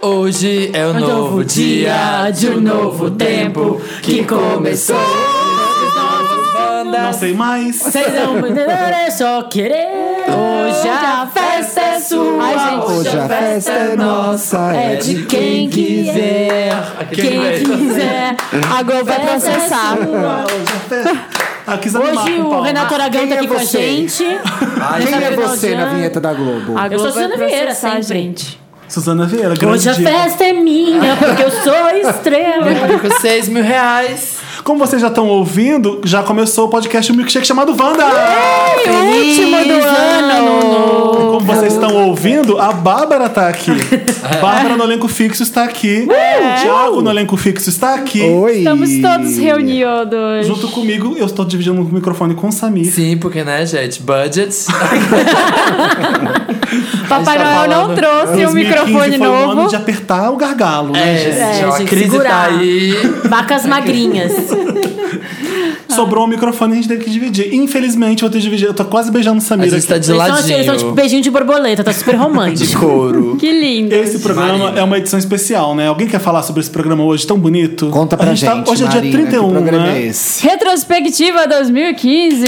Hoje é um novo dia de um novo tempo que começou. Nossas Não bandas. sei mais. Vocês não me entenderam, é só querer. Hoje a festa é sua. Ai, gente. Hoje a festa é nossa, É de quem quiser. Quem quiser. A Globo vai processar. Aqui Hoje o Renato Aragão Quem tá é aqui com a você? gente. Quem Nessa é Bienal você Jam. na vinheta da Globo? A Eu Globo sou vai Suzana Vieira, processar, sempre. gente. Suzana Vieira, grande Hoje a diva. festa é minha, porque eu sou estrela. Com 6 mil reais. Como vocês já estão ouvindo, já começou o podcast Milkshake chamado Wanda! É Último do ano. E Como vocês estão ouvindo, a Bárbara tá aqui. Bárbara no elenco fixo está aqui. Thiago no elenco fixo está aqui. Oi! Estamos todos reunidos. Junto comigo, eu estou dividindo o microfone com o Samir. Sim, porque né, gente? Budgets. Papai Eles tão Noel não falando. trouxe um 2015 microfone foi o ano novo. de apertar o gargalo, né, gente? É, gente, a crise tá segurar. aí. É Vacas magrinhas. Sobrou um microfone e a gente teve que dividir. Infelizmente, eu vou ter que dividir. Eu tô quase beijando o A Samir gente aqui. tá de Eles são, assim, eles são tipo ladinho. beijinho de borboleta, tá super romântico. De couro. Que lindo. Esse programa Marina. é uma edição especial, né? Alguém quer falar sobre esse programa hoje tão bonito? Conta pra A gente, tá- Hoje é dia Marina, 31, que programa né? é esse? Retrospectiva 2015.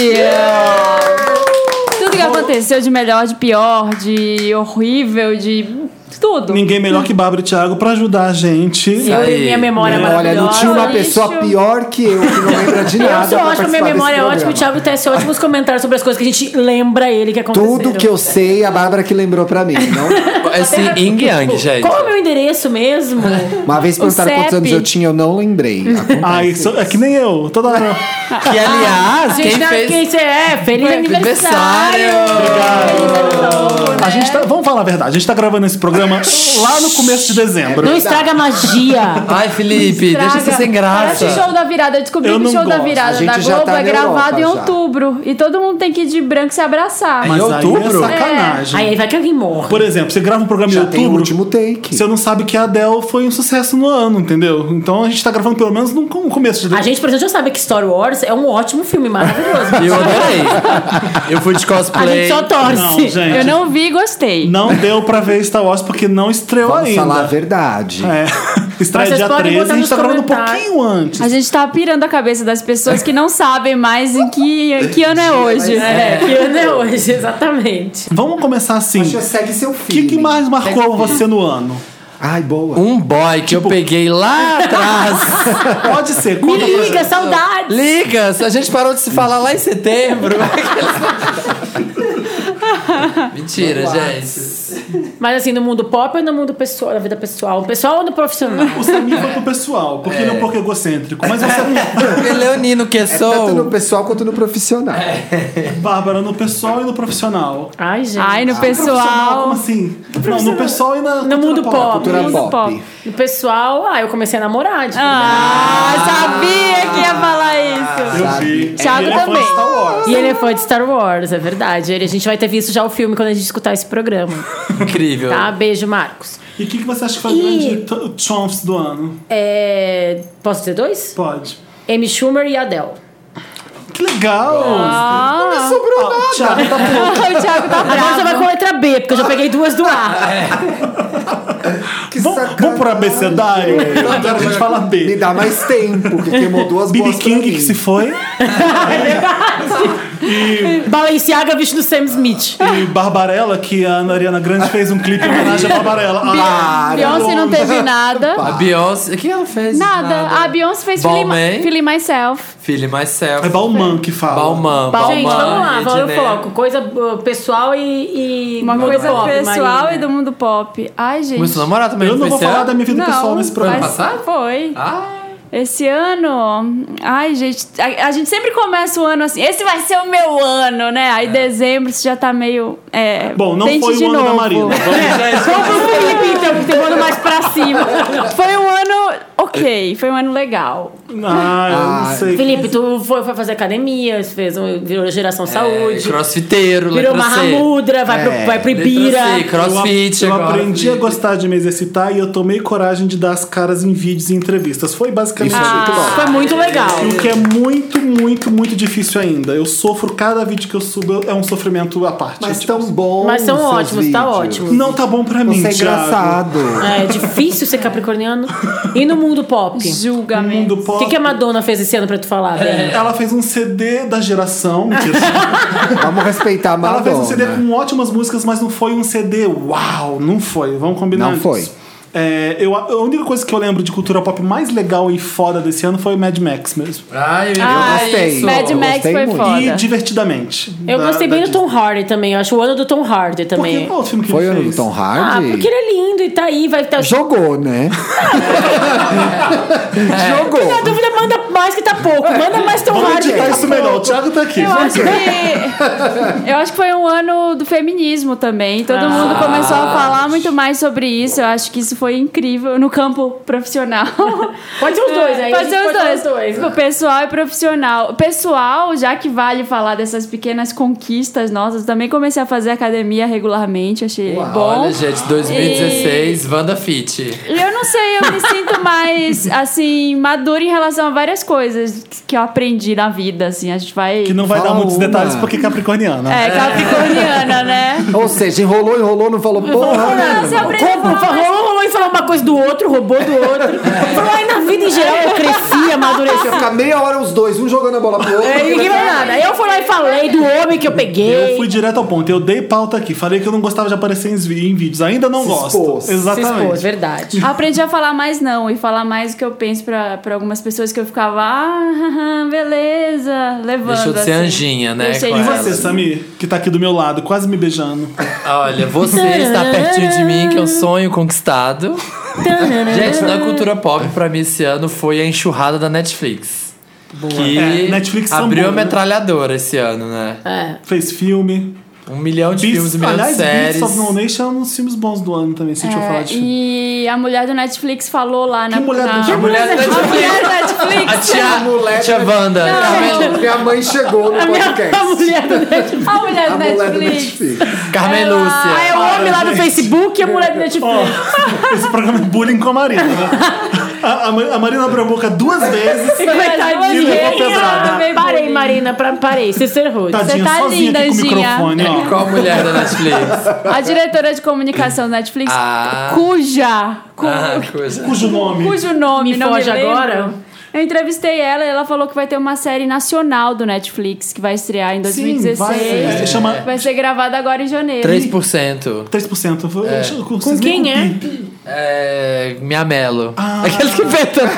Tudo que aconteceu de melhor, de pior, de horrível, de tudo. Ninguém melhor que Bárbara e Thiago pra ajudar a gente. Eu e minha memória Né? Olha, não tinha uma Maravilhosa, pessoa lixo. pior que eu que não lembra de nada. Eu sou ótima, pra minha participar desse memória é ótima. O programa. Thiago tece ótimos comentários sobre as coisas que a gente lembra ele que aconteceu. Tudo que eu sei, é a Bárbara que lembrou pra mim, não? É assim, Ying Yang, gente. Qual é o meu endereço mesmo? Uma vez perguntaram quantos CEP. anos eu tinha, eu não lembrei. Ah, isso é que nem eu. Toda hora. Que, aliás, gente, quem não, fez... quem você é? Feliz aniversário! A gente tá, vamos falar a verdade, a gente tá gravando esse programa lá no começo de dezembro. É, Não estraga a magia! Ai, Felipe, deixa Traga. você sem Parece o graça. show da virada. Eu descobri Eu que o não show da gosto. A virada gente da já Globo tá na é gravado em Europa já. outubro. E todo mundo tem que ir de branco e se abraçar. Mas aí outubro? é sacanagem. Aí é aí vai que alguém morre. Por exemplo, você grava um programa Já em tem o outubro, último take. você não sabe que a Adele foi um sucesso no ano, entendeu? Então a gente tá gravando pelo menos no com- começo de A gente, por exemplo, já sabe que Star Wars é um ótimo filme, maravilhoso. Eu adorei. Eu fui de A gente cosplay. só torce. Não, gente. Eu não vi e gostei. Não deu pra ver Star Wars porque não estreou Vamos tá ainda. falar a verdade. É. Mas Estreia vocês dia podem 13, botar a gente nos tá gravando um comentários. pouquinho antes. A gente tá pirando a cabeça das pessoas que não sabem mais em que, em que ano é hoje. É, que ano é hoje, exatamente. Vamos começar assim. Mas já segue seu O que, filho. que mais marcou você no ano? Ai, boa. Um boy Tipo, que eu peguei lá atrás. Pode ser. Me conta pra liga, gente. saudades! Liga, a gente parou de se falar lá em setembro. Mentira, gente. Mas assim, no mundo pop ou no mundo pessoal, na vida pessoal? Pessoal ou no profissional? O Samir foi pro pessoal, porque ele é um pouco egocêntrico. Mas você, Que Leonino É, que É tá Tanto sou. no pessoal quanto no profissional. Bárbara, no pessoal e no profissional. Ai, gente. Ah. Ai, no Profissional, como pessoal. assim? Não, no pessoal e na. No mundo pop. Cultura Mundo pop. pop. No pessoal, ah, eu comecei a namorar. né? de Ah, sabia que ia falar isso. Eu vi. Thiago Ele é fã de também. Star Wars. E ele é fã de Star Wars, é verdade. Ele- a gente vai ter visto já o filme quando a gente escutar esse programa. Incrível. Tá? Beijo, Marcos. E o que, que você acha que foi o grande t- trumps do ano? É, Posso dizer dois? Pode. Amy Schumer e Adele. Que legal! Ah, Ah, Thiago, tá bom. o Thiago tá Agora você vai com bravo. É. a letra B, porque eu já peguei duas do A. Que Vamos, sacanagem. vamos pro abecedário? Eu quero que a gente fala Me B. dá mais tempo, porque queimou duas BB bolas pra King mim. que se foi Balenciaga bicho do Sam Smith. e Barbarella, que a Ana Ariana Grande fez um clipe em homenagem a Barbarella. Ah, Beyoncé não teve nada. A Beyoncé. O que ela fez? Nada. A Beyoncé fez Bom, Feeling hein? Feeling Myself. Filho myself. É Balmain que fala. Balmain. Balmain. Gente, vamos lá, vamos né? ao foco. Coisa uh, pessoal e. e Uma mundo coisa pop, pessoal Marina. e do mundo pop. Ai, gente. Começou a namorar é também. Eu não foi vou esse falar da ano? minha vida pessoal Não, nesse programa. mas passado? Foi. Ah, Esse ano. Ai, gente. A, a gente sempre começa o ano assim. Esse vai ser o meu ano, né? É. Aí dezembro você já tá meio. é, Bom, não tente foi de o ano da É. novo. Marina. Vamos- gente. Vamos pro Felipe, então, que tem um ano mais pra cima. Foi um ano ano ok, foi um ano legal. Ah, eu não Ah, sei. Felipe, tu foi, foi fazer academia, fez um, virou geração É, saúde, crossfiteiro, virou letra C. marramudra, vai, pro, É, vai pro Letra Ibira. C, crossfit. eu, a- eu agora, aprendi a Felipe. gostar de me exercitar e eu tomei coragem de dar as caras em vídeos e entrevistas. Foi basicamente Isso é muito bom. Ah, Foi muito legal. E o que é muito, muito, muito difícil ainda. Eu sofro, cada vídeo que eu subo é um sofrimento à parte. Mas Tipo, tão bom. Mas são os seus ótimos, tá vídeos. ótimo. Não tá bom pra mim, Você é Thiago. engraçado. É difícil ser capricorniano. E no mundo pop? O Julgamento. Mundo pop. que, que a Madonna fez esse ano pra tu falar, é Ben? Ela fez um CD da geração. que- Vamos respeitar a ela Madonna. fez um CD com ótimas músicas, mas não foi um CD. Uau! Não foi. Vamos combinar Não isso. foi. É, eu, a única coisa que eu lembro de cultura pop mais legal e foda desse ano foi Mad Max mesmo. Ai, eu Ah, gostei. Isso. Mad Eu Max gostei foi muito. foda. E divertidamente. Eu Da- gostei da bem do Disney. Tom Hardy também. Eu acho o ano do Tom Hardy Porque também. qual o filme que Foi ele o fez? do Tom Ah, Hardy? porque ele é lindo e tá aí, vai estar. Jogou, né? É. Jogou. Na dúvida, manda mais que tá pouco. Manda mais Tom Vamos Hardy. que editar tá isso melhor. O pouco. Thiago tá aqui. Eu acho, que, eu acho que foi um ano do feminismo também. Ah. Todo mundo começou a falar muito mais sobre isso. Eu acho que isso foi incrível no campo profissional. Pode ser os dois, aí. a Pode gente ser os dois. dois. O pessoal e profissional. O Pessoal, já que vale falar dessas pequenas conquistas nossas, também comecei a fazer academia regularmente, achei bom. Olha, gente, 2016, Wanda Fit. E eu não sei, eu me sinto mais, assim, madura em relação a várias coisas que eu aprendi na vida, assim. A gente vai... Que não vai Fala dar muitos uma. detalhes porque é capricorniana. É, capricorniana, né? Ou seja, enrolou, enrolou, não falou porra Não, você é nenhuma. aprendeu a Como? falar Falou, rolou, rolou e falou uma coisa do outro, roubou do outro. Falou, aí na vida em geral eu cresci, amadureci. Você fica meia hora os dois, um jogando a bola pro outro. É, ninguém vai nada. Eu fui lá e falei do homem que eu peguei. Eu fui direto ao ponto. Eu dei pauta aqui. Falei que eu não gostava de aparecer em, vi- em vídeos. Ainda não Se gosto. expôs. Se Exatamente. expôs, verdade. Aprendi a falar mais não e falar mais o que eu penso pra, pra algumas pessoas que eu ficava, ah, haha, beleza, levando. Deixou de ser assim. anjinha, né, Deixei com é de E ser- você, Samir, que tá aqui do meu lado, quase me beijando. Olha, você está pertinho de mim, que é um sonho conquistado. Gente, na cultura pop, pra mim, esse ano foi a enxurrada da Netflix. Que É, Netflix abriu sambou, a né? metralhadora esse ano, né? É. Fez filme. Um milhão de filmes, Beasts, um milhão aliás, de séries. Beasts of No Nation é um dos filmes bons do ano também, se a gente for falar de filme. É, E a mulher do Netflix falou lá na. Que mulher do na... Netflix? Mulher da A Netflix. mulher do A Netflix. tia, Moleque. tia né? Wanda. Não, Minha mãe chegou no A minha a podcast. mulher do Netflix. A mulher do A mulher do Netflix. Netflix. Carmen Ah, é Lúcia. o homem lá do Facebook e a mulher do Ó, Netflix. esse programa é bullying com a Marina. né? A, a Ma- a Marina abriu a boca duas vezes. E coitadinha. Duas levou é pedrada. Parei, Parei, Marina, pra, parei. Você ser rude. Tadinha, tá sozinha linda, aqui com o Anjinha. microfone, ó. Qual mulher da Netflix? A diretora de comunicação do Netflix, Ah. cuja. cu- Ah, coisa. Cujo nome. É. Cujo nome Me não foge me lembro. agora? Eu entrevistei ela e ela falou que vai ter uma série nacional do Netflix que vai estrear em Sim, 2016. vai. É, chama Vai ser gravada agora em janeiro. 3%. 3%. Eu- eu- eu- Com vocês quem nem é? compi- É. Minha Melo. Ah. Aqueles que inventam, né?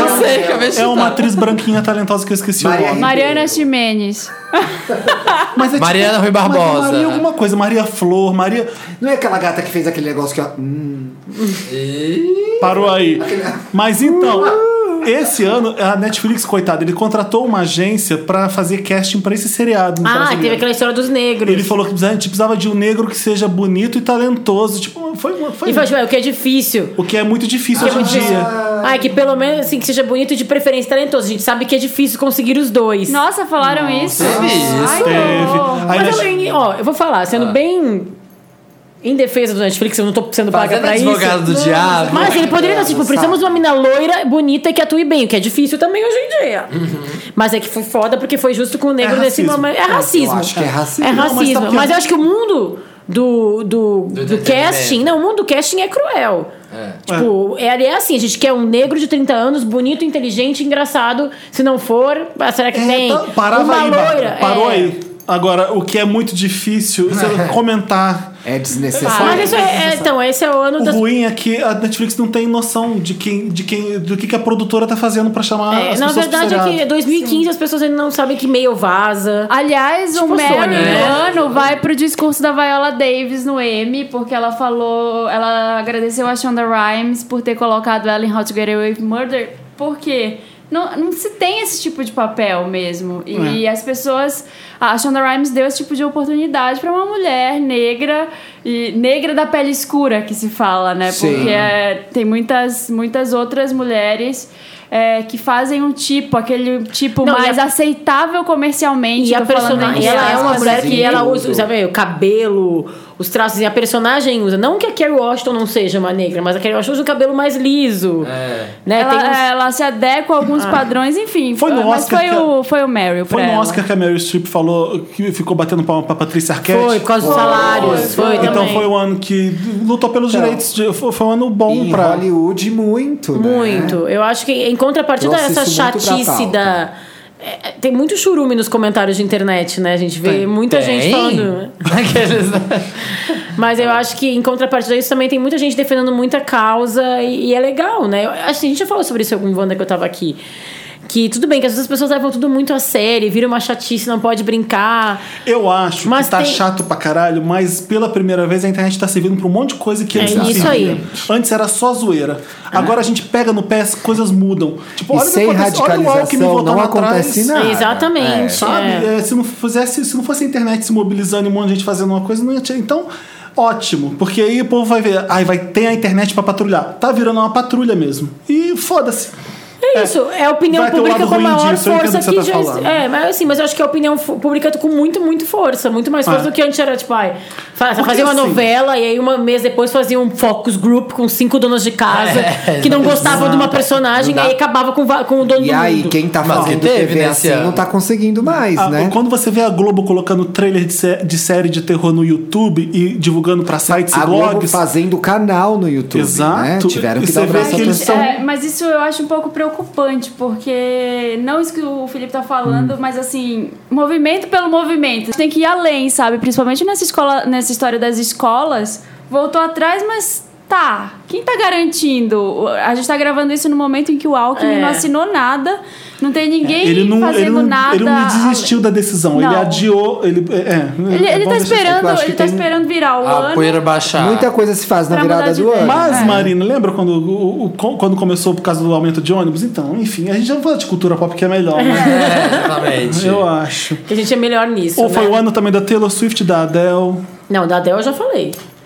Não sei, acabei de É uma chutar. atriz branquinha talentosa que eu esqueci Maria o nome. Mariana Ximenes. Mas é tipo- Mariana Rui Mas é Barbosa. Maria alguma coisa, Maria Flor, Maria. Não é aquela gata que fez aquele negócio que ó. hum, Parou aí. Mas então, esse ano, a Netflix, coitado, ele contratou uma agência pra fazer casting pra esse seriado. no Ah, brasileiro. teve aquela história dos negros. assim, Ele falou que precisava- a gente precisava de um negro que seja bonito e talentoso. Tipo, foi. uma- foi E falou, tipo, o que é difícil. o que é muito difícil Que é hoje em muito difícil. dia. Ai, que pelo menos assim, que seja bonito e de preferência talentoso. A gente sabe que é difícil conseguir os dois. Nossa, falaram isso? Teve Ai, isso. Teve. não. É, Aí Mas Net- também, ó, eu vou falar, sendo bem em defesa do Netflix, eu não tô sendo paga Fazendo pra isso. advogado do diabo. Mas ele poderia estar, tipo, precisamos de uma mina loira, bonita, que atue bem, o que é difícil também hoje em dia. Mas é que foi foda porque foi justo com o negro É nesse racismo. momento. É racismo. Eu acho que é racismo. É Não, mas racismo. tá mas, porque- eu acho que o mundo do, do, do, entretenimento. casting. Não, o mundo do casting é cruel. Tipo, é. é assim, a gente quer um negro de 30 anos, bonito, inteligente, engraçado. Se não for, ah, será que É, tem? tá- parava uma aí, Bárbara. loira. Parou é. aí. Agora, o que é muito difícil isso é comentar. É Mas desnecessário. isso é, é, então, esse é o ano O das. ruim é que a Netflix não tem noção de quem, de quem, do que, que a produtora tá fazendo pra chamar É, as na pessoas pro verdade, é que seriado. 2015 as pessoas ainda não sabem que e-mail vaza. Aliás, o Tipo Mary Sônia, né? do ano vai pro discurso da Viola Davis no M, porque ela falou. Ela agradeceu a Shonda Rhimes por ter colocado ela em How to Get Away with Murder. Por quê? não, não se tem esse tipo de papel mesmo. E É. as pessoas. A Shonda Rhimes deu esse tipo de oportunidade para uma mulher negra e negra da pele escura que se fala, né? Sim. Porque é, tem muitas, muitas outras mulheres. é, que fazem um tipo, aquele tipo Não, e mais a- aceitável comercialmente. E a tô tá falando personagem, em ela é uma aspas, mulher que assim. ela usa, sabe, o cabelo, os traços, e a personagem usa. Não que a Kerry Washington não seja uma negra, mas a Kerry Washington usa o cabelo mais liso. É. Né? Ela, Tem uns- Ah. ela se adequa a alguns padrões, enfim. Foi no mas Oscar foi, que a- o, foi o Meryl Foi pra no ela. Oscar que a Meryl Streep falou que ficou batendo palma pra Patrícia Arquette. Foi, por causa dos salários. Foi, então também. foi um ano que lutou pelos Então, direitos. de- foi foi um ano bom Em pra. Hollywood, muito. né? Muito. Eu acho que, em contrapartida Trouxe dessa isso muito pra chatice pauta. da. é, é, tem muito churume nos comentários de internet, né? A gente vê Tem- muita gente tem? falando. Aqueles, né? Mas eu acho que, em contrapartida disso, também tem muita gente defendendo muita causa e, e é legal, né? Eu- acho que a gente já falou sobre isso em algum Wanda que eu tava aqui. Que tudo bem, que às vezes as pessoas levam tudo muito a sério, vira uma chatice, não pode brincar. Eu acho Mas que tá tem- chato pra caralho, mas pela primeira vez a internet tá servindo pra um monte de coisa que antes não É isso servia. aí. Antes era só zoeira. Agora a gente pega no pé, as coisas mudam. Tipo, E olha o que sem aconteceu- olha o Alckmin radicalização voltando não acontece atrás. nada. Exatamente. Sabe? é. É, se não fizesse, se não fosse a internet se mobilizando e um monte de gente fazendo uma coisa, não ia ter. Então, ótimo. Porque aí o povo vai ver, ai, vai ter a internet pra patrulhar. Tá virando uma patrulha mesmo. E foda-se. É isso, é a opinião Vai ter o pública lado com a ruim maior disso, eu entendo força o que você tá já existe. falando. É, mas assim, mas eu acho que a opinião fu- pública com muito, muito força, muito mais força É. do que antes era, tipo, ai, fa- Porque, fazia uma assim, novela e aí um mês depois fazia um focus group com cinco donas de casa É, que não não- gostavam de uma personagem e não dá. aí acabava com, va- com o dono E do aí, mundo. quem tá Mas fazendo que teve TV nesse assim ano. não tá conseguindo mais, Ah, né? Quando você vê a Globo colocando trailer de, sé- de série de terror no YouTube e divulgando pra sites e A Globo blogs. fazendo canal no YouTube, né? Exato. Tiveram E que você dar o vê braço que a eles torcer. são- É, mas isso eu acho um pouco preocupante, porque não isso que o Felipe tá falando, Hum. mas assim, movimento pelo movimento. A gente tem que ir além, sabe? Principalmente nessa escola, nessa história das escolas, voltou atrás, mas tá. Quem tá garantindo? A gente tá gravando isso no momento em que o Alckmin É. não assinou nada, não tem ninguém É, Ele não, fazendo ele, não, nada. ele não desistiu da decisão, ele Não. adiou. Ele, é, é, Ele, é ele bom deixar- é que eu tá esperando, acho que ele tá tem esperando virar o A ano. poeira baixar. Muita coisa se faz na Pra mudar virada de do ideia. ano. Mas, É. Marina, lembra quando, o- o- co- quando começou por causa do aumento de ônibus? Então, enfim, a gente já fala de cultura pop que é melhor, né? É, exatamente. Eu acho. Que a gente é melhor nisso. Ou foi né? o ano também da Taylor Swift, da Adele. Não, da Adele eu já falei. É,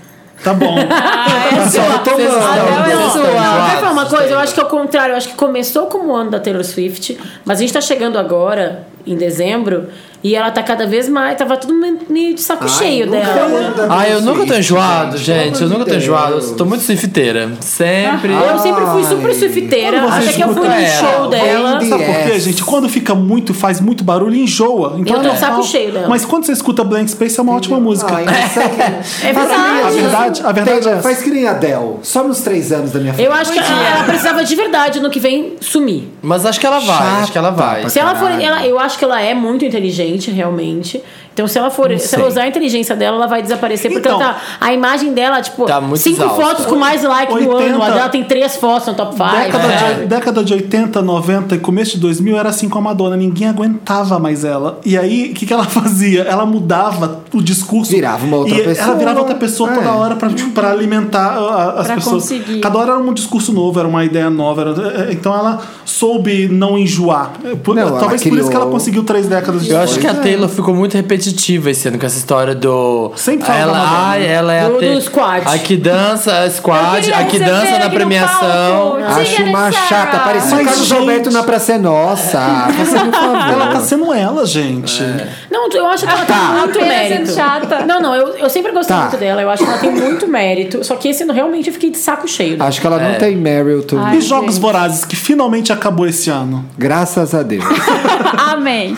Tá bom. Adele é Vocês sua. estão Não, enjoados, quer falar uma coisa? Eu Taylor. acho que é o contrário. Eu acho que começou como o ano da Taylor Swift, mas a gente tá chegando agora, em dezembro, e ela tá cada vez mais. Tava tudo meio de saco cheio nunca dela. é o ano da Ah, eu Taylor nunca tô Swift, enjoado, gente. pelo Eu amor nunca de tô enjoado. Deus. Ah. Eu tô muito surfiteira. Sempre. Eu sempre fui super Ai. surfiteira. Quando você Até que eu fui no escuta show ela, dela. vende- Sabe por quê, Yes. gente? Quando fica muito, faz muito barulho, enjoa. Então Eu tô é de saco normal. cheio dela. Mas quando você escuta Blank Space, é uma ótima música. Ai, não sei. É a verdade. verdade, a verdade é Tem- essa. Faz que nem Adele. Só nos três anos da minha Eu família. acho que ela, ela precisava de verdade no que vem sumir. Mas acho que ela vai. Chata. Acho que ela vai. Se ela for, Caralho. ela, eu acho que ela é muito inteligente, realmente. Então, se ela for, se ela sei. usar a inteligência dela, ela vai desaparecer. Porque Então. ela tá, a imagem dela, tipo, Tá muito cinco exausta. fotos com mais like no 80. ano. A dela tem três fotos no top né? 5. Década, de, década de 80, 90 e começo de 2000 era assim com a Madonna, ninguém aguentava mais ela. E aí, o que, que ela fazia? Ela mudava o discurso. Virava uma outra E pessoa. Ela virava outra pessoa É. toda hora pra, tipo, pra alimentar a- a- as Pra pessoas. conseguir. Cada hora era um discurso novo, era uma ideia nova. era- é, então ela soube não enjoar. É, por- Não, ela talvez por isso que ela criou- conseguiu três décadas de Eu acho que a Pois é. Taylor ficou muito repetitiva esse ano com essa história do. Sempre fala da ela, Madonna. ai, ela é Do- a Taylor. do squad. A que dança squad, a que dança na premiação. Acho uma chata. Parecia o é Mas, Carlos gente- Alberto na Praça é Nossa. Você, por favor. Ela tá sendo ela, gente. É. Não, eu acho que ela tem muito Apenas mérito. sendo chata. Não, não, eu, eu sempre gostei Tá. muito dela. Eu acho que ela tem muito mérito. Só que esse ano realmente eu fiquei de saco cheio. Acho que ela não É. tem Meryl to Ai. E Jogos Vorazes, que finalmente acabou esse ano. Graças a Deus. Amém.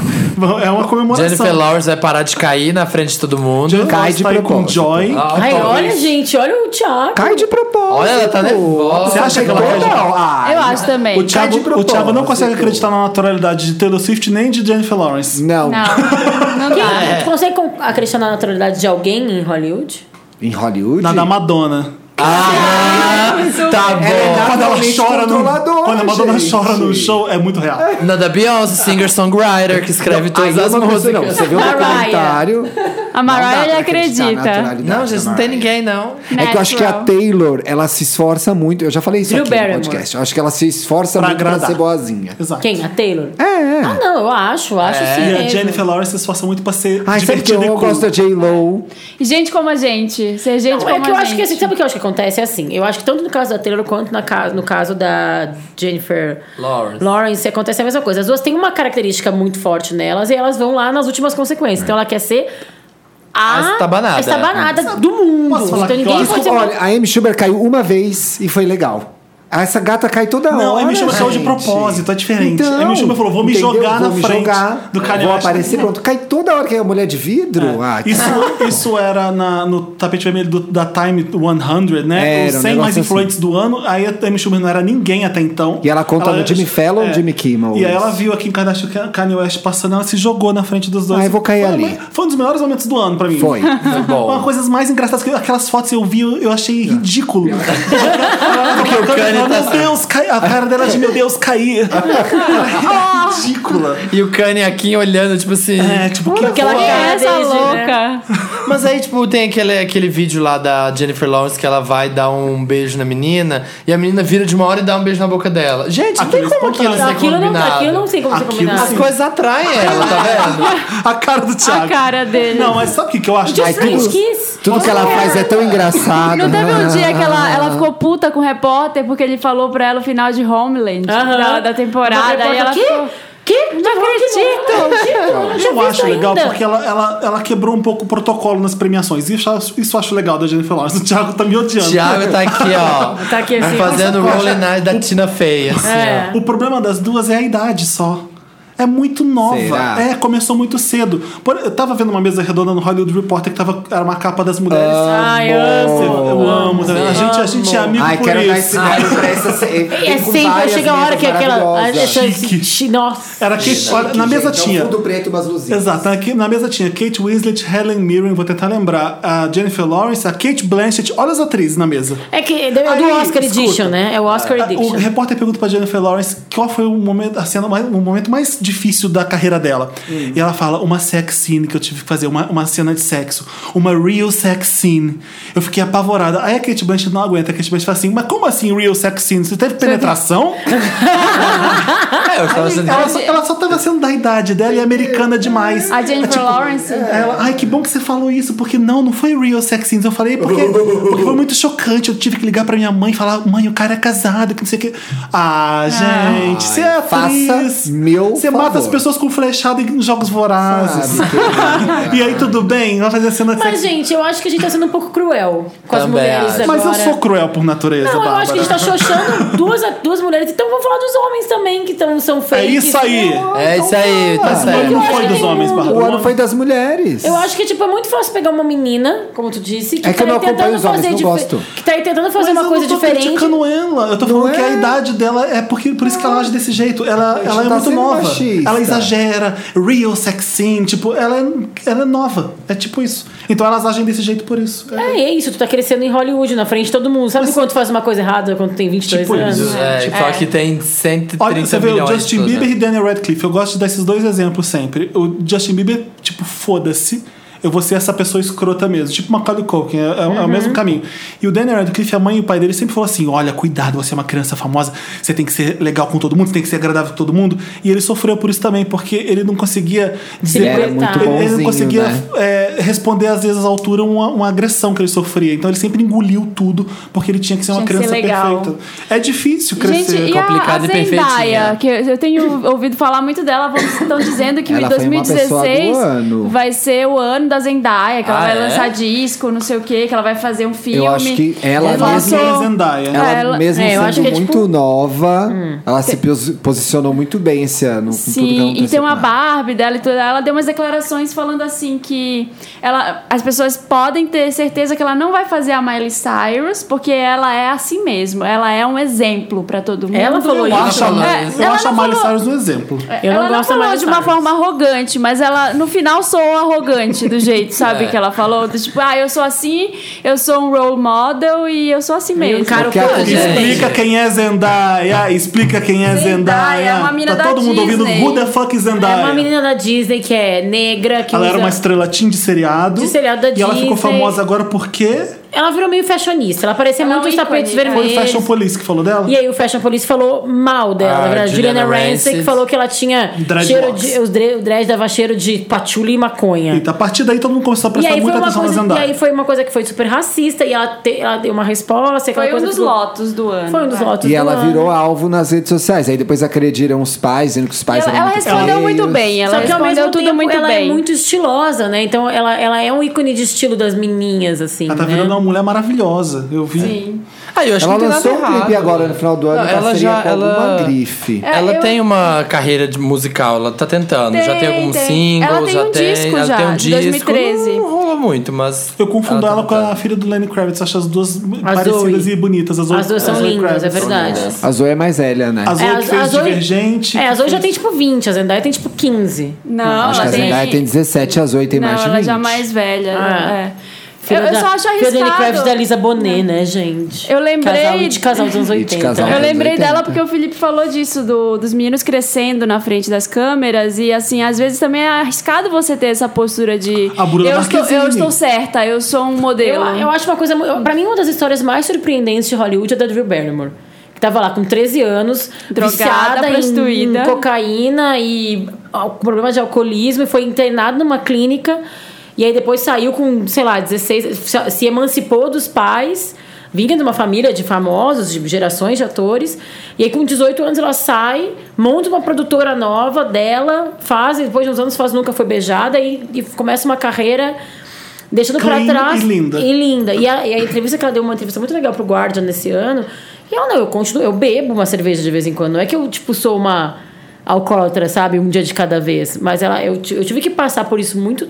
É uma comemoração. Jennifer Lawrence vai parar de cair na frente de todo mundo. Jennifer Cai Lawrence de tá aí com propósito. Joy. Ah, Ai, talvez. olha, gente, olha o Thiago. Cai de propósito. Olha, ela tá nervosa. Você acha que ela Toda- cai de Ah, Eu acho também. O Thiago, de o propósito. Thiago não consegue acreditar na naturalidade de Taylor Swift nem de Jennifer Lawrence. Não. Não, não dá. Quem- Tu consegue con- acreditar na naturalidade de alguém em Hollywood? Em Hollywood? Na da Madonna. Tá Ela é bom. Quando ela naturalmente chora no, controladora, quando a Madonna gente. chora no show, é muito real. Na da Beyoncé, singer-songwriter, que escreve Aí é todas as uma coisa, músicas. não. Você vê um Mariah. documentário A Não dá Mariah pra ele acreditar na acredita. naturalidade Não, da gente, não tem Mariah. ninguém, não. É que eu acho que a Maxwell. Taylor, ela se esforça muito. Eu já falei isso Drew aqui Barrymore. no podcast. Eu acho que ela se esforça Pra muito pra agradar. ser boazinha. Exato. Quem? A Taylor? É, é. Ah, não, eu acho, acho sim. E a mesmo. Jennifer Lawrence se esforça muito pra ser Ai, sabe que divertida eu, e cool. gosto da J-Lo. Gente como a gente. Ser gente Não, como é que eu a acho que assim, gente. sabe o que eu acho que acontece? É assim, eu acho que tanto no caso da Taylor quanto na ca- no caso da Jennifer Lawrence. Lawrence acontece a mesma coisa. As duas têm uma característica muito forte nelas e elas vão lá nas últimas consequências. Então ela quer ser a A estabanada. a estabanada do mundo. Posso falar então que ninguém eu pode acho- ser Olha, a Amy Schubert caiu uma vez e foi legal. Essa gata cai toda hora. Não, a Amy Schumer saiu de gente. propósito, é diferente. Então, a Amy Schumer falou, vou me entendeu? jogar na Vou me frente jogar, do Kanye Vou West. É. aparecer, pronto. Cai toda hora que é mulher de vidro. Ah, que Isso, isso era na- no tapete vermelho do- da Time 100, né? Era, Os um 100 mais negócio influentes do ano. Aí a Amy Schumer não era ninguém até então. é. E ela conta no Jimmy Fallon, Jimmy Kimmel. E aí ela viu aqui em Kardashian Ka- Kanye West passando, ela se jogou na frente dos dois. Ah, eu vou cair foi, ali. Foi um dos melhores momentos do ano pra mim. foi. Foi bom. Uma coisa mais engraçada que eu- aquelas fotos eu vi, eu eu achei ridículo. Porque o Kanye meu tá... Deus, cai, a cara dela de meu Deus, caí. Era ridícula. E o Kanye aqui olhando, tipo assim... É, tipo, que aquela horror. Quem cara é essa desde, né? louca? Mas aí, tipo, tem aquele, aquele vídeo lá da Jennifer Lawrence que ela vai dar um beijo na menina e a menina vira de uma hora e dá um beijo na boca dela. Gente, não tem Aquilo como aquilo ser Aquilo não, combinado. aquilo não sei como ser Aquilo combinado. As coisas atraem ela, tá vendo? A cara do Thiago. A cara dele. Não, mas sabe o que, que eu acho? Just Ai, tudo- French Kiss. Tudo que ela faz é tão engraçado. Não teve um dia que ela, ela ficou puta com o repórter porque ele falou pra ela o final de Homeland tipo, Aham. da, da temporada. Mas e ela que? ficou, Que? Não acredito! Não acredito, Eu não acho tinha visto legal ainda. porque ela, ela, ela quebrou um pouco o protocolo nas premiações. Isso, eu acho- isso eu acho legal da Jennifer Lawrence. O Thiago tá me odiando. Thiago tá aqui, ó. Tá aqui assim. Fazendo rolling night da Tina Fey, assim, É. ó. O problema das duas é a idade só. É muito nova. Será? É, começou muito cedo. Por- eu tava vendo uma mesa redonda no Hollywood Reporter que tava, era uma capa das mulheres. Ai, eu amo. amo, tá vendo? A gente, a gente é amigo Ai, por quero dar isso. esse galho pra essa. É sempre, chega a hora que é aquela. Essa, Chique. chi- nossa. Era que, olha, na mesa tinha. é um Fundo preto, umas luzinhas. Exato, aqui na mesa tinha Kate Winslet, Helen Mirren, vou tentar lembrar, a Jennifer Lawrence, a Kate Blanchett, olha as atrizes na mesa. É que é do é do Aí, Oscar escuta. Ah, Edition, né? É o Oscar O Edition. repórter pergunta pra Jennifer Lawrence qual foi o momento, a cena mais, o momento mais difícil da carreira dela. E ela fala: uma sex scene que eu tive que fazer, uma, uma cena de sexo. Uma real sex scene. Eu fiquei apavorada. Aí a Kate Blanchett não aguenta. A Kate Blanchett fala assim: mas como assim real sex scene? Você teve penetração? É, eu tava sendo... ela, só, ela só tava sendo da idade dela e americana demais. a Jennifer Tipo, Lawrence. é, Ela, ai, que bom que você falou isso, porque não, não foi real sex scenes. Eu falei, porque, porque foi muito chocante. Eu tive que ligar pra minha mãe e falar, mãe, o cara é casado, que não sei o quê. Ah, gente, você é atriz. faça meu Você mata favor. as pessoas com flechada em jogos vorazes. Sabe, e aí, tudo bem? Vai fazer cena de Mas, sex gente, eu acho que a gente tá sendo um pouco cruel com as Também mulheres acho. agora. Mas eu sou cruel por natureza, Não, eu Bárbara. acho que a gente tá xoxando duas, duas mulheres. Então vamos falar dos homens também, que tão, são É fakes. isso aí. É isso aí, tá Mas o ano um certo. Eu não foi acho dos que homens, o Bárbara. É. O ano ano- foi das mulheres. Eu acho que, tipo, é muito fácil pegar uma menina, como tu disse, que, É que tá eu não aí tentando acompanho os homens, fazer não dife- gosto. Que tá aí tentando Mas fazer eu uma coisa não tô diferente. criticando ela. Eu tô falando que a é. idade dela é porque por isso que ela age desse jeito. Ela, Gente, ela é tá muito sendo nova. machista. Ela exagera, real sex scene, tipo, ela é, ela é nova. É tipo isso. Então elas agem desse jeito por isso. É, É, é isso, tu tá crescendo em Hollywood, na frente de todo mundo. Sabe quando tu faz uma coisa errada quando tu tem 22 Tipo anos? isso. É, só que tem 130 Olha, você vê milhões o de Justin pessoas, Bieber né? e Daniel Radcliffe. Eu gosto de dar esses dois exemplos sempre. O Justin Bieber, tipo, foda-se. Eu vou ser essa pessoa escrota mesmo. Tipo Macaulay Culkin, é, é- Uhum. é o mesmo caminho. E o Daniel Radcliffe, a mãe e o pai dele sempre falou assim, olha, cuidado, você é uma criança famosa, você tem que ser legal com todo mundo, você tem que ser agradável com todo mundo. E ele sofreu por isso também, porque ele não conseguia dizer... Ele era muito ele- ele não bonzinho, conseguia né? é, responder, às vezes, à altura uma, uma agressão que ele sofria. Então ele sempre engoliu tudo, porque ele tinha que ser uma Tinha que ser criança legal. perfeita. É difícil crescer. Gente, e a, a complicado e Zendaya, perfeitinha. que eu tenho ouvido falar muito dela, estão dizendo que Ela foi uma pessoa do 2016 ano. vai ser o ano da Zendaya, que ela Ah, vai é? lançar disco, não sei o que, que ela vai fazer um filme. Eu acho que ela Ela mesmo- lançou- é Zendaya. Ela, Ah, Ela- mesmo é, eu acho sendo que é, muito tipo- nova, ela se pos- posicionou muito bem esse ano. com tudo que Hum. Sim, aconteceu e tem com uma ela. Barbie dela e tudo. Ela deu umas declarações falando assim que ela, as pessoas podem ter certeza que ela não vai fazer a Miley Cyrus, porque ela é assim mesmo. Ela é um exemplo pra todo mundo. Ela É. falou Eu isso. acho, a- É, eu ela acho a não Miley falou- Cyrus um exemplo. Eu não ela gosto da não falou Miley de uma Cyrus. forma arrogante, mas ela no final soou arrogante, do jeito, sabe? É. Que ela falou. do Tipo, ah, eu sou assim, eu sou um role model e eu sou um assim mesmo. encara o Porque a- corpo de gente. Explica quem é Zendaya, explica quem é Zendaya, Zendaya. é uma mina tá da todo mundo Disney. ouvindo Who the fuck is É Zendaya? uma menina da Disney que é negra, que Ela usa... era uma estrela teen de seriado. De seriado da E ela ficou Disney. famosa agora porque Ela virou meio fashionista. Ela aparecia Ela é muito um nos tapetes ícone, né? foi o vermelhos. Fashion Police que falou dela. E aí o Fashion Police falou mal dela. Ah, Era a Juliana Juliana Rancic Rancic. falou que ela tinha Dreadlocks. cheiro de... os dre- O dread dava cheiro de patchouli e maconha. Eita, a partir daí todo mundo começou a E prestar aí, foi Então, muita uma atenção na coisa, e Zendaya. aí foi uma coisa que foi super racista e ela, te- ela deu uma resposta. aquela Foi um coisa dos que- lotos do ano. Foi um dos vai. lotos. E do ela ano. virou alvo nas redes sociais. Aí depois agrediram os pais, dizendo que os pais Ela, eram ela é muito respondeu feios. muito bem, ela Só que ao respondeu mesmo tudo tempo, muito ela bem. é muito estilosa, né? Então ela, ela é um ícone de estilo das menininhas, assim. Ela tá né? virando uma mulher maravilhosa. Eu vi. Sim. Ah, eu acho Ela que não tem lançou um nada errado. clipe agora no final do ano, Não, ela já, com alguma grife. É, ela eu- tem uma carreira de musical, ela tá tentando. já tem Tem, alguns tem. singles, Ela tem já um tem. disco ela já, tem um de disco. 2013. Não rolou muito, mas. Eu confundo tá ela, com a tentando. filha do Lenny Kravitz. Acho as duas parecidas Zoe. e bonitas. As, As duas são Zoe lindas, é Kravitz. assim. verdade. A Zoe é mais velha, né? A Zoe É, a- que fez a Zoe- Divergente. É, as hoje já tem tipo 20, a Zendaya tem tipo 15. Não, Acho que a ela Zendaya tem... tem 17, a Zoe tem não, mais de ela 20. já é mais velha. Ah. né? É. Eu, eu da- só acho filha da Annie Kravitz e da arriscado. Lisa Bonet, né, gente? Eu lembrei- Casal de casal dos anos De 80. casal. Eu Talvez lembrei 80. dela porque o Felipe falou disso, do- dos meninos crescendo na frente das câmeras. E assim, às vezes também é arriscado você ter essa postura de. A Bruna eu, estou, Marquezine. eu estou certa, eu sou um Eu, modelo. eu acho uma coisa. mu- eu- Pra mim, uma das histórias mais surpreendentes de Hollywood é da Drew Barrymore. Que tava lá com 13 anos, Drogada, viciada em- prostituída. em cocaína e al- com problema de alcoolismo, e foi internada numa clínica. E aí depois saiu com, sei lá, 16, se- se emancipou dos pais, vinha de uma família de famosos, de gerações de atores. E aí com 18 anos ela sai, monta uma produtora nova dela, faz, e depois de uns anos faz Nunca Foi Beijada e, e começa uma carreira deixando pra Clean trás e linda. e linda. E a, e a entrevista que ela deu, uma entrevista muito legal pro Guardian nesse ano. E ela, não, eu continuo, eu bebo uma cerveja de vez em quando. Não é que eu, tipo, sou uma alcoólatra, sabe? Um dia de cada vez. Mas ela, eu, ti- eu tive que passar por isso muito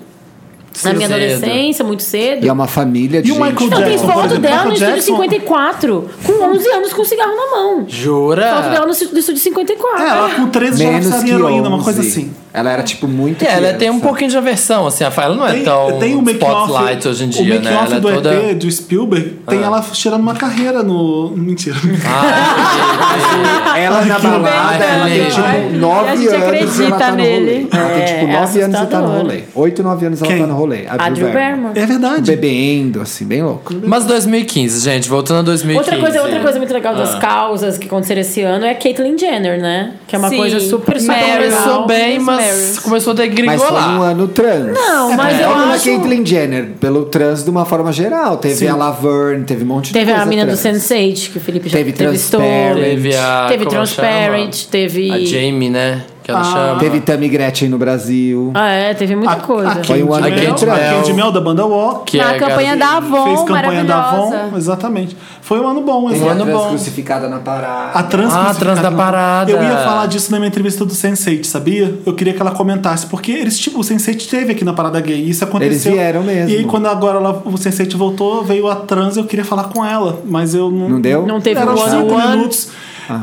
na minha Cedo. adolescência, muito cedo. E é uma família de E o gente. Michael Não, né? tem Jackson, por foto exemplo, dela no Michael estúdio Jackson- 54, com 11 anos com um cigarro na mão. Foto dela Jura? no estúdio 54. É, ela com 13 já Menos que sabia heroína, uma coisa 11. assim. Ela era, tipo, muito É, ela tem um criança. pouquinho de aversão, assim. A Fala não é Tem, tão tem o spotlight make-off hoje em O dia, né? make-off Ela é do toda. É. ET, do Spielberg, tem ela cheirando uma carreira no... Mentira. Ah. Ela na que legal, balada, ela tem, velho. tipo, A 9 anos e gente ela tá acredita no nele. rolê. Ela tem, tipo, É, 9 anos e tá no assustador. rolê. 8, 9 anos ela Quem? tá no rolê. A Drew Barrymore. É verdade. Bebendo, assim, bem louco. Mas 2015, gente, voltando a 2015. Outra coisa, outra coisa muito legal das causas que aconteceram esse ano é a Caitlyn Jenner, né? Que é uma Sim. coisa super Mas super Começou legal. bem, Os mas Marys. começou a Mas foi um degringolar. ano trans. Não, mas é eu como acho- a Caitlyn Jenner, pelo trans de uma forma geral. Teve a Laverne, teve um monte de Teve coisa a mina do trans. Sense8, que o Felipe já Teve entrevistou. Transparent. Teve a. Teve como ela Transparent, chama? teve. A Jamie, né? Que ela chama. Teve Tammy Gretchen no Brasil. Ah, é, teve muita coisa. A Foi Candy um ano Mel, bem a trans. Candy Mel da banda Walk. é que Na é campanha da Avon, fez campanha da maravilhosa. Avon. Exatamente. Foi um ano bom, Tem esse a ano ano. trans bom. crucificada na A parada. trans, Ah, a trans da parada. Eu ia falar disso na minha entrevista do Sense8, sabia? Eu queria que ela comentasse, porque eles, tipo, o Sense8 teve aqui na parada gay, e isso aconteceu. Eles vieram mesmo. E aí, quando agora ela- o Sense8 voltou, veio a trans, eu queria falar com ela, mas eu não... Não deu? Ah, Não teve um Era o uns One cinco on One. minutos.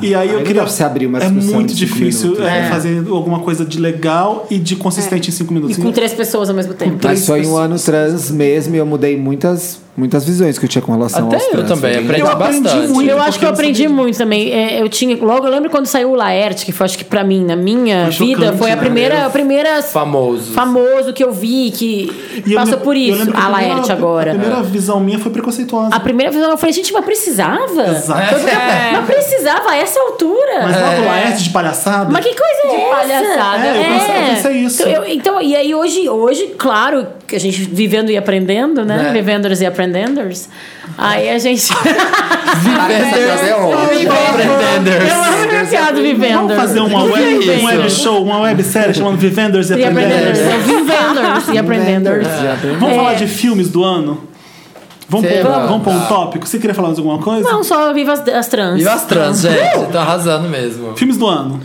e aí aí eu não queria... dá pra você abrir uma é discussão muito em cinco difícil minutos, é, né? fazer alguma coisa de legal e de consistente em cinco É. E minutos. com três pessoas ao mesmo tempo. Mas três foi um pessoas. ano trans mesmo e eu mudei muitas, muitas visões que eu tinha com relação Até aos eu trans. também, Foi bem aprendi Eu aprendi bastante. muito. Eu acho que eu porque eu não aprendi sabia. muito também. É, eu tinha. Logo, eu lembro quando saiu o Laerte, que foi acho que pra mim, na minha Foi chocante, vida, foi a né? primeira. A primeira Famoso. famoso que eu vi, que E eu passou me- por eu isso. lembro que A Laerte primeira- agora. A primeira visão minha foi preconceituosa. A primeira vez eu falei, gente, mas precisava? É. Exato. Mas precisava, a essa altura. É. Mas lá do Laerte de palhaçada. Mas que coisa é, De essa? palhaçada. É, eu pensei- eu pensei isso. Então, eu- então, e aí hoje, hoje, claro, que a gente vivendo e aprendendo, né? É. Vivenders e aprendenders. Aí a gente. Pretenders é ótimo. Pretenders. eu amo meu piado Vamos é vivenders. fazer uma Que web, que é um web isso? show, uma websérie chamando Vivenders e E aprendenders. Aprendenders. São vivenders e aprendenders. Vamos falar de filmes do ano? Vamos Sei pôr lá. vamos pôr um tópico? Você queria falar mais alguma coisa? Não, só viva as, as trans. E as trans, gente. Tá arrasando mesmo. Filmes do ano.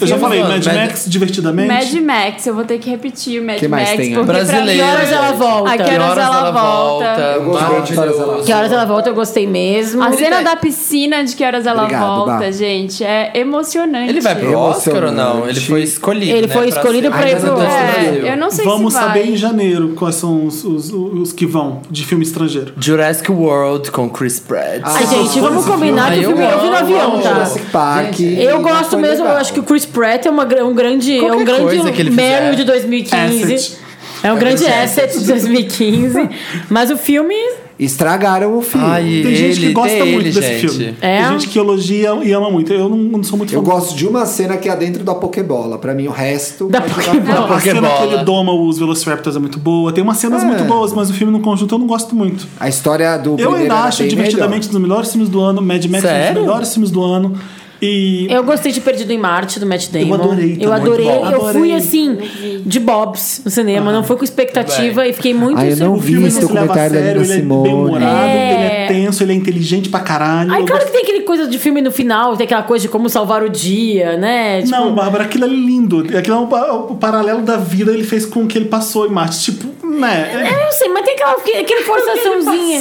Eu já Filmes, falei, mano, Mad Mad- Max, divertidamente. Mad Max, eu vou ter que repetir o Mad Que mais Max. tem? porque pra mim- Brasileiro. Que horas ela volta? A que Que horas ela volta? Eu gosto muito de horas ela volta. Que horas ela volta, eu gostei mesmo. A cena da piscina de que horas ela Obrigado, volta, Bá. gente, é emocionante. Ele vai pro Oscar ou não? Emocionante. Ele foi escolhido. Ele né, foi escolhido ser pra ir pro representante do É, Brasil. eu não sei Vamos se vai. saber em janeiro quais são os, os- os que vão de filme estrangeiro. Jurassic World com Chris Pratt. Ai, Ah, gente, vamos foi combinar esse que o filme é filme. eu vi no Ah, eu avião, amo. tá? Jurassic Park. Eu e gosto foi mesmo, eu legal. acho que o Chris Pratt é uma gra- um grande, é um Qualquer coisa que grande ele Meryl fizer. de 2015. Asset. É um grande grande asset de 2015. Mas o filme Estragaram o filme. Ai, Tem gente que ele, gosta tem muito ele, desse gente. filme. É? Tem gente que elogia e ama muito. Eu não, não sou muito Eu fã. gosto de uma cena que é dentro da Pokébola. Pra mim, o resto. da pode jogar Pokémon. A cena Pokébola. que ele doma os Velociraptors é muito boa. Tem umas cenas É. muito boas, mas o filme no conjunto eu não gosto muito. A história do Eu primeiro ainda era acho bem divertidamente um dos melhores filmes do ano, Mad Max é um dos Sério? melhores filmes do ano. E Eu gostei de Perdido em Marte, do Matt Damon. adorei também. Eu adorei. Muito bom. Eu fui, Adorei. assim, de bobs no cinema. Não fui com expectativa Bem. e fiquei muito... assim, Ah, eu não o surpresa. vi filme esse não se leva a documentário da sério, Nina ele é Simone. bem humorado, É. ele é tenso, ele é inteligente pra caralho. Ai, Eu claro gosto- que tem aquele coisa de filme no final. Tem aquela coisa de como salvar o dia, né? Tipo, Não, Bárbara, aquilo é lindo. Aquilo é um pa- o paralelo da vida ele fez com o que ele passou em Marte. Tipo, né? Eu sei, mas tem aquela, aquela forçaçãozinha.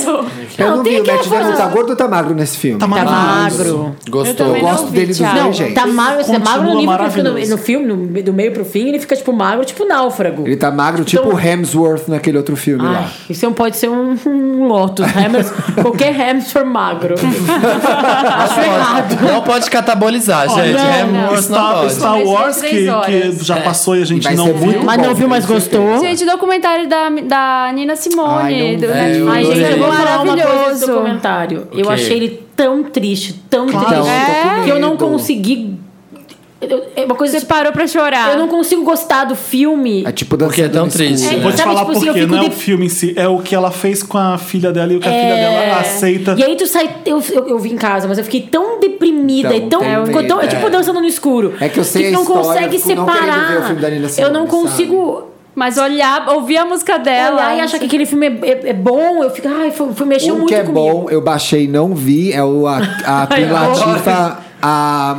Eu não, vi, o Matt Damon tá força- gordo ou tá magro nesse filme? Tá Tá magro. magro. Gostou. Eu gosto vi, dele dos Thiago. dois Não, jeitos. tá magro, tá Continua magro no nível que ele fica no, maravilhoso. no filme, no- do meio pro fim, ele fica tipo magro, tipo náufrago. Ele tá magro, tipo Então- Ah. o Hemsworth naquele outro tá filme Ai, lá. isso não pode ser um, um Lotus. Hammers, qualquer hamster magro. Acho errado. Não pode catabolizar, gente. Olha, é muito não Star, pode. Star Mas Wars, são que, três horas. que já passou e a gente É. Vai não ser viu. muito Mas bom, não viu, mas tenho certeza. gostou. Gente, documentário da, da Nina Simone, Ai, não vi. do Netflix. Eu Ai, gente, adorei. eu vou falar uma coisa desse maravilhoso. documentário. Eu Ok. achei ele tão triste, tão Claro, triste, eu tô com que eu não medo. consegui. eu- É uma coisa Você que parou pra chorar. eu não consigo gostar do filme. É tipo da Porque é tão triste. É, Vou te Sabe, falar tipo por assim, eu quê. fico Não é o de- filme em si, é o que ela fez com a filha dela e o que a filha "Ah, dela aceita. É. E aí tu sai. Eu, eu, eu vi em casa, mas eu fiquei tão deprimida Então, e tão. tem ficou tão- é medo, tipo é. dançando no escuro. É que eu sei que a tu não história, consegue eu fico não separar. querendo ver o filme da Nina eu não Simone, consigo. Mas olhar, ouvir a música dela. olhar e achar que aquele filme é, é- é bom, eu fico, ai, foi, foi- mexeu Um muito que é comigo. bom, eu baixei e não vi, é o a, a Queen eu adoro. Latifah. A,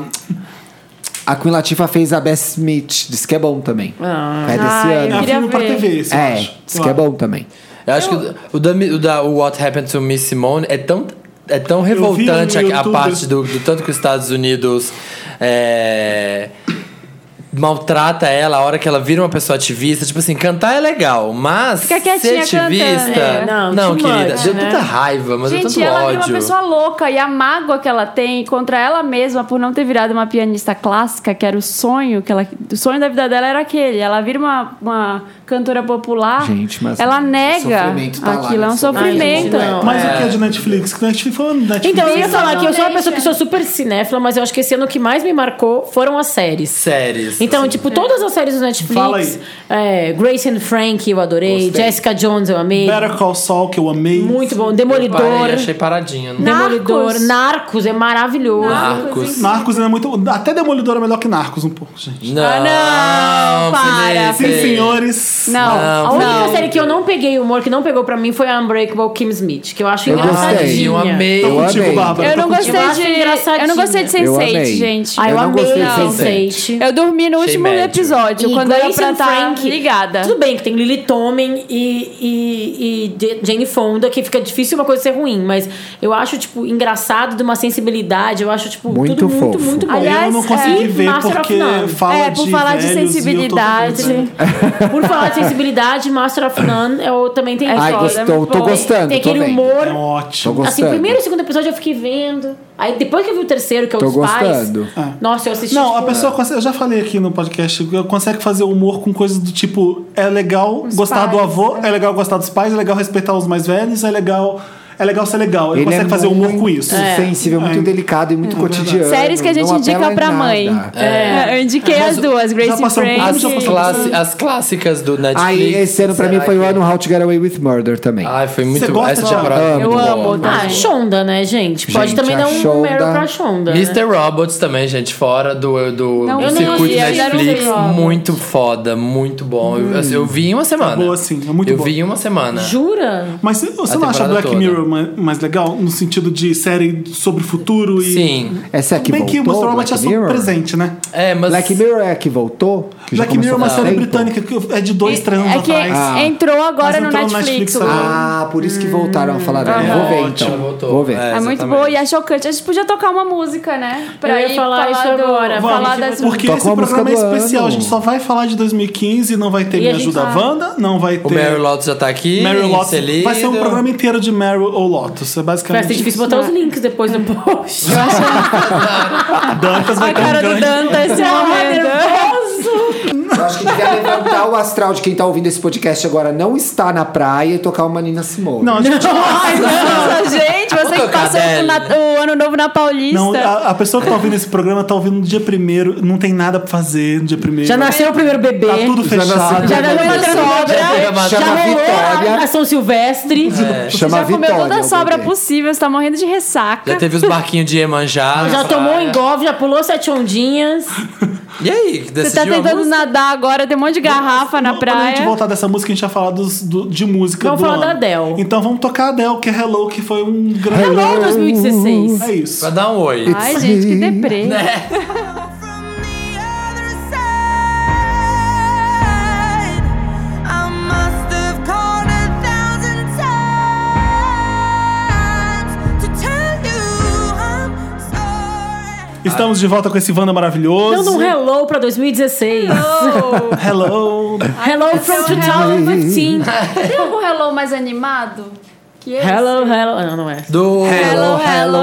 a Queen Latifah fez a Beth Smith, diz que é bom também. é desse Ah, Ai, É eu um ano. queria filme pra ver. TV, esse, eu É, acho. diz que é bom também. Eu acho que o da, o da o What Happened to Miss Simone é tão, é tão revoltante vi no a, a YouTube. parte do, do tanto que os Estados Unidos é, maltrata ela a hora que ela vira uma pessoa ativista. Tipo assim, cantar é legal, mas Fica ser quietinha ativista. cantando, é. Não, Não, too querida, much, deu né? tanta raiva, mas deu Gente, tanto ela é uma ódio. pessoa louca e a mágoa que ela tem contra ela mesma por não ter virado uma pianista clássica, que era o sonho que ela, o sonho da vida dela era aquele. Ela vira uma, uma cantora popular. Gente, mas ela o nega. sofrimento tá lá, Aquilo né? é um Ai, sofrimento. gente, não. Mas É. o que é de Netflix? Que Netflix foi Netflix. Então, eu ia Isso falar não que eu sou uma deixa. pessoa que sou super cinéfila, mas eu acho que esse ano o que mais me marcou foram as séries. Séries. Então, assim. tipo, todas as séries do Fala Netflix. aí. É, Grace and Frank, eu adorei. Gostei. Jessica Jones, eu amei. Better Call Saul, que eu amei. Muito bom. Eu Demolidor. parei, achei paradinha. Não. Demolidor. Narcos. Narcos. é maravilhoso. Narcos. Narcos ainda é muito. Até Demolidor é melhor que Narcos, um pouco, gente. Não, Ah, não, para. Sim, Felipe. senhores. Não, Não, A não. única série que eu não peguei o humor, que não pegou pra mim, foi a Unbreakable Kim Smith, que eu acho Eu gostei. Ai, engraçadinha. eu amei. Tô Eu contigo, amei. Bárbara. Eu tô não contigo. gostei Eu acho de. engraçadinha. Eu não gostei de Eu Sense8, amei. gente. Ah, eu, Eu não amei gostei a do Sense8. Sense8. Eu dormi no Achei último médio. episódio, E quando era Grace pra and estar Frank, ligada. Tudo bem que tem Lily Tomlin e, e, e Je- Jane Fonda, que fica difícil uma coisa ser ruim, mas eu acho, tipo, engraçado de uma sensibilidade, eu acho, tipo, Muito tudo muito, fofo. muito bom. Aliás, eu não consegui é, ver Master of porque None. fala É, por de falar de velhos e eu tô sensibilidade. tentando- Por falar de sensibilidade, Master of None eu também tem Ai, foda, é gostou, muito tô bom. gostando, Tem tô aquele vendo. humor. É Tô ótimo. Assim, o gostando. primeiro e segundo episódio eu fiquei vendo. Aí depois que eu vi o terceiro, que é o Tô dos gostando. pais. Ah. Nossa, eu assisti. Não, tipo, a pessoa consegue, eu já falei aqui no podcast, eu- consegue fazer humor com coisas do tipo é legal gostar do pais, avô, é legal gostar dos pais, é legal respeitar os mais velhos, é legal é legal ser legal. Ele, é consegue fazer um humor com muito isso. sensível, muito É. delicado e muito cotidiano. Séries que a gente não apela indica em pra nada. mãe. É, Eu indiquei Mas as o- duas, Grace já and passou um Frank. pouco, As, já passou É classi- as clássicas do Netflix. Aí, esse ano pra mim será foi o que- Ah, ano How to Get Away with Murder também. Ai, foi muito Você gosta, Essa Thiago? temporada foi Eu muito amo, boa. tá? Ah, Shonda, né, gente? Pode Gente, também a dar um Shonda- Meryl pra Shonda. né? Mr. Robots também, gente, fora do, do Não, do eu não circuito vi, fizeram Netflix. Mr. Robots. Muito foda, muito bom. Eu, eu vi em uma semana. boa, sim, é muito eu boa. vi em uma semana. Jura? Mas você A não acha temporada Black toda. Mirror Arrow ma- mais legal, no sentido de série sobre o futuro e. Sim. Essa é a que Bem voltou, que mostrou uma Black tia Mirror. presente, né? É, mas. Black Mirror é a que voltou? Que já Black Mirror é uma começou a então. série tempo? britânica que é de dois, três anos É que atrás. entrou agora Mas no entrou no Netflix. Netflix o- agora. Ah, por isso que Hum. voltaram a falar dela. Aham. Vou ver Ótimo, então. voltou. Vou ver. É. É muito Exatamente. boa e é chocante. A gente podia tocar uma música, né? Eu ia falar isso do- agora. Vamos, falar das porque Toca esse uma música programa é do especial, ano. a gente só vai falar de 2015, não vai ter E Me a gente tá- Ajuda vai. Wanda, não vai ter. O Mary Lotus já tá aqui. Meryl Lotus. inserido. Vai ser um programa inteiro de Meryl ou Lotus. É Vai basicamente. ser difícil botar os links depois no post. Dantas vai A ter um cara do grande- tá Dantas se é morrendo. Eu acho que devia levantar o astral de quem tá ouvindo esse podcast agora não está na praia e tocar uma Nina Simone. Não, a gente- Nossa, gente, você Vou que tocar passou dela. o, Nat- o ano novo na Paulista. não, a, a pessoa que tá ouvindo esse programa tá ouvindo no dia primeiro, não tem nada pra fazer no dia primeiro. Já nasceu o primeiro bebê. Tá tudo Já fechado. nasceu. Já deu uma Já sobra. nasceu. Já Chama a rolou Vitória. a São Silvestre. É. Chama Tá já a Vitória. comeu toda a o sobra bebê. possível, você tá morrendo de ressaca. Já teve os barquinhos de Iemanjá. Já tomou um engolve, já pulou sete ondinhas. E aí? Você tá Decidiu a tentando música? nadar agora, tem um monte de garrafa na Quando a gente praia. voltar dessa música, a gente vai falar dos- do- de música. Vamos do falar da ano. Adele. Então vamos tocar a Adele, que é Hello, que foi um grande. Hello 2016. É isso. Pra dar um oi. Ai, gente, que deprê. Estamos de volta com esse Wanda maravilhoso. Dando um hello pra 2016. Oh. Hello. Hello from 2015. Tem algum hello mais animado? Que esse? Hello, hello. Não, não é. Do. Hello, hello,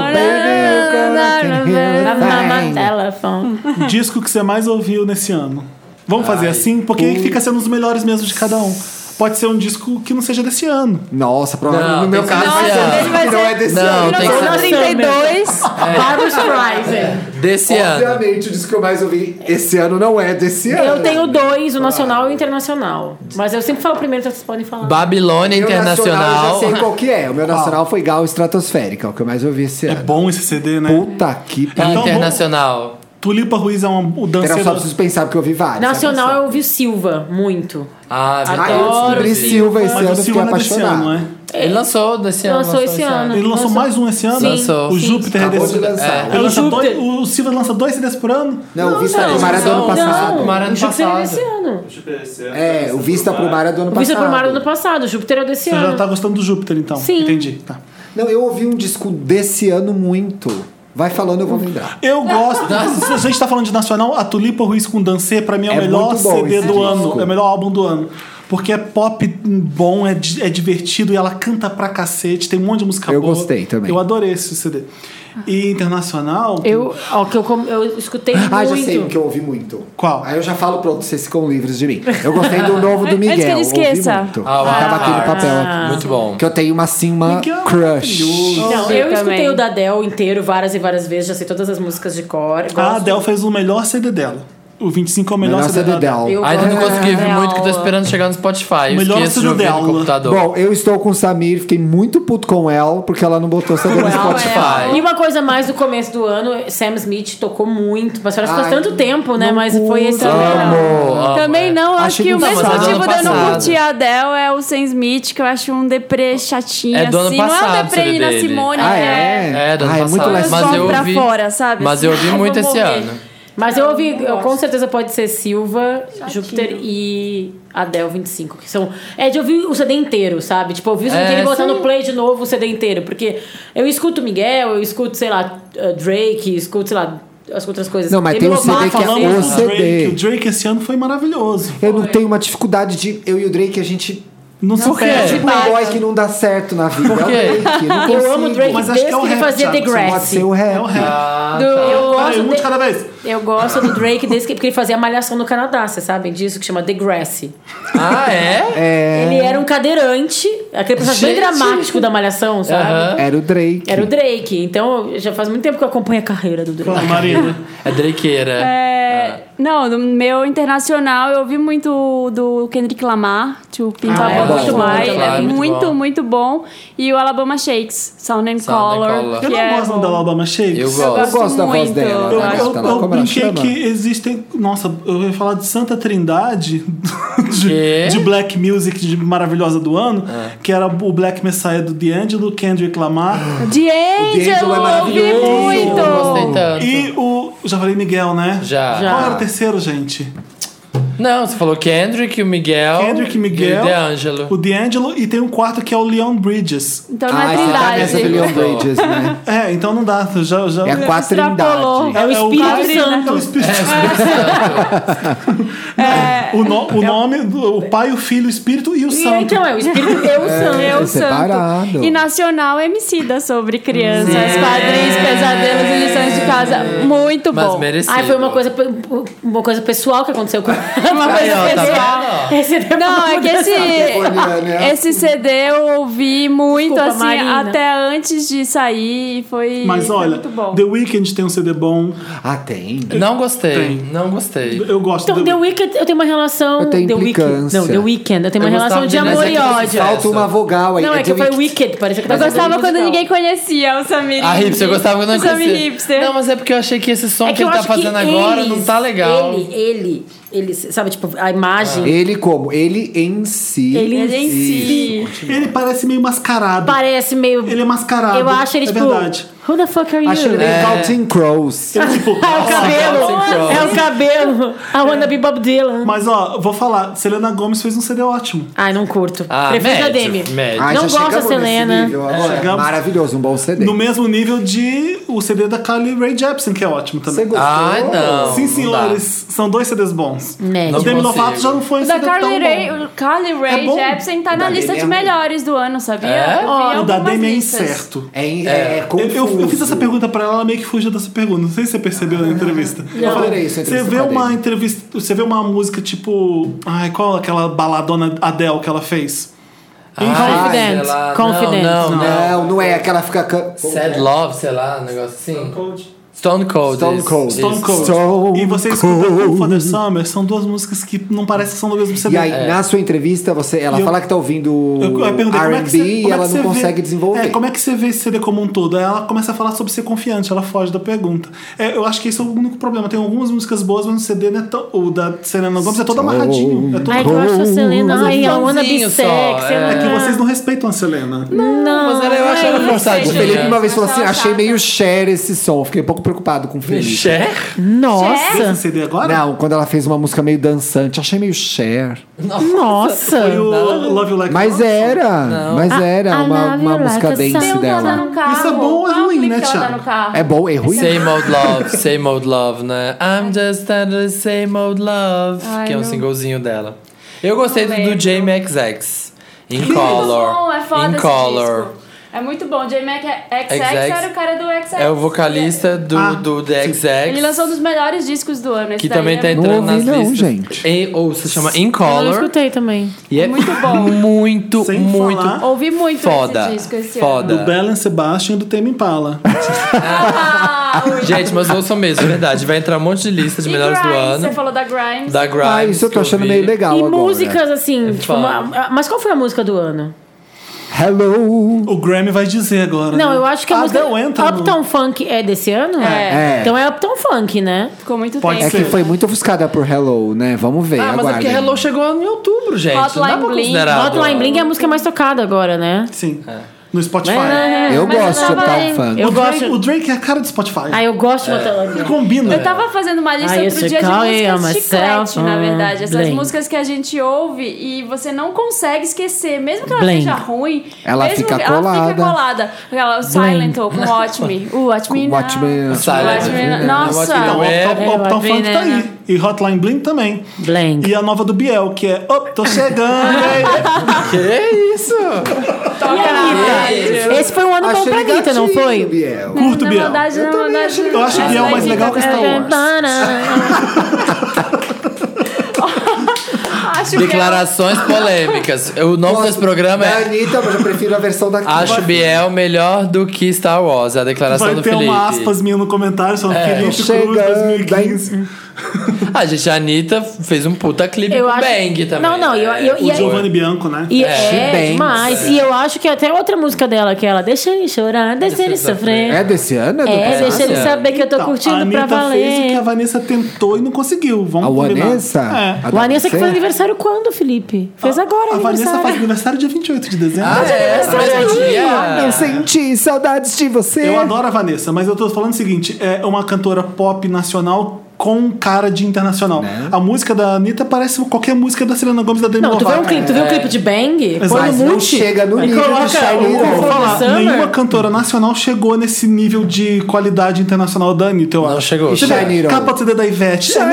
Na- na- na Fine. telefone. disco que você mais ouviu nesse ano. Vamos fazer assim? Porque aí fica sendo os melhores mesmo de cada um. Pode ser um disco que não seja desse ano. Nossa, provavelmente Não, no meu tem que caso ser vai desse ser um ano. Não, disco que não é desse ano. tem que ser- Não, 32. Barbra Streisand. Desse ano. Obviamente, o disco que eu mais ouvi esse ano não é desse ano. Eu tenho dois, o nacional e o internacional. Mas eu sempre falo primeiro, então vocês podem falar. Babilônia Meu Internacional. nacional, eu já sei qual que é. O meu nacional foi Gal Estratosférica, o que eu mais ouvi esse É ano. bom esse CD, né? Puta que E pariu. bom. Ah, internacional. Tulipa Ruiz é um, o Era só danceiro. preciso pensar, porque eu ouvi vários. Nacional eu ouvi Silva, muito. Ah, Aí eu Vitória. descobri Silva esse Mas ano, o fiquei Silva não é desse apaixonado. ano, né? Ele lançou desse ano. Lançou esse ano. Ele lançou Lançou- mais um esse ano? Sim, Lançou. O sim. Júpiter Acabou desse de lançar. Ele É o lança Júpiter. dois- o Silva lança dois CDs por ano? Não, o Vista não, pro Mar é do ano não, passado. não. Mar é Não, ano o Júpiter passado. é desse ano. É, o Vista pro Mar é do ano O Vista passado. pro Mar é do ano passado, o Júpiter é desse Você já ano. tá gostando do Júpiter, então? Sim. Entendi. Tá. Não, eu ouvi um disco desse ano muito. Vai falando, eu vou lembrar. Eu gosto. Se a gente tá falando de nacional, a Tulipa Ruiz com Dancer, pra mim, é o É melhor muito bom CD esse do disco. ano. É o melhor álbum do ano. Porque é pop bom, é, di- é divertido e ela canta pra cacete, tem um monte de música Eu boa. gostei também. Eu adorei esse CD. E internacional. Eu, ó, que eu, com- eu escutei Ah, já muito. sei o que eu ouvi muito. Qual? Aí eu já falo, pronto, vocês ficam livres de mim. Eu gostei do novo do Miguel. Antes que ele ouvi esqueça. muito. Ah, o Tava aqui no Heart. papel. Muito bom. Que eu tenho uma, assim, uma Miguel é crush. maravilhoso. Não, Eu eu escutei também. o da Adele inteiro várias e várias vezes, já sei todas as músicas de cor. Ah, A gosto. Adele fez o melhor CD dela. O 25 é o melhor, Melhor CD, CD dela. dela. Eu Ainda não gosto. consegui ouvir É, muito, que tô aula. esperando chegar no Spotify. Eu Melhor esqueço de estudo ouvir dela. né? no computador. Bom, eu estou com o Samir, fiquei muito puto com ela, porque ela não botou CD no Spotify. é. Spotify. E uma coisa mais do começo do ano, Sam Smith tocou muito. Mas parece que faz Ai, tanto tempo, né? não Mas foi esse curto. ano. Amo, amo, Também é. não, acho, Acho que o que não, mesmo mas é do motivo ano de eu não passado. curtir a Adele é o Sam Smith, que eu acho um deprê chatinho, É do ano assim. não é passado, um deprê o CD Nina dele. Simone, Ah, né? é? É, do ano Ah, é passado. muito Põe o legal. Mas som eu pra ouvi- fora, sabe? Mas eu ouvi Ai, muito vou esse morrer. ano. Mas eu ouvi, eu- com certeza pode ser Silva, Júpiter e Adele 25, que são. É de ouvir o CD inteiro, sabe? Tipo, ouvir o CD É, inteiro e botar sim. no play de novo o CD inteiro. Porque eu escuto Miguel, eu escuto, sei lá, eh, Drake, escuto, sei lá, as outras coisas. Não, mas Demi tem um CD Lovato, que é assim. Falamos do o CD. Drake. O Drake esse ano foi maravilhoso. Eu não tenho uma dificuldade de. Eu e o Drake, a gente. Não sei quê? se- É. Tipo um boy que não dá certo na vida. Por quê? É o Drake. Não Eu amo consigo. Drake Mas acho desde que é o que ele rap, fazia The Thiago, você Pode Grass. ser um o rap. É o rap. Ah, Eu Peraí, gosto, um de- de cada vez. eu gosto do Drake desde que. Porque ele fazia malhação no Canadá, vocês sabem disso, que chama The Grass. ah, é? Ele era um cadeirante, aquele personagem bem Gente. dramático da malhação, sabe? Aham. é, Era o Drake. Era o Drake, então já faz muito tempo que eu acompanho a carreira do Drake. Marina. É Drakeira. É, Não, no meu internacional eu ouvi muito do Kendrick Lamar, To Pimp Ah, a é Butterfly, bom. Muito bom, é muito muito, bom. muito bom. E o Alabama Shakes, Sound and Sound and Color, Color. que Eu não é gosto bom. da Alabama Shakes. Eu Eu gosto. gosto, gosto da voz muito, dela, eu Eu, né? eu, gosto. Ela- eu como ela brinquei chama? que existem. Nossa, eu ia falar de Santa Trindade Quê? de, de black music de maravilhosa do ano, que era o Black Messiah do D'Angelo, Kendrick Lamar The Angel Angel, é eu ouvi maravilhoso. Eu gostei muito! tanto. e o. Já falei Miguel, né? Já. Já. Qual era o terceiro, gente? Não, você falou Kendrick, o Miguel. Kendrick, Miguel, E o D'Angelo. O D'Angelo e tem um quarto que é o Leon Bridges. Então não é Ah, você tá nessa do trindade. Leon Bridges, né? É, então não dá. Já, já... É a quatrindade. Extrapolou. É o Espírito É o Santo. Espírito É, O, no- o nome, do- o pai, o filho, o espírito e o E, santo. então, é o Espírito e o Santo. eu separado. santo. E nacional emicida sobre crianças, quadrinhos, pesadelos e lições de casa. Muito Mas bom. merecido. Ai, foi uma coisa, pe- uma coisa pessoal que aconteceu com uma Aí, ó, coisa tá pessoal. vendo? Esse é Não, é que esse, né? esse CD eu ouvi muito, Desculpa, assim, Marina. até antes de sair. e Foi, Mas foi olha, muito bom. The Weeknd tem um CD bom. Ah, tem. Não gostei. Tem. Não gostei. Eu gosto Então, do The Weeknd, eu tenho uma relação. Eu tenho The Weeknd. implicância. Não, The Weeknd. Eu tenho Eu uma gostava relação de de- mas amor é e que ódio. Falta uma vogal aí. Não, é que eu The falei Week- Wicked, parecia que Eu tava fazendo gostava quando musical. ninguém conhecia o Samir. A hipster, eu gostava quando o não Samir conhecia. Hipster. Não, mas é porque eu achei que esse som É que, ele tá acho que fazendo agora não eles- tá legal. Ele, ele, ele, sabe, tipo, a imagem Ele como? Ele em si. Ele Ele em si. Ele parece meio mascarado. parece meio. Ele é mascarado. eu acho ele, é tipo. verdade. Who the fuck are you? Acho ele meio É. Counting Crows. Ele, tipo, É o nossa, cabelo! Nossa, Crowe. É o cabelo! A Wanna Be Bob Dylan. Mas ó, vou falar, Selena Gomes fez um CD ótimo. Ai, não curto. Ah, Prefiro a médio, Demi. médio. Ai, Não já gosto da chegamos nesse Selena. nível agora. Chegamos. Maravilhoso, um bom CD. No mesmo nível de o CD da Carly Rae Jepsen, que é ótimo Você também. gostou? Ah, Ai, não. Sim, não senhores, são dois CDs bons. Médio. O Demi Não Lovato consigo. já não foi um O da CD Carly tão Rae, bom. o Carly Rae É bom. Jepsen tá na Da lista de Demi é ruim. melhores do ano, sabia? É? Eu vi O da algumas Demi é listas. incerto. É, é, é Eu, eu- eu fiz confuso. essa pergunta pra ela, ela meio que fugiu dessa pergunta. Não sei se você percebeu na entrevista. Eu adorei essa você entrevista vê com a uma Demi. entrevista, você vê uma música tipo, ai, qual é aquela baladona Adele que ela fez? Ai, Ah, sei Confident, lá. confident. Não, não, não. Não, não é aquela fica. ca- Sad Love, sei lá, um negócio assim. Stone Cold. Stone isso, Cold. isso. Stone Cold. Stone e você escuta Cold. Cold Father Summer, são duas músicas que não parecem que são do mesmo CD. E aí, É. na sua entrevista, você, ela Eu- fala que tá ouvindo Eu, eu perguntei como é que RB você, como e é ela que você não consegue vê, desenvolver. É, como é que você vê esse CD como um todo? Aí ela começa a falar sobre ser confiante, ela foge da pergunta. É, eu acho que esse é o único problema. Tem algumas músicas boas, mas o CD não é tão, o da Selena Gomes é todo amarradinho. É todo Ai, que eu acho a Selena. Ai, a um Wanna Be fãzinho Sexy. né? só, é. É que vocês não respeitam a Selena. Não, Mas ela, eu né? acho ela Ai, O é Sim, Felipe forçadinha. uma vez falou assim: é Ela tá achei chata. meio Cher esse som. Fiquei um pouco preocupado com o Felipe. Cher? Nossa! Esse CD agora? Não, quando ela fez uma música meio dançante, achei meio Cher. Foi o Nossa! Love You Like Mas Love? é. era, mas era I uma, love uma you música like a dance song. Tem um que ela tá dela. no carro. Isso é bom ou é Qual ruim, clipe né, que ela Thiago? tá no carro? É bom, é ruim? Same Old Love, Same Old Love, né? I'm just under the same old love, Ai, que é um não- singlezinho dela. Eu gostei Não do, do lembro. JMXX. In Muito Color. bom, é foda In esse Color. disco. É muito bom. Jamie XX XX. era o cara do XX. É o vocalista do, Ah, do The XX. Ele lançou um dos melhores discos do ano. esse que daí também é tá muito entrando nas Não ouvi não, listas. gente. Em- ou se chama In Eu não Color. escutei também. E é Muito bom. Muito, Sem muito. falar Ouvi muito Foda, esse disco esse foda. ano. Do Belen Sebastian e do Tame Impala. Ah, o- Gente, mas ouçam mesmo, de verdade. Vai entrar um monte de lista de e melhores do Grimes, ano. Você falou da Grimes. Da Grimes. Ah, isso eu que tô achando vi. meio legal E agora. músicas, assim, tipo, fala. uma- mas qual foi a música do ano? Hello! O Grammy vai dizer agora. Não, né? eu acho que a Ah, música Adele entra no- Uptown Funk é desse ano? É. É. Então é Uptown Funk, né? Ficou muito Pode tempo. É que foi muito ofuscada por Hello, né? Vamos ver, Ah, mas é porque aguardem. Hello chegou em outubro, gente. Não dá Hotline pra Bling. considerar. Hotline Bling é a música mais tocada agora, né? Sim. No Spotify. É, Eu mas eu gosto tá, de tava- Uptown Funk. Eu O Drake- gosto. O Drake é a cara do Spotify. Ah, eu gosto de Hotline Bling. Combina. Eu tava fazendo uma lista Ah, esse outro dia de Call Me músicas Myself, chiclete, na ah, hum, verdade. Essas Blame. músicas que a gente ouve e você não consegue esquecer. Mesmo que ela Blame. seja ruim, Ela mesmo fica que ela fica colada. colada. Aquela Silent ou com Watch Me. O Watch Me. Com Now. Watch ah, Me- Silent Watch Me Me Now. Now. Nossa. Watch Me Então, Now. o É, Uptown, é, Uptown vai Funk ver, tá né? aí. E Hotline Bling também. Blank. E a nova do Biel, que é Op, tô chegando. Tá hein? É Que isso? é é Esse foi um ano bom Achei pra Anitta, não gatinho, foi? Biel. Curto Na Biel. verdade, na também verdade, acho- eu acho essa Biel mais daqui legal que tá Star Wars. vendo? Banana. acho Declarações polêmicas. O nome Gosto desse programa da é Anitta, mas eu prefiro a versão daqui. Acho Biel melhor do que Star Wars, é a declaração Vai do ter Felipe. É. uma aspas minha no comentário, só Felipe Cruz Chega, 2015. Ah, gente, a Anitta fez um puta clipe Eu com acho- Bang também. Não, não, e eu- né? e eu- e O aí- Giovanni Bianco, né? She E é, bangs. demais. E eu acho que até outra música dela, que ela deixa ele chorar, deixa ele sofrer. É desse ano? do É, passado? deixa ele Nossa. saber que eu tô Então, a curtindo pra Anitta fez o que a valer. Vanessa tentou e não conseguiu. Vamos A combinar. Vanessa? É. A O Vanessa que Você? fez aniversário quando, Felipe? Fez agora A Vanessa aniversário. faz aniversário dia 28 de dezembro. Ah, é? Esse mesmo Ah, não dia? senti saudades de você. Eu adoro a Vanessa, mas eu tô falando o seguinte: é uma cantora pop nacional com cara de internacional. Né? A música da Anitta parece qualquer música da Selena Gomes da Demi Não, tu Lovato. É. viu um clipe, tu viu um clipe de Bang? Exato. Põe Mas no não multi. chega no e nível de Cara, coloca Shiny eu vou Conforme falar, Summer. nenhuma cantora nacional chegou nesse nível de qualidade internacional da Anitta, eu Não acho. chegou. Você vê, Shiny Roll. Capa do CD da Ivete. Shiny,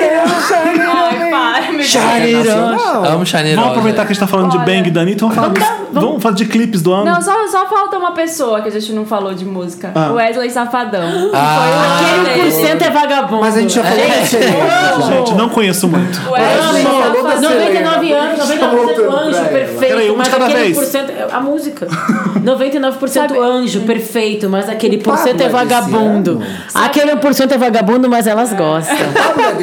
shiny, Ai, É para, me Nacional. Amo Shiny Vamos Rosa. aproveitar que a gente tá falando de Olha. Bang da Anitta, vamos falar, dos- vamos falar de clipes do ano. Não, só, só falta uma pessoa que a gente não falou de música. Ah. Wesley Safadão. Ah, Foi o Aquele por dele. cento é vagabundo. Mas a gente já falou né, disso aí. Gente, não conheço muito. tá Wesley Só falou da Safadão. Selena. 99 anos, 99% Voltando pra anjo, ela. perfeito. Peraí, um de mas cada aquele vez. por cento. A música. 99% anjo, perfeito, mas aquele por cento Pablo é é desse vagabundo. Aquele 1% é vagabundo, mas elas gostam.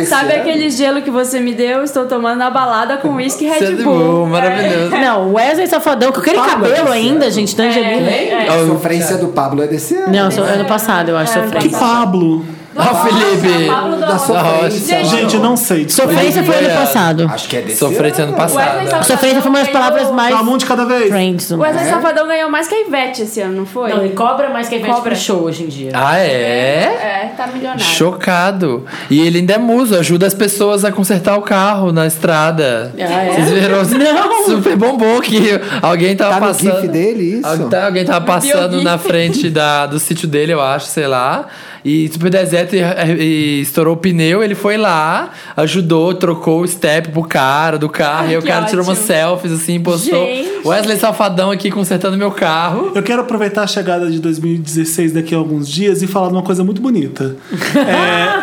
Sabe aquele gelo que você me deu? Estou tomando na balada com whisky Red Red Bull, Bull. maravilhoso. Não, Wesley Safadão, com aquele Pablo é cabelo desse ainda, gente, da Angelina. É, é. Ó, o- Sofrência do Pablo é desse ano. Não, só ano passado, eu acho, É, ano Que sofrência. Pablo. Ó, o Felipe. Pablo do Da Arroz. sofrência. Gente, Gente, não sei. desculpa. Sofrência foi ano Goiás. passado. Acho que é desse Sofrência ano ano Wesley passado. Safadão Sofrência foi uma das ganhou- palavras mais Tá, um de cada vez. friends. O Wesley Safadão ganhou mais que a Ivete esse ano, não foi? Não, ele cobra mais que a Cobra. cobra show hoje em dia. tá Ah, é? É, tá milionário. Chocado. E ele ainda é muso, ajuda as pessoas a consertar o carro na estrada. Ah, é? Vocês viram? Super bombou que alguém tava Tá no passando. gif dele, isso? Alguém tá- Alguém tava passando Biogif. na frente da, do sítio dele, eu acho, sei lá. E super deserto e, e estourou o pneu. Ele foi lá, ajudou, trocou o step pro cara do carro. Ai, e o que cara tirou umas ótimo. selfies assim, postou. Gente. Wesley Safadão aqui consertando meu carro. Eu quero aproveitar a chegada de 2016 daqui a alguns dias e falar de uma coisa muito bonita.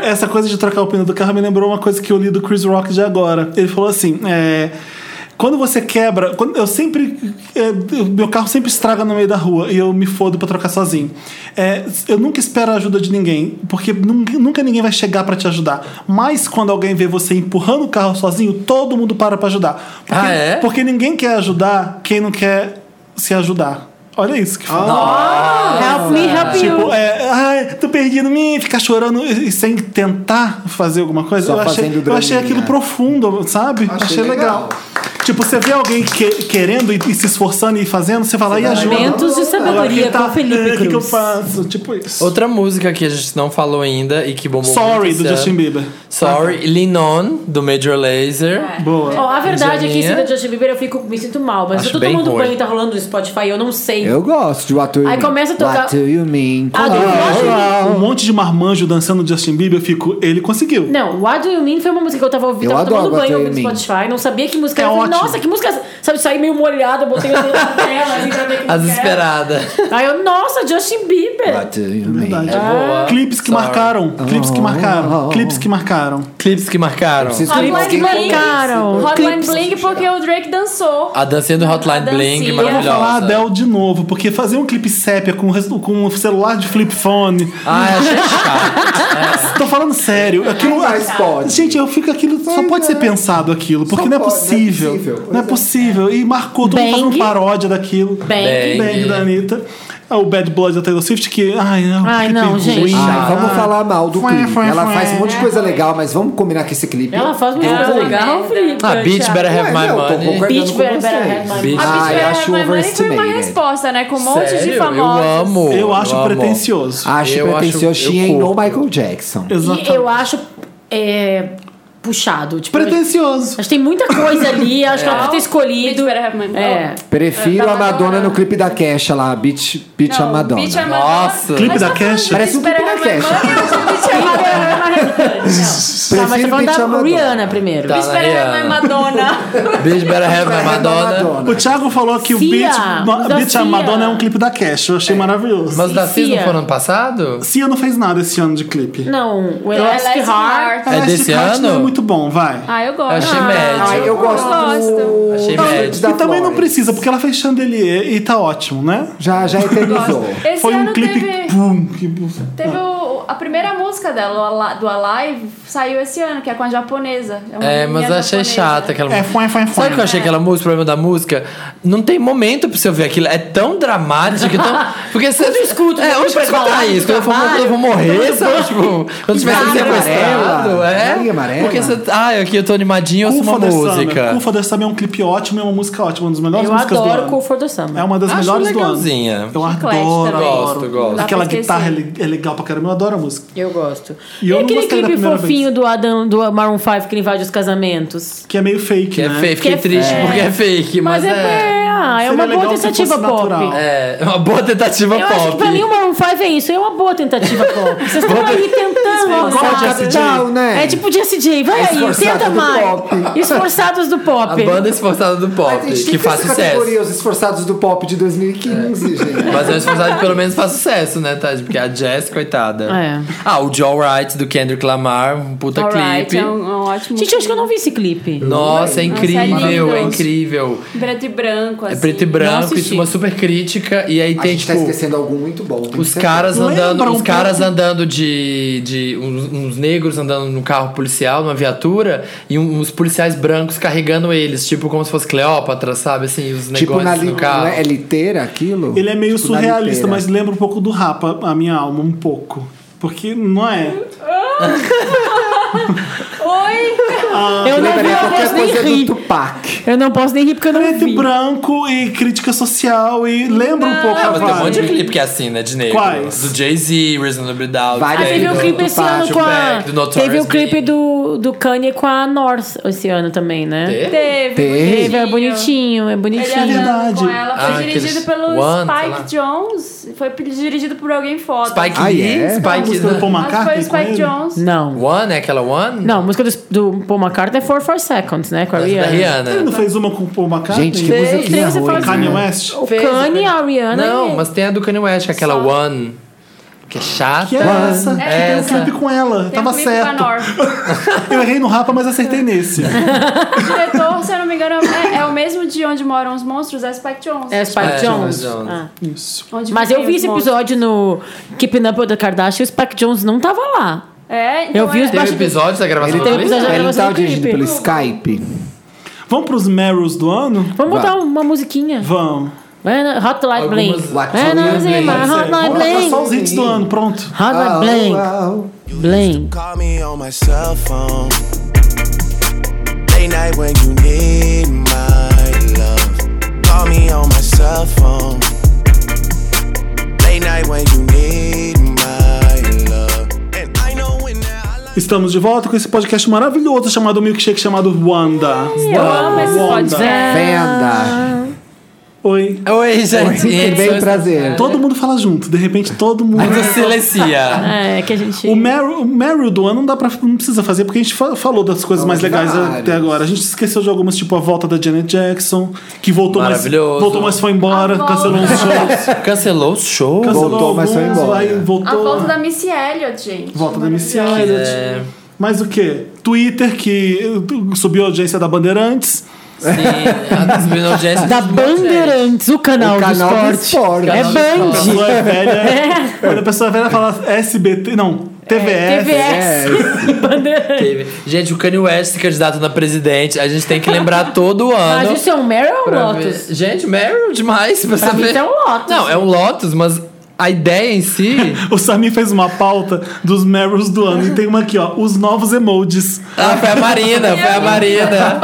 É, essa coisa de trocar o pneu do carro me lembrou uma coisa que eu li do Chris Rock de agora. Ele falou assim: é, quando você quebra, quando eu sempre, é, eu- meu carro sempre estraga no meio da rua e eu me fodo pra trocar sozinho. É, eu nunca espero a ajuda de ninguém, porque nun- nunca ninguém vai chegar pra te ajudar. Mas quando alguém vê você empurrando o carro sozinho, todo mundo para pra ajudar. Porque, Ah, é? porque ninguém quer ajudar quem não quer se ajudar. Olha isso que fala. Help me, help you. Tipo, é, ai, tô perdido, me ficar chorando e e sem tentar fazer alguma coisa. Só eu, achei, fazendo eu achei draminha. aquilo profundo, sabe? Achei, legal. legal. Tipo, você vê alguém que- querendo e, e se esforçando e fazendo, você tá fala, e ajuda. Momentos de Agora, quem sabedoria tá, com Felipe "Ah, O que, Cruz. que eu faço? Tipo isso. Outra música que a gente não falou ainda e que é. bombou muito Sorry, esse do ano. Justin Bieber. Ah, tá. Sorry, Lean On, do Major Laser. Boa. Ó, a verdade é que em cima Indianinha. do Justin Bieber eu fico, me sinto mal, mas Acho eu tô bem tomando ruim. banho e tá rolando no Spotify, eu não sei. Eu gosto de What Do You Aí Mean. começa a tocar- What Do You Mean. Ah, do Justin Um monte de marmanjo dançando do Justin Bieber, eu fico, ele conseguiu. Não, What Do You Mean foi uma música que eu tava ouvindo, Eu tava adoro tomando What Do banho You ouvindo Mean. Spotify, não sabia que música É era. Eu falei, ótimo. nossa, que música. Sabe, saí meio molhada, botei o dedo na tela assim pra ver que As música era. esperadas. Aí eu, nossa, Justin Bieber. What Do You Mean. Verdade. É Boa. Clipes que Sorry. marcaram. Clipes Uhum. que marcaram. Clipes que marcaram. Clips que marcaram. Preciso Hotline que Bling. marcaram. Hotline Clipes. Bling porque o Drake dançou. A dancinha do Hotline A Bling, dancinha. Eu vou falar maravilhosa. Adele de novo, porque fazer um clipe sépia com, o res- com um celular de flip phone. Ah, Ai, achei chato. é. Tô falando sério. Aquilo, ah, Mas pode. Gente, eu fico aquilo. Só Pois pode ser é. pensado aquilo, porque Só não é pode, possível. não é possível, Não é possível. E marcou todo mundo Bang. fazendo paródia daquilo. Bang. Bang da Anitta. Ah, O Bad Blood da Taylor Swift, que. Ai, é um Ai, clipe não, gente. ruim. Ah, vamos falar mal do Foi, clipe. foi, Ela foi. faz um monte de coisa legal, mas vamos combinar que esse clipe. Ela É faz uma Eu música vou- legal, né? Felipe. Ah, Beach Better Ué, Have My não, tô Money. concordando Beach com Better- Better vocês. Have My Beach- A Ah, Pitch eu acho Black My Money foi uma overestimated. resposta, né? Com um monte de Sério? famosos. Eu amo. Eu acho amo. pretencioso. Acho Eu pretencioso. acho- eu She ain't no curto. Michael Jackson. Exatamente. E eu acho é, puxado. Tipo, Pretencioso. acho que tem muita coisa ali, acho que ela podia ter escolhido. Beach Better Have My Money. É. Prefiro Da a Madonna Madonna. tá. no clipe da Kesha lá, Beach, Beach a Madonna. Beach a Madonna. Nossa. Clipe Mas da tá falando Kesha? de Parece um Beach clipe Better da Have My Money, Beach a é, Madonna. Tá, mas você Prefiro falando Beach a da Madonna. Rihanna primeiro. Tá. Beach Better Have My Madonna. Beach Better Have é My Madonna. O Thiago falou que o Cia, Beat, o da Beat a Cia. É. Madonna é um clipe da Cash. Eu achei maravilhoso. Mas da Cis não Cia. foram ano passado? Cia não fez nada esse ano de clipe. Não, o Elastic Elastic Heart. assim, Heart. É desse Elastic Heart ano? Não é muito muito bom, vai. Ah, eu Eu gosto. achei Ah, médio. Ai, eu eu gosto. gosto. do- Achei da- médio. da e também não Flores. precisa, porque ela fez chandelier e tá ótimo, né? Já, já eternizou. Esse Foi ano um clipe. teve, Pum, que... teve o- a primeira música dela, o Ala- do Alive, saiu esse ano, que é com a japonesa. uma É, menininha mas eu achei japonesa. chata aquela É, foi, foi, foi. Sabe o que eu achei aquela música, o problema da música? Não tem momento pra você ouvir aquilo. É tão dramático, é tão... Porque você não escuta. É, onde vai escutar isso? Quando eu, for, quando eu vou morrer, sabe? Tipo, quando tiver Lágrima sido sequestrado. amarela, É. lágrima amarela. Porque você. Ah, aqui eu tô animadinho, eu ouço uma Cufa da Summer. música. Cufa da Summer é um clipe ótimo e é uma música ótima, uma das melhores Eu músicas do adoro ano. Cool for the Summer. É uma das Acho melhores do ano. legalzinha. Eu Chiclete adoro, também. adoro. Gosto, gosto. Dá Aquela pra esquecer. guitarra é le- é legal pra caramba, eu adoro a música. Eu gosto. E E, eu não aquele gostei da clipe primeira fofinho do Adam, do Maroon 5 que ele invade os casamentos? Que é meio fake, Que é né? fake, fiquei é- triste porque é fake, mas, Mas, é, é, ah, é Seria uma boa legal se tentativa fosse pop. natural. é. uma boa tentativa Eu pop. acho que pra mim o Maroon 5 é isso, é uma boa tentativa pop. Vocês estão aí tentando Igual algo. Jesse sabe? J. Não, né? É tipo Jesse J, vai aí, Esforçados tenta do mais. pop. Esforçados do A pop. banda esforçada do A pop, gente tem que faz essa categoria, sucesso. os esforçados do pop de 2015, gente. Mas é um esforçado que pelo menos faz sucesso, né, Tati? Porque a Jess, coitada. É. Ah, o Joe Wright do Kendrick Lamar, um puta Alright, clipe. é um, é um ótimo. Gente, eu acho que eu não vi esse clipe. Nossa, é Nossa, é incrível, lindo. é incrível. Preto e branco, É assim. preto e branco, assisti. isso é uma super crítica. E aí A tem, gente tá tipo, esquecendo algum muito bom. tem os certeza. caras Lembra andando. um Os caras pouco- andando de. de uns, uns negros andando num carro policial, numa viatura, e um- uns policiais brancos carregando eles, tipo como se fosse Cleópatra, sabe? Assim, os Tipo, na negócios li... no carro. não é, é liteira aquilo? Ele é meio Tipo, na surrealista, liteira. mas lembra um pouco do Rapa, a minha alma, um pouco. Porque não é. Oi! eu não vi, Lembraria eu qualquer posso nem coisa rir. do Tupac. Eu não posso nem rir porque eu não Preto e vi. branco e crítica social e lembra um pouco Ah, a mas tem um monte de vibe. clipe que é assim, né? De negro. Quais? Do Jay-Z, Reasonable Doubt. Vários. Ah, tem teve do- o clipe esse do ano com a. Tupac, do Notorious Teve o clipe B.I.G.. do, do Kanye com a North esse ano também, né? É. Teve? Teve. Teve, Teve, é bonitinho, é Ele bonitinho. andando Verdade. com ela. Foi Ah, dirigido aqueles pelo One, sei lá. Spike Jones. Foi dirigido por alguém foda. Spike Ah, Lee, é? A Spike música do Paul Acho que foi o McCartney com Spike ele. Jones. Não. One, é aquela One? Não, a música do, do Paul McCartney é 44 Seconds, né? Com a Essa Da Rihanna. Ele Rihanna. né? não fez uma com o Paul McCartney? Gente, que Fez, musiquinha fez, você ruim. faz- Kanye né? West? O Fez, Kanye, né? a Rihanna. é Não, e- mas tem a do Kanye West, aquela Só. One. Que é chata. Que é essa? que tem um essa. clipe com ela. Tem um Tava clipe certo. com a North. Eu errei no Rapa, mas acertei nesse. O diretor, se eu não me engano, é, é o mesmo de onde moram os monstros, é Spike Jones. É Spike É, Jones. Jones. Ah. Isso. Onde Mas eu vivem vi os esse monstros. episódio no Keeping Up with the Kardashians e o Spike Jones não tava lá. É, então Eu vi é- os Teve Bastidores. episódio da gravação Ele, do tem um clipe? episódio- ele gravação tava do dirigindo clipe. pelo Skype. Vamos pros Meryl's do ano? Vamos botar Vai. uma musiquinha. Vamos. When- Hot Light É, Blink. Algumas- What When you I was in mean? my Hot Light Vamos botar só Ah, Blink. Os hits do ano, pronto. Hot Light Blink. Blink. Call me on my cell phone. Late night when you need my love. Call me on my cell phone. Late night when you need my love. And I know when that I like Estamos de volta com esse podcast maravilhoso chamado Milkshake, chamado Wanda. Eu amo esse Wanda. podcast. Venda. Oi. Oi, gente. Tudo bem, prazer. Todo mundo fala junto, de repente todo mundo. é assim, Muito silencia. É, que a gente... O Meryl, o Meryl do ano não, dá pra, não precisa fazer, porque a gente fa- falou das coisas mais legais vários. até agora. A gente esqueceu de algumas, tipo a volta da Janet Jackson, que voltou, mas, Maravilhoso. voltou mas foi embora, A volta. cancelou uns shows. Cancelou o show. Cancelou Voltou, mas foi alguns, embora. aí voltou. A volta da Missy Elliott, gente. Volta da Missy Elliott. É, Mas o quê? Twitter, que subiu a audiência da Bandeirantes. sim. A Desbina Audiência. Da Bandeirantes, o canal, O canal do do esporte. esporte. É Canal do A Band. pessoa é velha. Quando a pessoa é velha fala SBT. Não, É, TVS. É, TVS. Bandeirantes. Teve. Gente, o Kanye West se candidato na presidente. A gente tem que lembrar todo ano. Mas isso é um Meryl ou pra Lotus? ver- Gente, Meryl é demais. Pra, Pra mim, saber. isso é um Lotus. Não, é um Lotus, mas a ideia em si. O Samir fez uma pauta dos Meryls do ano. E tem uma aqui, ó. Os novos emojis. ah, foi a Marina, foi a tá Marina.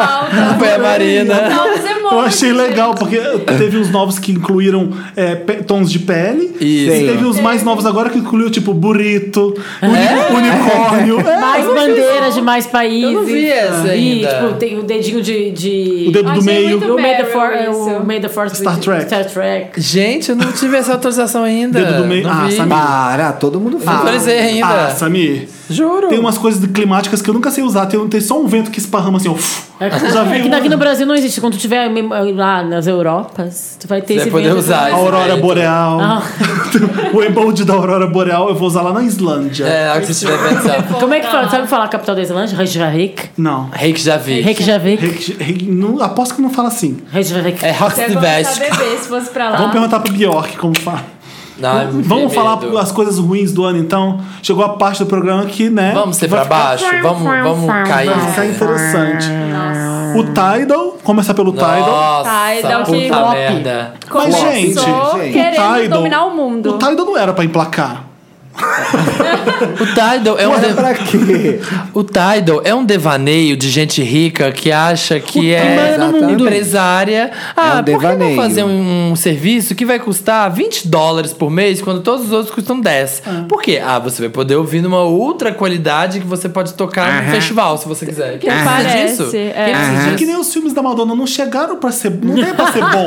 Foi a Marina. é Eu achei legal, porque teve os novos que incluíram é, pe- tons de pele. Isso. E teve os É. mais novos agora que incluiu, tipo, burrito, É? uni- unicórnio. É. Mais bandeiras de mais países. Eu não vi essa E, ainda. tipo, tem o dedinho de... de... O dedo do Achei meio. muito O May the Meryl, For- é, isso. o May the Force Star be- Trek. Star Trek. Gente, eu não tive essa autorização ainda. Dedo do meio. Não Ah, vi. Samir. Para, todo mundo fala. Atualizei ainda. Ah, Samir. Juro. Tem umas coisas climáticas que eu nunca sei usar. Tem, tem só um vento que esparrama assim, ó. uf. É Já vi que uma- daqui no Brasil não existe. Quando tu tiver lá nas Europas, tu vai ter Você esse vai poder vento. usar a esse Aurora vento. Boreal. Ah. o embolde da Aurora Boreal eu vou usar lá na Islândia. É, a hora que você estiver pensando. Como é que fala? Sabe falar a capital da Islândia? Reykjavik. Não. Reiki já vi. Reykjavik. Reiki- Reiki- não- aposto que não fala assim. Reykjavik. É Você Roxy ia começar a Vest. beber se fosse pra lá. Ah. Vamos perguntar pro Bjork como fala. é Vamos falar as coisas ruins do ano, então. Chegou a parte do programa que, né? Vamos ser vai pra baixo? Vamos, vamos cair. ficar- Vai um ficar interessante. O Tidal, começar pelo Tidal. Nossa, Tidal que puta flop. merda. Começou Mas, gente, gente, querendo Tidal- dominar o mundo. O Tidal não era pra emplacar. O Tidal é um... Mas de- pra quê? O Tidal é um devaneio de gente rica que acha que é Tidal no mundo. empresária. Ah, por um que não devaneio. fazer um, um serviço que vai custar 20 dólares por mês quando todos os outros custam 10? Por quê? Ah, você vai poder ouvir numa outra qualidade que você pode tocar no festival, se você quiser. Quem precisa parece, disso? é. Quem precisa É disso? que nem os filmes da Madonna não chegaram pra ser. Não é pra ser bom.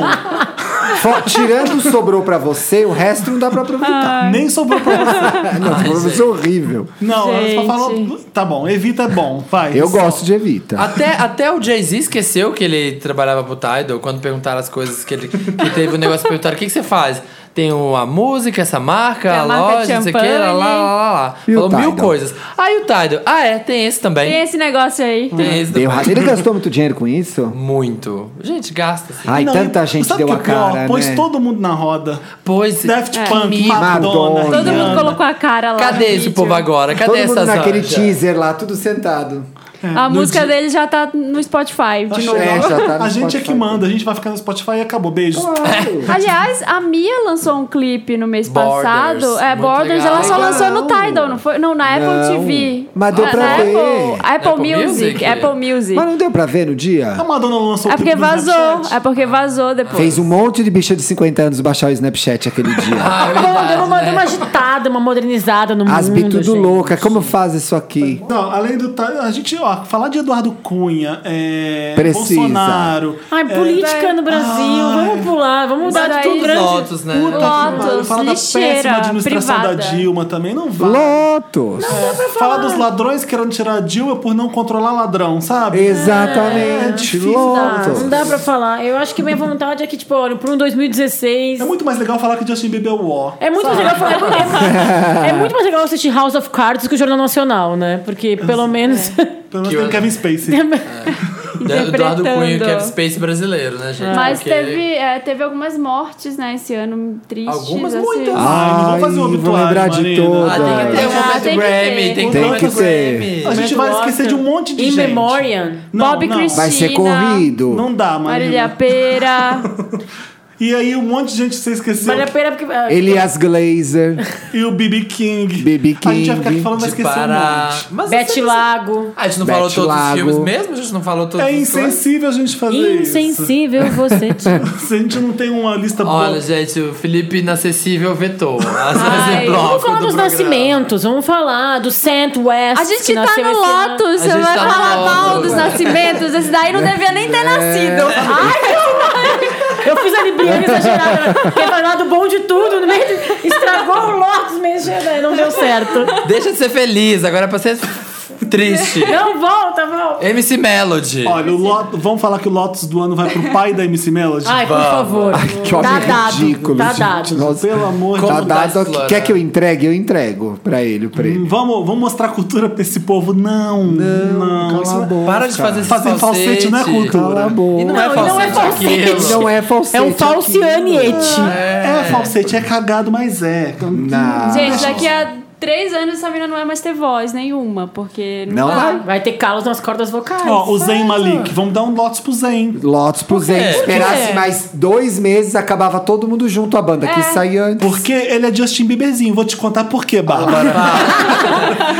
Fo- Tirando o que sobrou pra você, o resto não dá pra aproveitar. Nem sobrou pra você. não, sobrou pra você é horrível. Não, elas só Gente. falam. Tá bom, evita é bom, vai. Eu gosto Ah, de Evita. Até, até o Jay-Z esqueceu que ele trabalhava pro Tidal quando perguntaram as coisas que ele. Que teve o negócio perguntaram: o que, que você faz? Tem o- a música, essa marca, Tem a a, marca de loja, não sei o que, lá, lá, lá, lá, lá. E o Falou mil Tidal? coisas. Aí o Tidal, ah é, tem esse também. Tem esse negócio aí. Tem esse também. Deu errado. um Ele tipo- gastou muito dinheiro com isso? Muito. Gente, gasta. Assim. Ai, Não, tanta e- gente sabe deu que a é pior? cara, Pôs né? todo mundo na roda. Pois. Daft É. Punk, Mico. Madonna. Madonna. Todo mundo Rihanna. colocou a cara lá. Cadê no esse vídeo. povo agora? Cadê Todo essas mundo naquele anjas? teaser lá, tudo sentado. A música dele já tá no Spotify. Tipo, De novo. É, já É, tá no a gente é Spotify. que manda, a gente vai ficar no Spotify e acabou. Beijos. É, Aliás, a Mia lançou um clipe no mês Borders, passado. É, muito Borders, legal. ela só Legal. lançou no Tidal, não foi? Não, na Não, Apple TV. mas deu Ah, pra na ver. Apple, Apple Apple Music, Music? Apple Music. Mas não deu pra ver no dia? A Madonna lançou É o clipe porque no vazou. Snapchat. É porque vazou depois. Fez um monte de bicha de 50 anos baixar o Snapchat aquele dia. Ah, é Mano, verdade, deu uma, né? deu uma agitada, uma modernizada no As mundo. bi tudo gente. louca, é como faz isso aqui? Não, além do. Tá, a gente, ó, falar de Eduardo Cunha, é, Precisa. Bolsonaro. Ai, é, política no Brasil. Ai. Vamos pular, vamos mudar de Mas tudo aí- grande. Lotus, né? Puta que Lotus, pariu. Fala da péssima lixeira administração privada. da Dilma também, não vai. Lotus! Fala dos ladrões querendo tirar a Dilma por não controlar ladrão, sabe? É Exatamente, difícil, Ah, Lotus! não dá pra falar. Eu acho que minha vontade é que, tipo, olha, pra um 2016. É muito mais legal falar que Justin Bieber é o ó. É muito, mais legal falar, é, é muito mais legal assistir House of Cards que o Jornal Nacional, né? Porque pelo menos. Pelo menos Que tem eu- o Kevin Spacey. Eduardo Cunha, e o interpretando. Kevin é Space brasileiro, né, gente? Mas Porque- teve, é, teve algumas mortes, né, esse ano, tristes. Algumas? assim. Muitas. Ai, não vou fazer um Ai, obituário, lembrar de Ah, Marina. tem que ter um todas. Ah, momento tem que Grammy, ter. tem que Tem ter um que momento ter. Grammy. A gente vai esquecer de um monte de In gente. Memoriam. Não, Bob não. Christina. Vai ser corrido. Não dá, Marina. Marília Pera. E aí um monte de gente que você esqueceu. Vale a pena porque. ah, Elias Glazer. E o BB King. B.B. A gente vai ficar King, aqui falando, vai De esquecer um Pará. monte. Mas Bete vocês- Lago. Ah, a gente não Bete falou todos Lago. os filmes mesmo? A gente não falou todos É os filmes? insensível a gente fazer Insensível você. te- isso. Se a gente não tem uma lista Olha, boa. gente, o Felipe inacessível vetou. As Ai, bloco Vamos falar do dos programa. nascimentos, vamos falar do Saint West. A gente que tá nasceu no esse ano. Lotus, A você gente vai tá no falar mal Lotus, dos é. nascimentos. Esse daí não devia nem ter nascido. Ai, Eu fiz a Libriana exagerada. né? Quer falar do bom de tudo, no meio de- estragou o Lotus mesmo, né? não deu certo. Deixa de ser feliz, agora é pra ser triste. Não, volta, volta. MC Melody. Olha, o Lot- vamos falar que o Lotus do ano vai pro pai da MC Melody? Ai, por Vamos. favor. Que homem Tá dado, ridículo, tá gente. dado. Nossa, Pelo amor de Como tá tá dado aqui. explorando? Quer que eu entregue? Eu entrego pra ele o prêmio. Vamos, vamos mostrar cultura pra esse povo? Não, não. cala isso a não é- boca. Para de fazer esse Fazer falsete não é cultura. Cala a boca. E não, é Não, e não é falsete aquilo. Não é falsete. É um aqui. falcianiete. É, falsete, é cagado, mas é. Não. gente, daqui a três anos essa menina não vai mais ter voz nenhuma, porque Não vai. Vai ter calos nas cordas vocais. Ó, o Zen Malik. Vamos dar um Lotus pro Zen. Lotus pro Zen. Esperasse mais dois meses, acabava todo mundo junto a banda que saía antes. Porque ele é Justin Bieberzinho. Vou te contar por quê, Bárbara.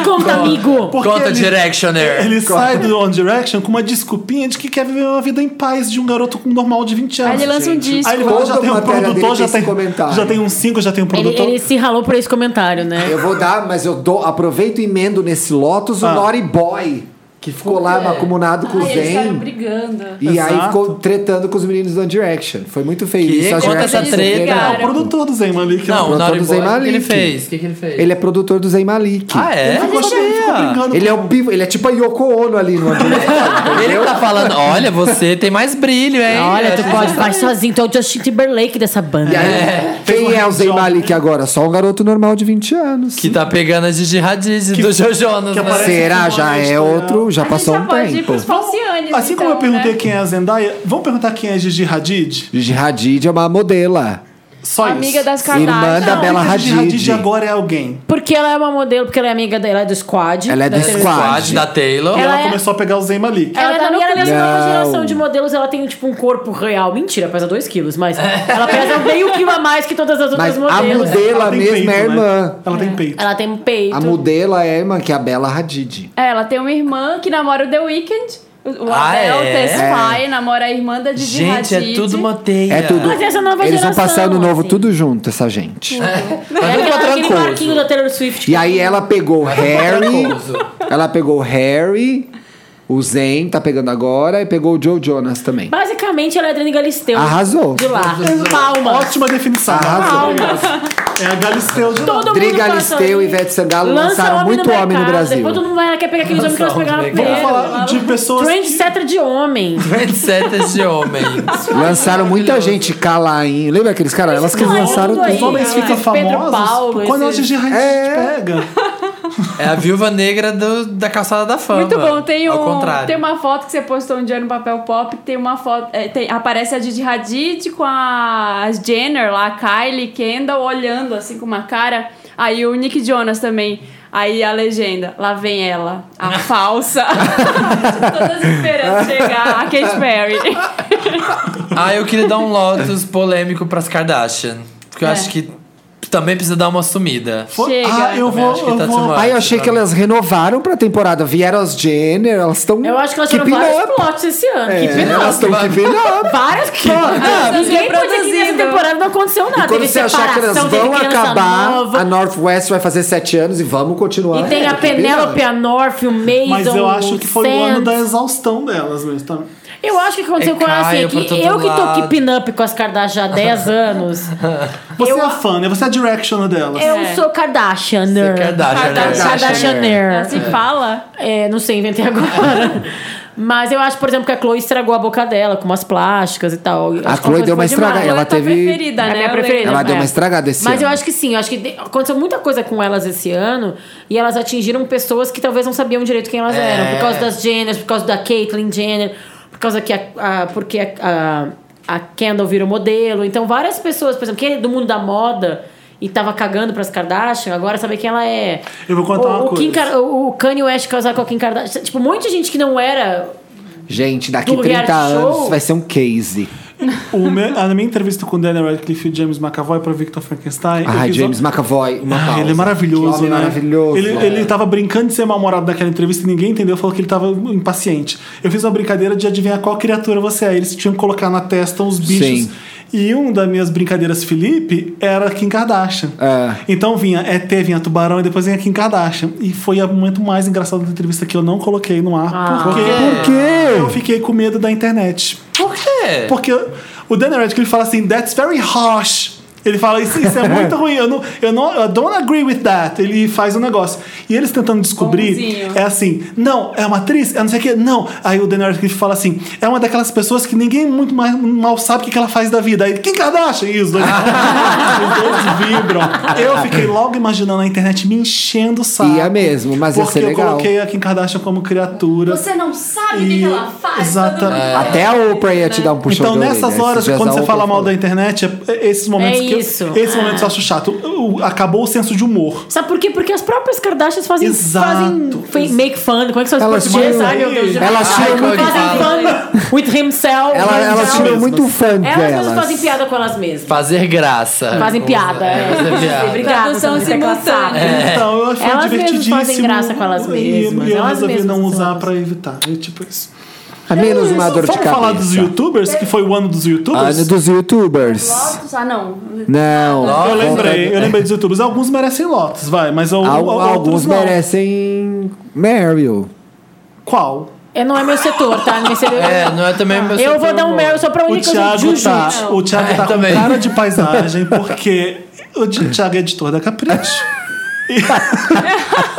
Conta, amigo. Porque Conta ele- Directioner. Ele sai do One Direction com uma desculpinha de que quer viver uma vida em paz de um garoto com normal de 20 anos. Aí ele lança um disco. Aí ele vai lá, já Toda tem a um matéria produtor, dele tem já esse tem, comentário. já tem um single, já tem um Ele, produtor. ele se ralou por esse comentário, né? Eu vou dar, mas eu dou, aproveito e emendo nesse Lotus o Ah. Naughty Boy. que ficou lá É. acumulado com o Ai, eles ficaram Zen. brigando. E aí Exato. ficou tretando com os meninos do One Direction. Foi muito feio Que? isso. a Conta Direction essa se treta. pegaram. É O é produtor do Zen Malik. Não, produtor o Naughty do Zayn Boy, o que que ele Malik. fez? O que, que ele fez? Ele é produtor do Zayn Malik. Ah, é? Ficou, Não sabia. ficou brincando Ele é, com- o pivo, ele é tipo a Yoko Ono ali no One Direction. Ele que tá falando, olha, você tem mais brilho, hein? Olha, tu Acho que pode você- falar sozinho. Tu é o Justin Timberlake dessa banda. E aí, Fez um quem é o Zayn handjob. Malik agora? Só um garoto normal de 20 anos. Que tá pegando a Gigi Hadid do Jojonas, né? que aparece- Será? Parece que Já uma é história- outro? Já passou a um gente já pode ir tempo. pros falcianes, Assim como eu então, perguntei né? quem é a Zendaya, vamos perguntar quem é Gigi Hadid? Gigi Hadid é uma modela. Só isso. Amiga das Irmã Kardashian. da Bela Não, Gigi Hadid Hadid. agora é alguém. Porque ela é uma modelo, porque ela é amiga dela, é do squad. Ela é da do TV. squad. Squad da Taylor. E ela, Ela é- começou a pegar o Zayn Malik. Ela, Ela tá tá no e ela é clima. nessa nova Não. geração de modelos, ela tem tipo um corpo real. Mentira, pesa 2 quilos, mas ela pesa meio quilo a mais que todas as outras É. Mas a modelos. modela tem mesma é a peito, né? irmã. Ela tem peito. Ela tem um peito. A modela é a irmã, que é a Bela Hadid. É, ela tem uma irmã que namora o The Weeknd. O o Ah, Abel, é? o Tesfaye, namora a irmã da Gigi Gente, é Hadid. tudo uma teia. É tudo. Mas essa nova Eles vão geração, passar no novo assim. tudo junto, essa gente. Tá É aquela- aquele barquinho da Taylor Swift. E aí ela pegou É o Harry. Trancoso. ela pegou o Harry, o Zayn tá pegando agora, e pegou o Joe Jonas também. Basicamente, ela é a Adriane Galisteu. Arrasou. De lá. Palmas. Ótima definição. Arrasou. É a Galisteu de lá. Todo mundo Dri passa Galisteu e ali. Ivete Sangalo lançaram homem muito no homem no mercado, Brasil. Depois todo mundo vai quer pegar aqueles homens que elas Lança homem pegaram no Vamos mercado. primeiro. falar de pessoas Trend que... setter de homem. Trendsetters de é homem. assim, Lançaram muita gente calain. Lembra aqueles caras? Elas que Não, lançaram tudo aí. Os homens Ela- ficam Pedro Paulo, famosos esse- quando a Gigi Hadid É. pega. É a viúva negra do- da calçada da fama. Muito bom, tem, Ao um, contrário. tem uma foto que você postou um dia no papel pop, que tem uma foto. é, tem- aparece a Didi Hadid com a, as Jenner lá, a Kylie, Kendall, olhando assim com uma cara. Aí o Nick Jonas também. Aí a legenda, lá vem ela, a falsa. Todas esperando chegar a Kate Perry. Ah, eu queria dar um Lotus polêmico pras Kardashian. Porque eu É. acho que também precisa dar uma sumida. Chega. Ah, eu Também vou... acho que eu tá vou- too much. Aí eu achei que elas renovaram pra temporada. Vieram as Jenner, elas estão. Eu acho que elas tiveram vários plots esse ano. Hum. É, Keep it up. elas estão Vários. keeping up. Várias que Ninguém Ah, pode dizer que nessa produzindo. temporada não aconteceu nada. é Quando Teve você achar que elas separação, teve vão criança acabar, nova. a Northwest vai fazer sete anos e vamos continuar. E tem É, a keeping Penélope, up. a North, o Mason, Mas eu acho que foi o ano Sam. da exaustão delas mesmo. tá? Eu acho que o que aconteceu É com ela assim, Caio é pra todo que eu que tô lado. É. keeping up com as Kardashian há 10 anos, Você é a fã, né? Você é a directioner delas. eu É. sou Kardashian. Você é Kardashian, né? Ela Kardashianer. se fala. assim, É, não sei, inventei agora. Mas eu acho, por exemplo, que a Chloe estragou a boca dela com umas plásticas e tal. Acho que Chloe foi deu uma demais. estragada. Ela Ela é tua teve- preferida, É a minha né? Eu lembro. preferida. Ela É. deu uma estragada esse Mas eu ano. acho que sim, eu acho que de- aconteceu muita coisa com elas esse ano e elas atingiram pessoas que talvez não sabiam direito quem elas É. eram. Por causa das Jenner, por causa da Caitlyn Jenner, por causa que a, a- porque a, a, a Kendall virou modelo. Então, várias pessoas, por exemplo, quem é do mundo da moda e tava cagando pras Kardashian, agora saber quem ela é. Eu vou contar o, uma o Kim coisa. Kar- o o Kanye West casar com a Kim Kardashian. Tipo, um monte de gente que não era. Gente, daqui Do 30 reality anos show? vai ser um case. O meu- a minha entrevista com o Daniel Radcliffe e James McAvoy pra Victor Frankenstein. eu Ah, fiz James McAvoy, uma um- Ah, pausa. ele é maravilhoso, Que homem né? maravilhoso. Ele, ele tava brincando de ser mal-humorado naquela entrevista e ninguém entendeu. Falou que ele tava impaciente. Eu fiz uma brincadeira de adivinhar qual criatura você é. Eles tinham que colocar na testa uns bichos. Sim. E um das minhas brincadeiras, Felipe, era Kim Kardashian. É. Então vinha ET, vinha Tubarão e depois vinha Kim Kardashian. E foi o momento mais engraçado da entrevista que eu não coloquei no ar. porque Por quê? eu fiquei com medo da internet. Por É. quê? Porque o Daniel Radcliffe fala assim, that's very harsh. Ele fala, isso, isso é muito ruim, eu não, eu não I don't agree with that. Ele faz um negócio. E eles tentando descobrir, Bonzinho. é assim, não, é uma atriz, é não sei o quê, não. Aí o Daniel Radcliffe fala assim, é uma daquelas pessoas que ninguém muito mais, mal sabe o que que ela faz da vida. Aí, quem Kardashian? E os dois, os dois vibram. Eu fiquei logo imaginando a internet me enchendo o saco. Ia é mesmo, mas ia Porque ser legal. eu coloquei a Kim Kardashian como criatura. Você não sabe o que, E- que ela faz. Exata- todo mundo É. Até a Oprah ia te dar um puxão Então, de nessas orelha. horas, Esses dias quando a você Oprah fala mal falou. da internet, é- é esses momentos É que eu- isso. esses momentos eu acho chato. O- o- Acabou o senso de humor. Sabe por quê? Porque as próprias Kardashians fazem. Exato. fazem fe- make fun. Como é que são os Elas um portugueses? tiram- Ai, meu Deus. elas Ai, tiram como muito- Fazem fun with himself. Ela, elas Então, tiram muito fã Elas mesmas delas. fazem piada com elas mesmas. Fazer graça. Fazem Vamos- piada. É, fazer piada. Obrigada, é Tradução Samantha simultânea. Classada. É. Então, eu achei Elas mesmas divertidíssimo. fazem graça com elas mesmas, E, eu elas resolvi mesmas não são usar elas. pra evitar. É tipo isso. A menos uma dor de Vamos falar dos cabeça. Ah, youtubers, que foi o ano dos youtubers? Ano dos youtubers. Lotus? Ah, não. Não. Eu Lotus. lembrei, eu lembrei dos youtubers. Alguns merecem lotes, vai, mas al- Al- al- alguns outros não. merecem Meryl. Qual? É, não é meu setor, tá? Não é setor- É, não é também meu Eu vou setor, dar um não. meu, eu sou pra O única que eu Thiago sou tá, jiu-jitsu. o Thiago É, tá com também. cara de paisagem, porque o Thi- Thiago é editor da Capricho.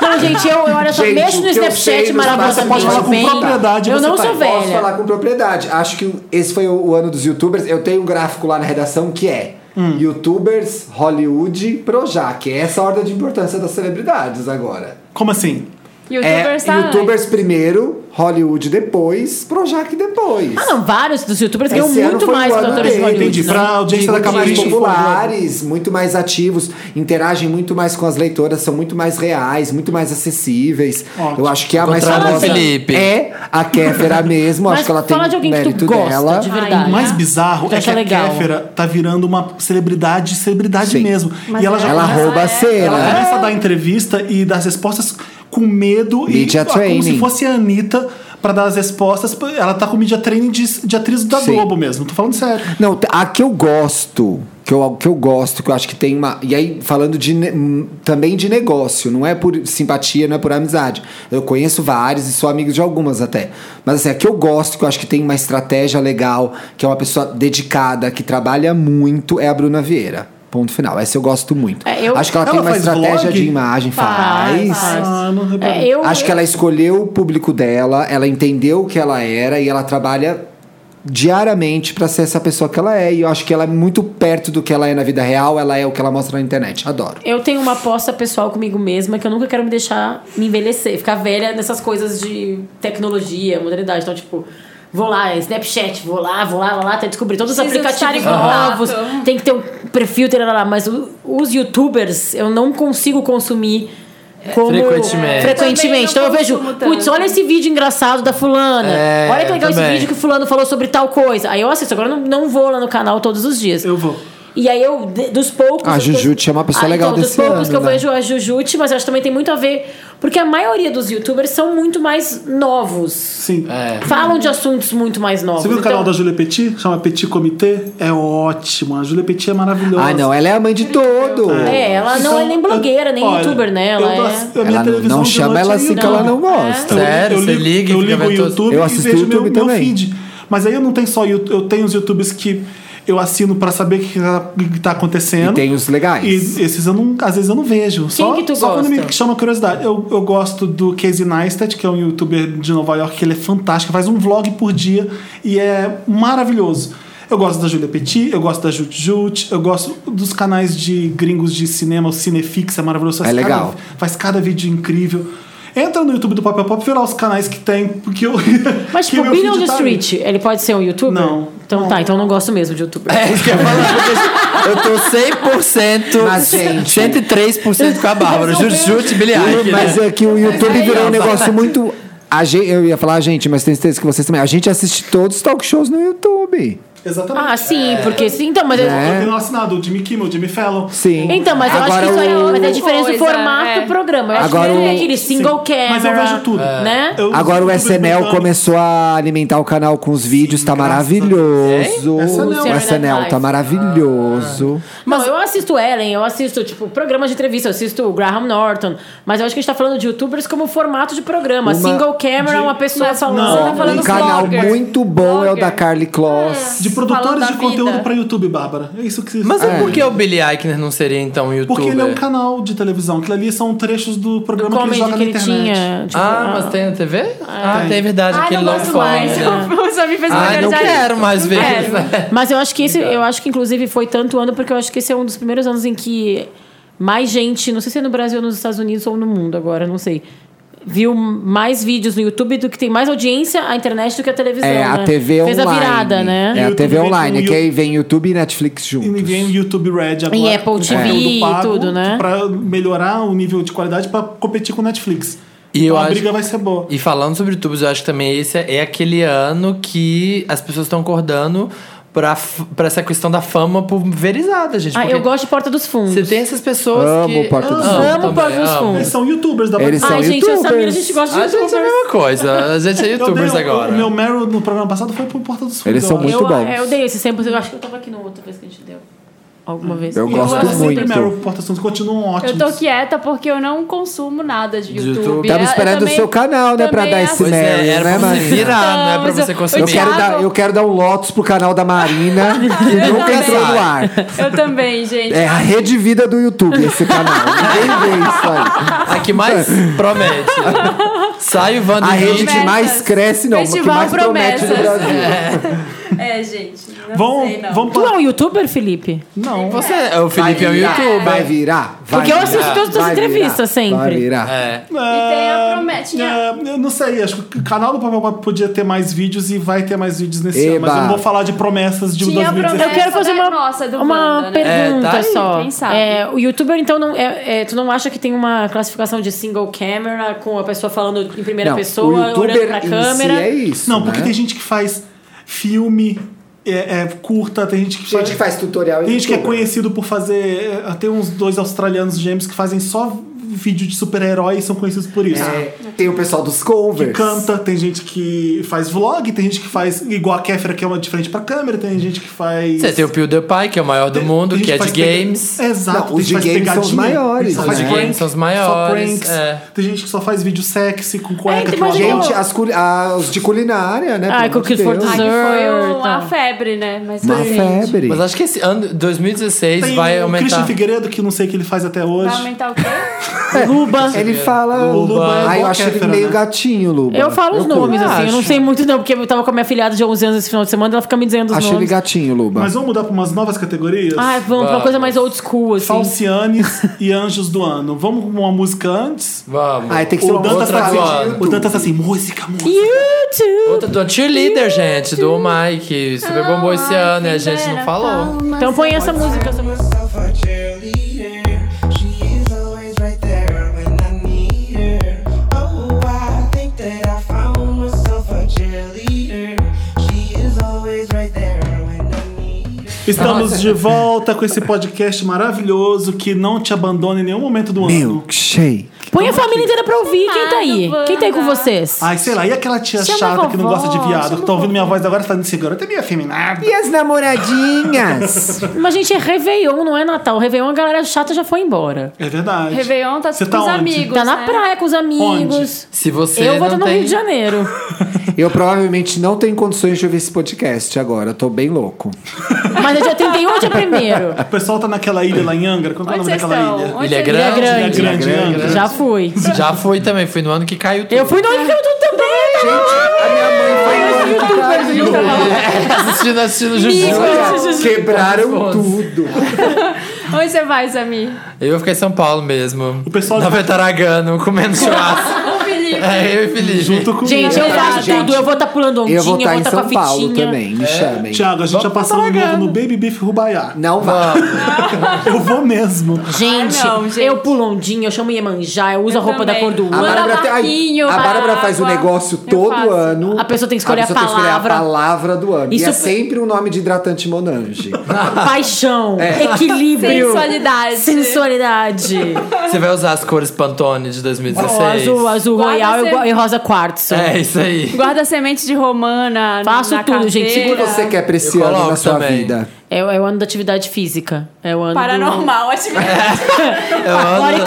Não, gente, eu, eu olha só, Gente, mexo o no que eu sei Snapchat dos passos, pode falar maravilhosamente com bem. propriedade, Eu você não tá- sou Posso falar velha. com propriedade. Acho que esse foi o, o ano dos youtubers. Eu tenho um gráfico lá na redação que é youtubers, Hollywood, Projac. É essa a ordem de importância das celebridades agora. Como assim? Youtubers é tá youtubers primeiro, Hollywood depois, Projac depois. Ah, não, vários dos youtubers ganham Esse ano muito foi o mais que os ano atores de dele, Hollywood. entendi. né? Pra audiência da Digo, de mais Capricho. é. populares, muito mais ativos, interagem muito mais com as leitoras, são muito mais reais, muito mais acessíveis. Ótimo. Eu acho que é a mais Contrário do famosa Felipe. é a Kéfera mesmo. Mas acho que ela tem fala de alguém que tu mérito gosta, dela. de O verdade. mais bizarro Eu é acho que a Então legal. Kéfera tá virando uma celebridade, celebridade Sim. mesmo. e ela já Ela começa, rouba a ela cena. começa a dar entrevista e dar as respostas com medo Media e ah, como se training. fosse a Anitta pra dar as respostas. Ela tá com mídia training de, de atriz da Sim. Globo mesmo. Tô falando sério. Não, a que eu gosto, que eu, que eu gosto, que eu acho que tem uma. E aí, falando de ne- hum, também de negócio, não é por simpatia, não é por amizade. Eu conheço vários e sou amigo de algumas até. Mas assim, a que eu gosto, que eu acho que tem uma estratégia legal, que é uma pessoa dedicada, que trabalha muito, é a Bruna Vieira. Ponto final. Essa eu gosto muito. É, eu- acho que ela, Ela tem uma faz estratégia vlog? de imagem, Faz, faz. faz. Ah, não reparei. É, eu, Acho que ela escolheu o público dela, ela entendeu o que ela era e ela trabalha diariamente pra ser essa pessoa que ela é. E eu acho que ela é muito perto do que ela é na vida real, ela é o que ela mostra na internet. Adoro. Eu tenho uma aposta pessoal comigo mesma que eu nunca quero me deixar me envelhecer, ficar velha nessas coisas de tecnologia, modernidade. Então, tipo, vou lá, Snapchat, vou lá, vou lá, vou lá, até descobrir todos os Preciso aplicativos estar em contato. novos. Tem que ter um perfil, tarará, mas o- os youtubers eu não consigo consumir. Como Frequentemente. frequentemente. Então Também eu não vejo, consumo putz, tanto. olha esse vídeo engraçado da fulana. É, olha que legal esse também. vídeo que o fulano falou sobre tal coisa. Aí eu assisto, agora eu não, não vou lá no canal todos os dias. Eu vou. E aí eu, de- dos poucos. A Jujute é uma pessoa legal então, desse Dos poucos ano, que eu né? vejo a Jujute, mas eu acho que também tem muito a ver. Porque a maioria dos youtubers são muito mais novos. Sim. É. Falam de assuntos muito mais novos. Você viu o Então, canal da Julia Petit? Chama Petit Comitê? É ótimo. A Julia Petit é maravilhosa. Ah, não, ela é a mãe de todo. É, ela não é nem blogueira, nem youtuber, né? Ela eu, é- A minha Ela não, televisão não de chama noite ela é assim que YouTube. ela não gosta. Eu- Sério? eu Você ligo- liga e fica Eu ligo o vendo todos- YouTube Eu e assisto vejo YouTube meu, meu também. feed. Mas aí eu não tenho só YouTube, eu tenho os YouTubers que eu assino pra saber o que, tá- o que tá acontecendo. E tem os legais. E esses eu não, às vezes eu não vejo. só, que tu só quando gosta? me chama curiosidade. Eu, eu gosto do Casey Neistat, que é um youtuber de Nova York, que ele é fantástico, faz um vlog por dia e é maravilhoso. Eu gosto da Julia Petit, eu gosto da Jut Jut, eu gosto dos canais de gringos de cinema, o Cinefix é maravilhoso. Faz É cada- legal. faz cada vídeo incrível. Entra no YouTube do Papel Pop e vê lá os canais que tem, porque eu. Mas tipo, que meu Billy on feed the tá Street, ele pode ser um youtuber? Não. Então tá, então eu não gosto mesmo de youtuber. É isso que eu ia falar. Eu tô 100%, Mas, gente- 103% com a Bárbara. Jujute e Billy Ike, Mas né? é que o YouTube virou um negócio muito. A gente, eu ia falar, "Ah, gente, mas tenho certeza que vocês também. A gente assiste todos os talk shows no YouTube. ali. Exatamente. Ah, sim, porque sim, então, mas. Né? Eu tenho assinado o Jimmy Kimmel, o Jimmy Fallon. Sim. Então, mas eu acho Agora que isso aí o- mas é a diferença do Coisa, formato é. do programa. Eu acho Agora que o- é aquele single camera. Mas eu vejo tudo. Né? Eu- Agora o os youtubers SNL britânicos- começou a alimentar o canal com os vídeos, tá graças a Deus. maravilhoso. O Saturday Night SNL Live. tá maravilhoso. Não, eu assisto Ellen, eu assisto, tipo, programa de entrevista, eu assisto o Graham Norton. Mas eu acho que a gente tá falando de youtubers como formato de programa. Uma- Single camera, uma pessoa falando. não, Você tá falando Um canal blogger. muito bom é o da Blogger. Carly Kloss. De produtores Falando de da conteúdo vida. pra YouTube, Bárbara. É isso que vocês Mas é por que o Billy Eichner não seria então um youtuber? Porque ele é um canal de televisão. Aquilo ali são trechos do programa que ele comedy joga que na ele internet. tinha. tipo, Ah, mas tem na TV? Ah, tem, é verdade. Ai, aquele não Love gosto Comedy, mais. né? O Samir fez uma Ai, não verdade. quero mais ver. Mas eu acho que esse, eu acho que inclusive foi tanto ano, porque eu acho que esse é um dos primeiros anos em que mais gente, não sei se é no Brasil, nos Estados Unidos ou no mundo agora, não sei. Viu mais vídeos no YouTube do que tem mais audiência à internet do que a televisão. É a né? TV Fez online. a virada, né? É a YouTube TV vem online, com que aí vem YouTube e Netflix E juntos. ninguém é um YouTube Red agora. E Apple com TV conteúdo e pago tudo, né? Pra melhorar o nível de qualidade pra competir com o Netflix. E então eu a acho- briga vai ser boa. E falando sobre tubos, eu acho que também esse é é aquele ano que as pessoas estão acordando pra, f- pra essa questão da fama pulverizada, gente. Ah, porque eu gosto de Porta dos Fundos. Você tem essas pessoas Amo que... Porta dos Amo Fundos. Amo também, Porta dos amo. Fundos. Eles são YouTubers da Eles Ai, são gente, eu Samira, a youtubers. gente Ah, gosta de A gente é a youtubers. mesma coisa. A gente é Eu dei youtubers o- agora. O meu Meryl no programa passado foi por Porta dos Fundos. Eles são eu acho. muito eu, bons. eu dei esse exemplo, eu acho que eu tava aqui no outro vez que a gente deu. alguma vez. Hum. Eu gosto gosto sempre muito. Meryl Porta Santos continuam Eu ótimos. tô quieta porque eu não consumo nada de YouTube. YouTube. Tava Eu- eu esperando o também- seu canal, né, pra também dar esse assisto. Pois é, Meryl, era né, pra você Marina? virar, não é pra Mas eu- você Eu eu O consumir. quero, Thiago- dar, eu quero dar um lotus pro canal da Marina, que Eu nunca também. entrou no ar. Eu também, gente. É a rede vida do YouTube esse canal. Ninguém vê isso aí. A que mais promete. Sai o Vando A rede que Promessas. mais cresce, não. que Festival mais promete no Promessas. Brasil. É, gente. Não Vamos, sei, não. vamos Tu pra- é um youtuber, Felipe? Não, você é o Felipe é o virar, Vai youtuber. virar. vai um Porque eu virar, assisto todas as vai entrevistas virar, Vai sempre. virar. É. E tem a promete, né? É, eu não sei, acho que o canal do Papel Pop podia ter mais vídeos e vai ter mais vídeos nesse ano, mas Eba. eu não vou falar de promessas de Tinha 2017. promessa. Eu quero fazer da uma, é nossa, do uma Wanda, né? É, pergunta tá aí, só. quem sabe? É, o youtuber, então, não é, é, tu não acha que tem uma classificação de single camera com a pessoa falando em primeira Não, pessoa, o olhando youtuber pra em câmera? si é isso. Não, porque né? tem gente que faz filme, é, é, curta, tem gente que Gente que faz tutorial em Tem gente que é YouTube. conhecido por fazer. é, Tem uns dois australianos gêmeos que fazem só vídeo de super-herói e são conhecidos por isso. É, tem o pessoal dos Que covers. canta, tem gente que faz vlog, tem gente que faz igual a Kéfera, que é uma de frente pra câmera, tem gente que faz. Você tem o PewDiePie, que é o maior do Tem- mundo, tem gente que é de faz pega- games. Exato. Não, tem os gente de que faz games são os pegadinha, maiores, tem gente que né? faz Os de prank, games são os só maiores, pranks. é. Tem gente que só faz vídeo sexy com cueca É, tem que eu mais adoro. Gente, as, culi- as de culinária, né? Ah, pelo amor Cooking de for Deus. Ah, que foi o- Tá. a febre, né? Mas Uma gente, febre. Mas acho que esse ano, 2016, Tem vai o Christian aumentar. Figueiredo, que não sei o que ele faz até Vai hoje. É. aumentar o quê? é Luba. Ele fala. Luba é Ai, eu igual acho a ele Kéfera, meio né? gatinho, Luba. Eu falo os curto. nomes, assim. Eu não acho. sei muito, não, porque eu tava com a minha filhada de 11 anos esse final de semana e ela fica me dizendo os Acho ele nomes. gatinho, Luba. Mas vamos mudar pra umas novas categorias? Ai, vamos, pra uma coisa mais old school, assim. Falcianes e Anjos do Ano. Vamos com uma música antes? Vamos. Ai, tem que ser o uma Dantas outra tá do fase de ano. assim, o YouTube. Dantas tá assim, música, música. YouTube! Outra do Cheerleader, gente, do Mike. Super bombou esse ano e a gente não falou. Então põe essa música. Essa música. myself a cheerleader. She is always right there when I need her. Oh, I think that I found myself a cheerleader. She is always right there when I need her. Estamos de volta com esse podcast maravilhoso que não te abandona em nenhum momento do ano. Milkshake. Põe a família inteira pra ouvir. Quem tá Ah, aí? do Quem tá aí com Wanda. vocês? Ai, sei lá, e aquela tia Chama a chata que não vovó, gosta de chama viado, que tá a ouvindo minha voz agora e falando assim, garota é meio afeminada. E as namoradinhas? Mas, gente, é Réveillon, não é Natal. Réveillon, a galera chata já foi embora. É verdade. Réveillon tá Você com tá os onde? amigos. Tá na né? praia com os amigos. Se você Eu vou estar não no tem... Rio de Janeiro. eu provavelmente não tenho condições de ouvir esse podcast agora. Eu tô bem louco. Mas é dia 31 ou dia primeiro? O pessoal tá naquela ilha lá em Angra. Qual que é o Onde nome vocês daquela estão? ilha? Onde Ilha vocês- Grande. Ilha Grande. Grande, Angra. Já fui. Já fui também, fui no ano que caiu tudo. Eu fui no Rio de Janeiro também. tá A minha mãe foi embora do Brasil. assistindo, assistindo Jujutsu. Olha, Quebraram Nossa. tudo. Onde você vai, Samir? Eu fiquei em São Paulo mesmo. O pessoal- Na Vetaragano, comendo churrasco. O Felipe. é, eu e Felipe. Junto com Gente, eu Obrigada, faço tudo. Eu vou estar pulando ondinha, Eu vou estar em com a São fitinha. Paulo também. Me chamem. Tiago, a gente já passou um novo no Baby Beef Rubaiá. Não vá. Eu vou mesmo. Gente, Ah, não, gente. eu pulo ondinha, eu chamo Iemanjá, eu uso Eu a roupa da também. cor do A Manda Lula. Bárbara, tem- ai, barquinho, a Bárbara água. faz o negócio Eu todo faço. ano. A pessoa tem que escolher a pessoa tem que escolher palavra. a palavra do ano. Isso E é foi- sempre o nome de hidratante Monange. Paixão, É. equilíbrio. Sensualidade. Sensualidade. Você vai usar as cores Pantone de Ó, 2016. azul, azul Guarda royal e sempre. gua- e rosa quartzo. É, isso aí. Guarda a semente de romana. Faço na tudo, gente. O que carteira. você quer pra esse Eu ano coloco na sua também. vida? É, o- é o ano da atividade física. É o ano do... Paranormal, é. atividade. Eu ando- Body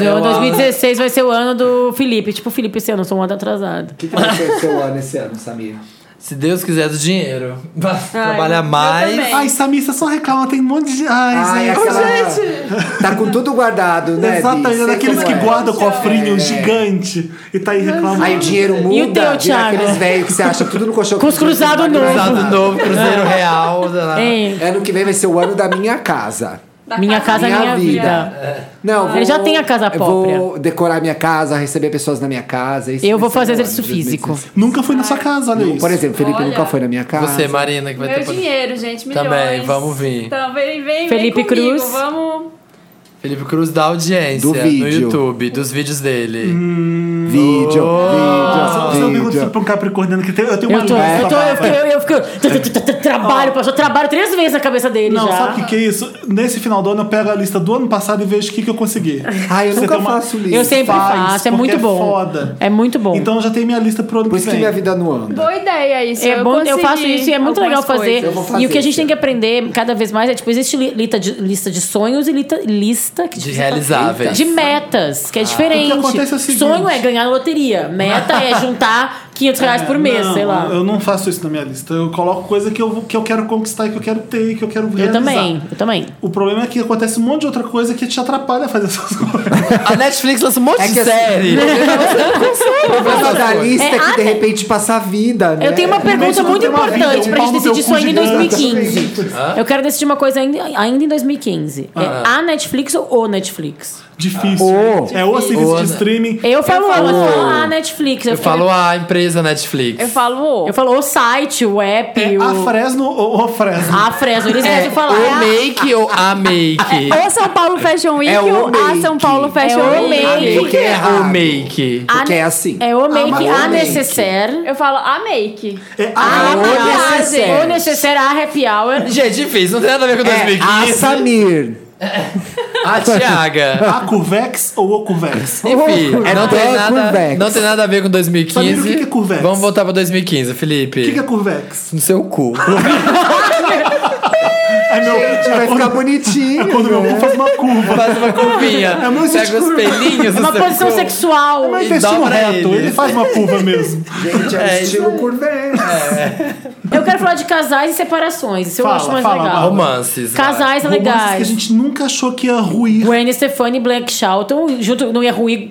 É o Meu. ano- 2016 vai ser o ano do Felipe. Tipo, Felipe, esse ano eu sou um ano atrasado. O que, que vai ser o seu ano esse ano, Samir? Se Deus quiser, é do dinheiro. Trabalhar eu mais. também. Ai, Samir, você só reclama, tem um monte de. Ai, Ai, gente. aquela... Tá com tudo guardado, né? Bi? Exato, Sei é daqueles que como é. guardam o cofrinho gigante e tá aí reclamando. Aí o dinheiro muda, Ah. E o teu, vira Thiago? aqueles velhos que você acha tudo no colchão. Com os cruzados novos. Cruzado novo, Cruzeiro Real. sei lá. Hein? Ano que vem vai ser o ano da minha casa. Da Minha casa, é minha, minha vida. vida. Não, Ah, Ele já tem a casa Vou própria. decorar minha casa, receber pessoas na minha casa. esse Eu vou vai ser fazer o ano exercício de 2016. físico. Nunca fui na sua casa, olha isso. Por exemplo, Felipe Olha. nunca foi na minha casa. Você, Marina, que vai Meu ter. dinheiro, gente, milhões. Também, vamos vir. Então, vem, vem, Felipe vem comigo, Cruz. Vamos Felipe Cruz da audiência Do no vídeo. YouTube, dos vídeos dele. Vídeo, Ah, você não vídeo, pergunta vídeo. pra um capricorniano que tem. Eu tenho uma Eu tô, lista, eu tô, eu fico, vai. eu, eu fico- t- t- t- t- trabalho, passou trabalho três vezes na cabeça dele Não, já. sabe o que, que é isso? Nesse final do ano eu pego a lista do ano passado e vejo o que, que eu consegui. Ah, eu Você nunca tem uma- faço lista. Eu sempre Faz, faço, é porque muito é bom. foda. É muito bom. Então eu já tenho minha lista pro ano que Por isso que vem. minha vida não anda. Boa ideia isso. É bom, eu consegui faço isso e é muito legal algumas fazer. coisas. Eu vou fazer E o que a gente esse tem que ano. aprender cada vez mais é, tipo, existe li- lista de, lista de sonhos e lita- lista que De difícil realizáveis. De metas, que é diferente. O que acontece é o seguinte- Sonho é ganhar na loteria. Meta é juntar 500 reais por mês, Não, sei lá. Eu é- não faço isso na minha lista. Eu coloco coisa que eu, que eu quero conquistar e que eu quero ter, e que eu quero Eu realizar. também, eu também. O problema é que acontece um monte de outra coisa que te atrapalha a fazer essas coisas. A Netflix lança um monte É de que assim, série. O problema da lista é, ah, que de repente passa a vida, né? Eu tenho uma pergunta Realmente não muito tem uma vida, importante um pra pau gente no teu decidir isso cu ainda em gigante. 2015. Eu quero decidir uma coisa ainda, ainda em 2015. É a Netflix ou o Netflix? Difícil. Oh. é ou serviço Oh, de né? streaming. é Eu falo, eu falo, falo- a Netflix. Eu falo "Ah, a empresa Netflix. Eu falo. Eu falo o site, o app, É o. a Fresno ou a Fresno? A Fresno, eles é, devem falar. o é a- make ou a make? Ou São Paulo Fashion Week É o ou a São make. Paulo Fashion É o Week. A make. make é errado. o make. a- Porque é assim. É o make, Ah, mas a o make. necessaire. Eu falo a make. É A Ah, a- maquiagem. necessaire. O necessaire, a happy hour. Gente, é difícil, não tem nada a ver com É a 2015. Samir. a Tiaga. a Curvex ou o Curvex? Enfim, É não, tem Doc nada, Curvex. não tem nada a ver com 2015. Samir, o que que é Curvex? Vamos voltar pra 2015, Felipe. O que, que é Curvex? No seu cu. É meu, Gente, vai ficar é bonitinho. quando meu mundo faz uma curva. Faz uma curvinha. É muito Pega os escuro. pelinhos. É uma posição sexual. É meu E intestino dobra reto, ele. ele. faz uma curva mesmo. Gente, é o É, estilo curvex. Eu quero falar de casais e separações. Isso eu Fala, acho mais fala, legal. fala. Romances. vai. Casais Romances que a é legais. gente nunca achou que ia ruir. Gwen Stefani e Black Shelton, junto, não ia ruir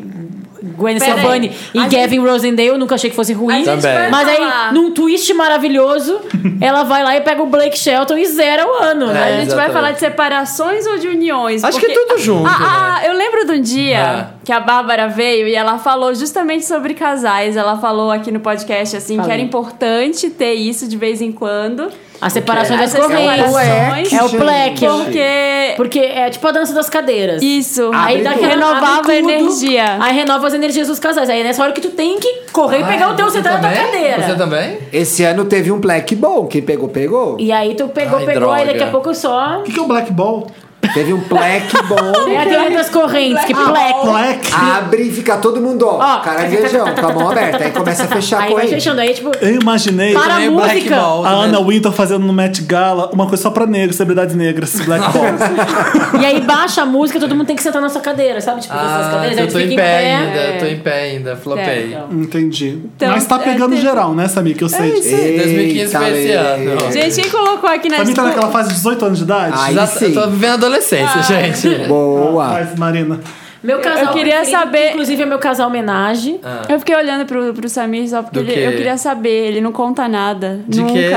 Gwen Pera Stefani aí. e A Gavin Rosendale, eu nunca achei que fosse ruim. gente Também. vai Mas aí, falar. num twist maravilhoso, ela vai lá e pega o Blake Shelton e zera o ano, A É, né? gente vai exatamente. falar de separações ou de uniões? Acho que é tudo junto, né? Ah, ah, eu lembro de um dia Ah. que a Bárbara veio e ela falou justamente sobre casais. Ela falou aqui no podcast assim que Falei. era importante ter isso de vez em quando. A separação das Essas correntes. separações, É o Black. Porque Porque é tipo a dança das cadeiras. isso. Aí Abre dá tudo. aquela renovava abre a tudo, energia. Aí renova as energias dos casais. Aí é nessa hora que tu tem que correr e pegar o Ah, teu Você sentado na tua Ah, é também? cadeira. Você também? Esse ano teve um black bom. Quem pegou, pegou. E aí tu pegou, Ai, pegou, e droga. daqui a pouco só. O que, que é o Black Ball? Teve um black É a bom. teoria das correntes, Ah, que black. Black. Ah. Abre e fica todo mundo, ó, Ó. é caranguejão, com a mão aberta. Aí começa a fechar a Aí vai corrente. fechando, aí tipo. Eu imaginei Para Também a Black música. Ball, a também. Ah, Ana Winter fazendo no Met Gala uma coisa só pra negros, celebridades negras, Black Ball. E aí baixa a música, todo mundo tem que sentar na sua cadeira, sabe? Tipo, essas Ah, cadeiras, aí eu tu tô fica em pé ainda, eu tô em pé ainda, É, flopei. então. Entendi. Então, Mas tá é, pegando teve- geral, né, Samir? Que eu sei. isso. disso. Ei, 2015 foi esse Eita, ano. Lê. Gente, quem colocou aqui na Samir tá escu- naquela fase de 18 anos de idade? Ai, Já sim. tô vivendo adolescência, Ah. gente. Boa. Faz, Marina. Meu casal. eu queria preferido, saber- Inclusive, é meu casal homenagem. Ah. Eu fiquei olhando pro, pro Samir só porque Do ele- quê? eu queria saber. Ele não conta nada. De nunca. quê?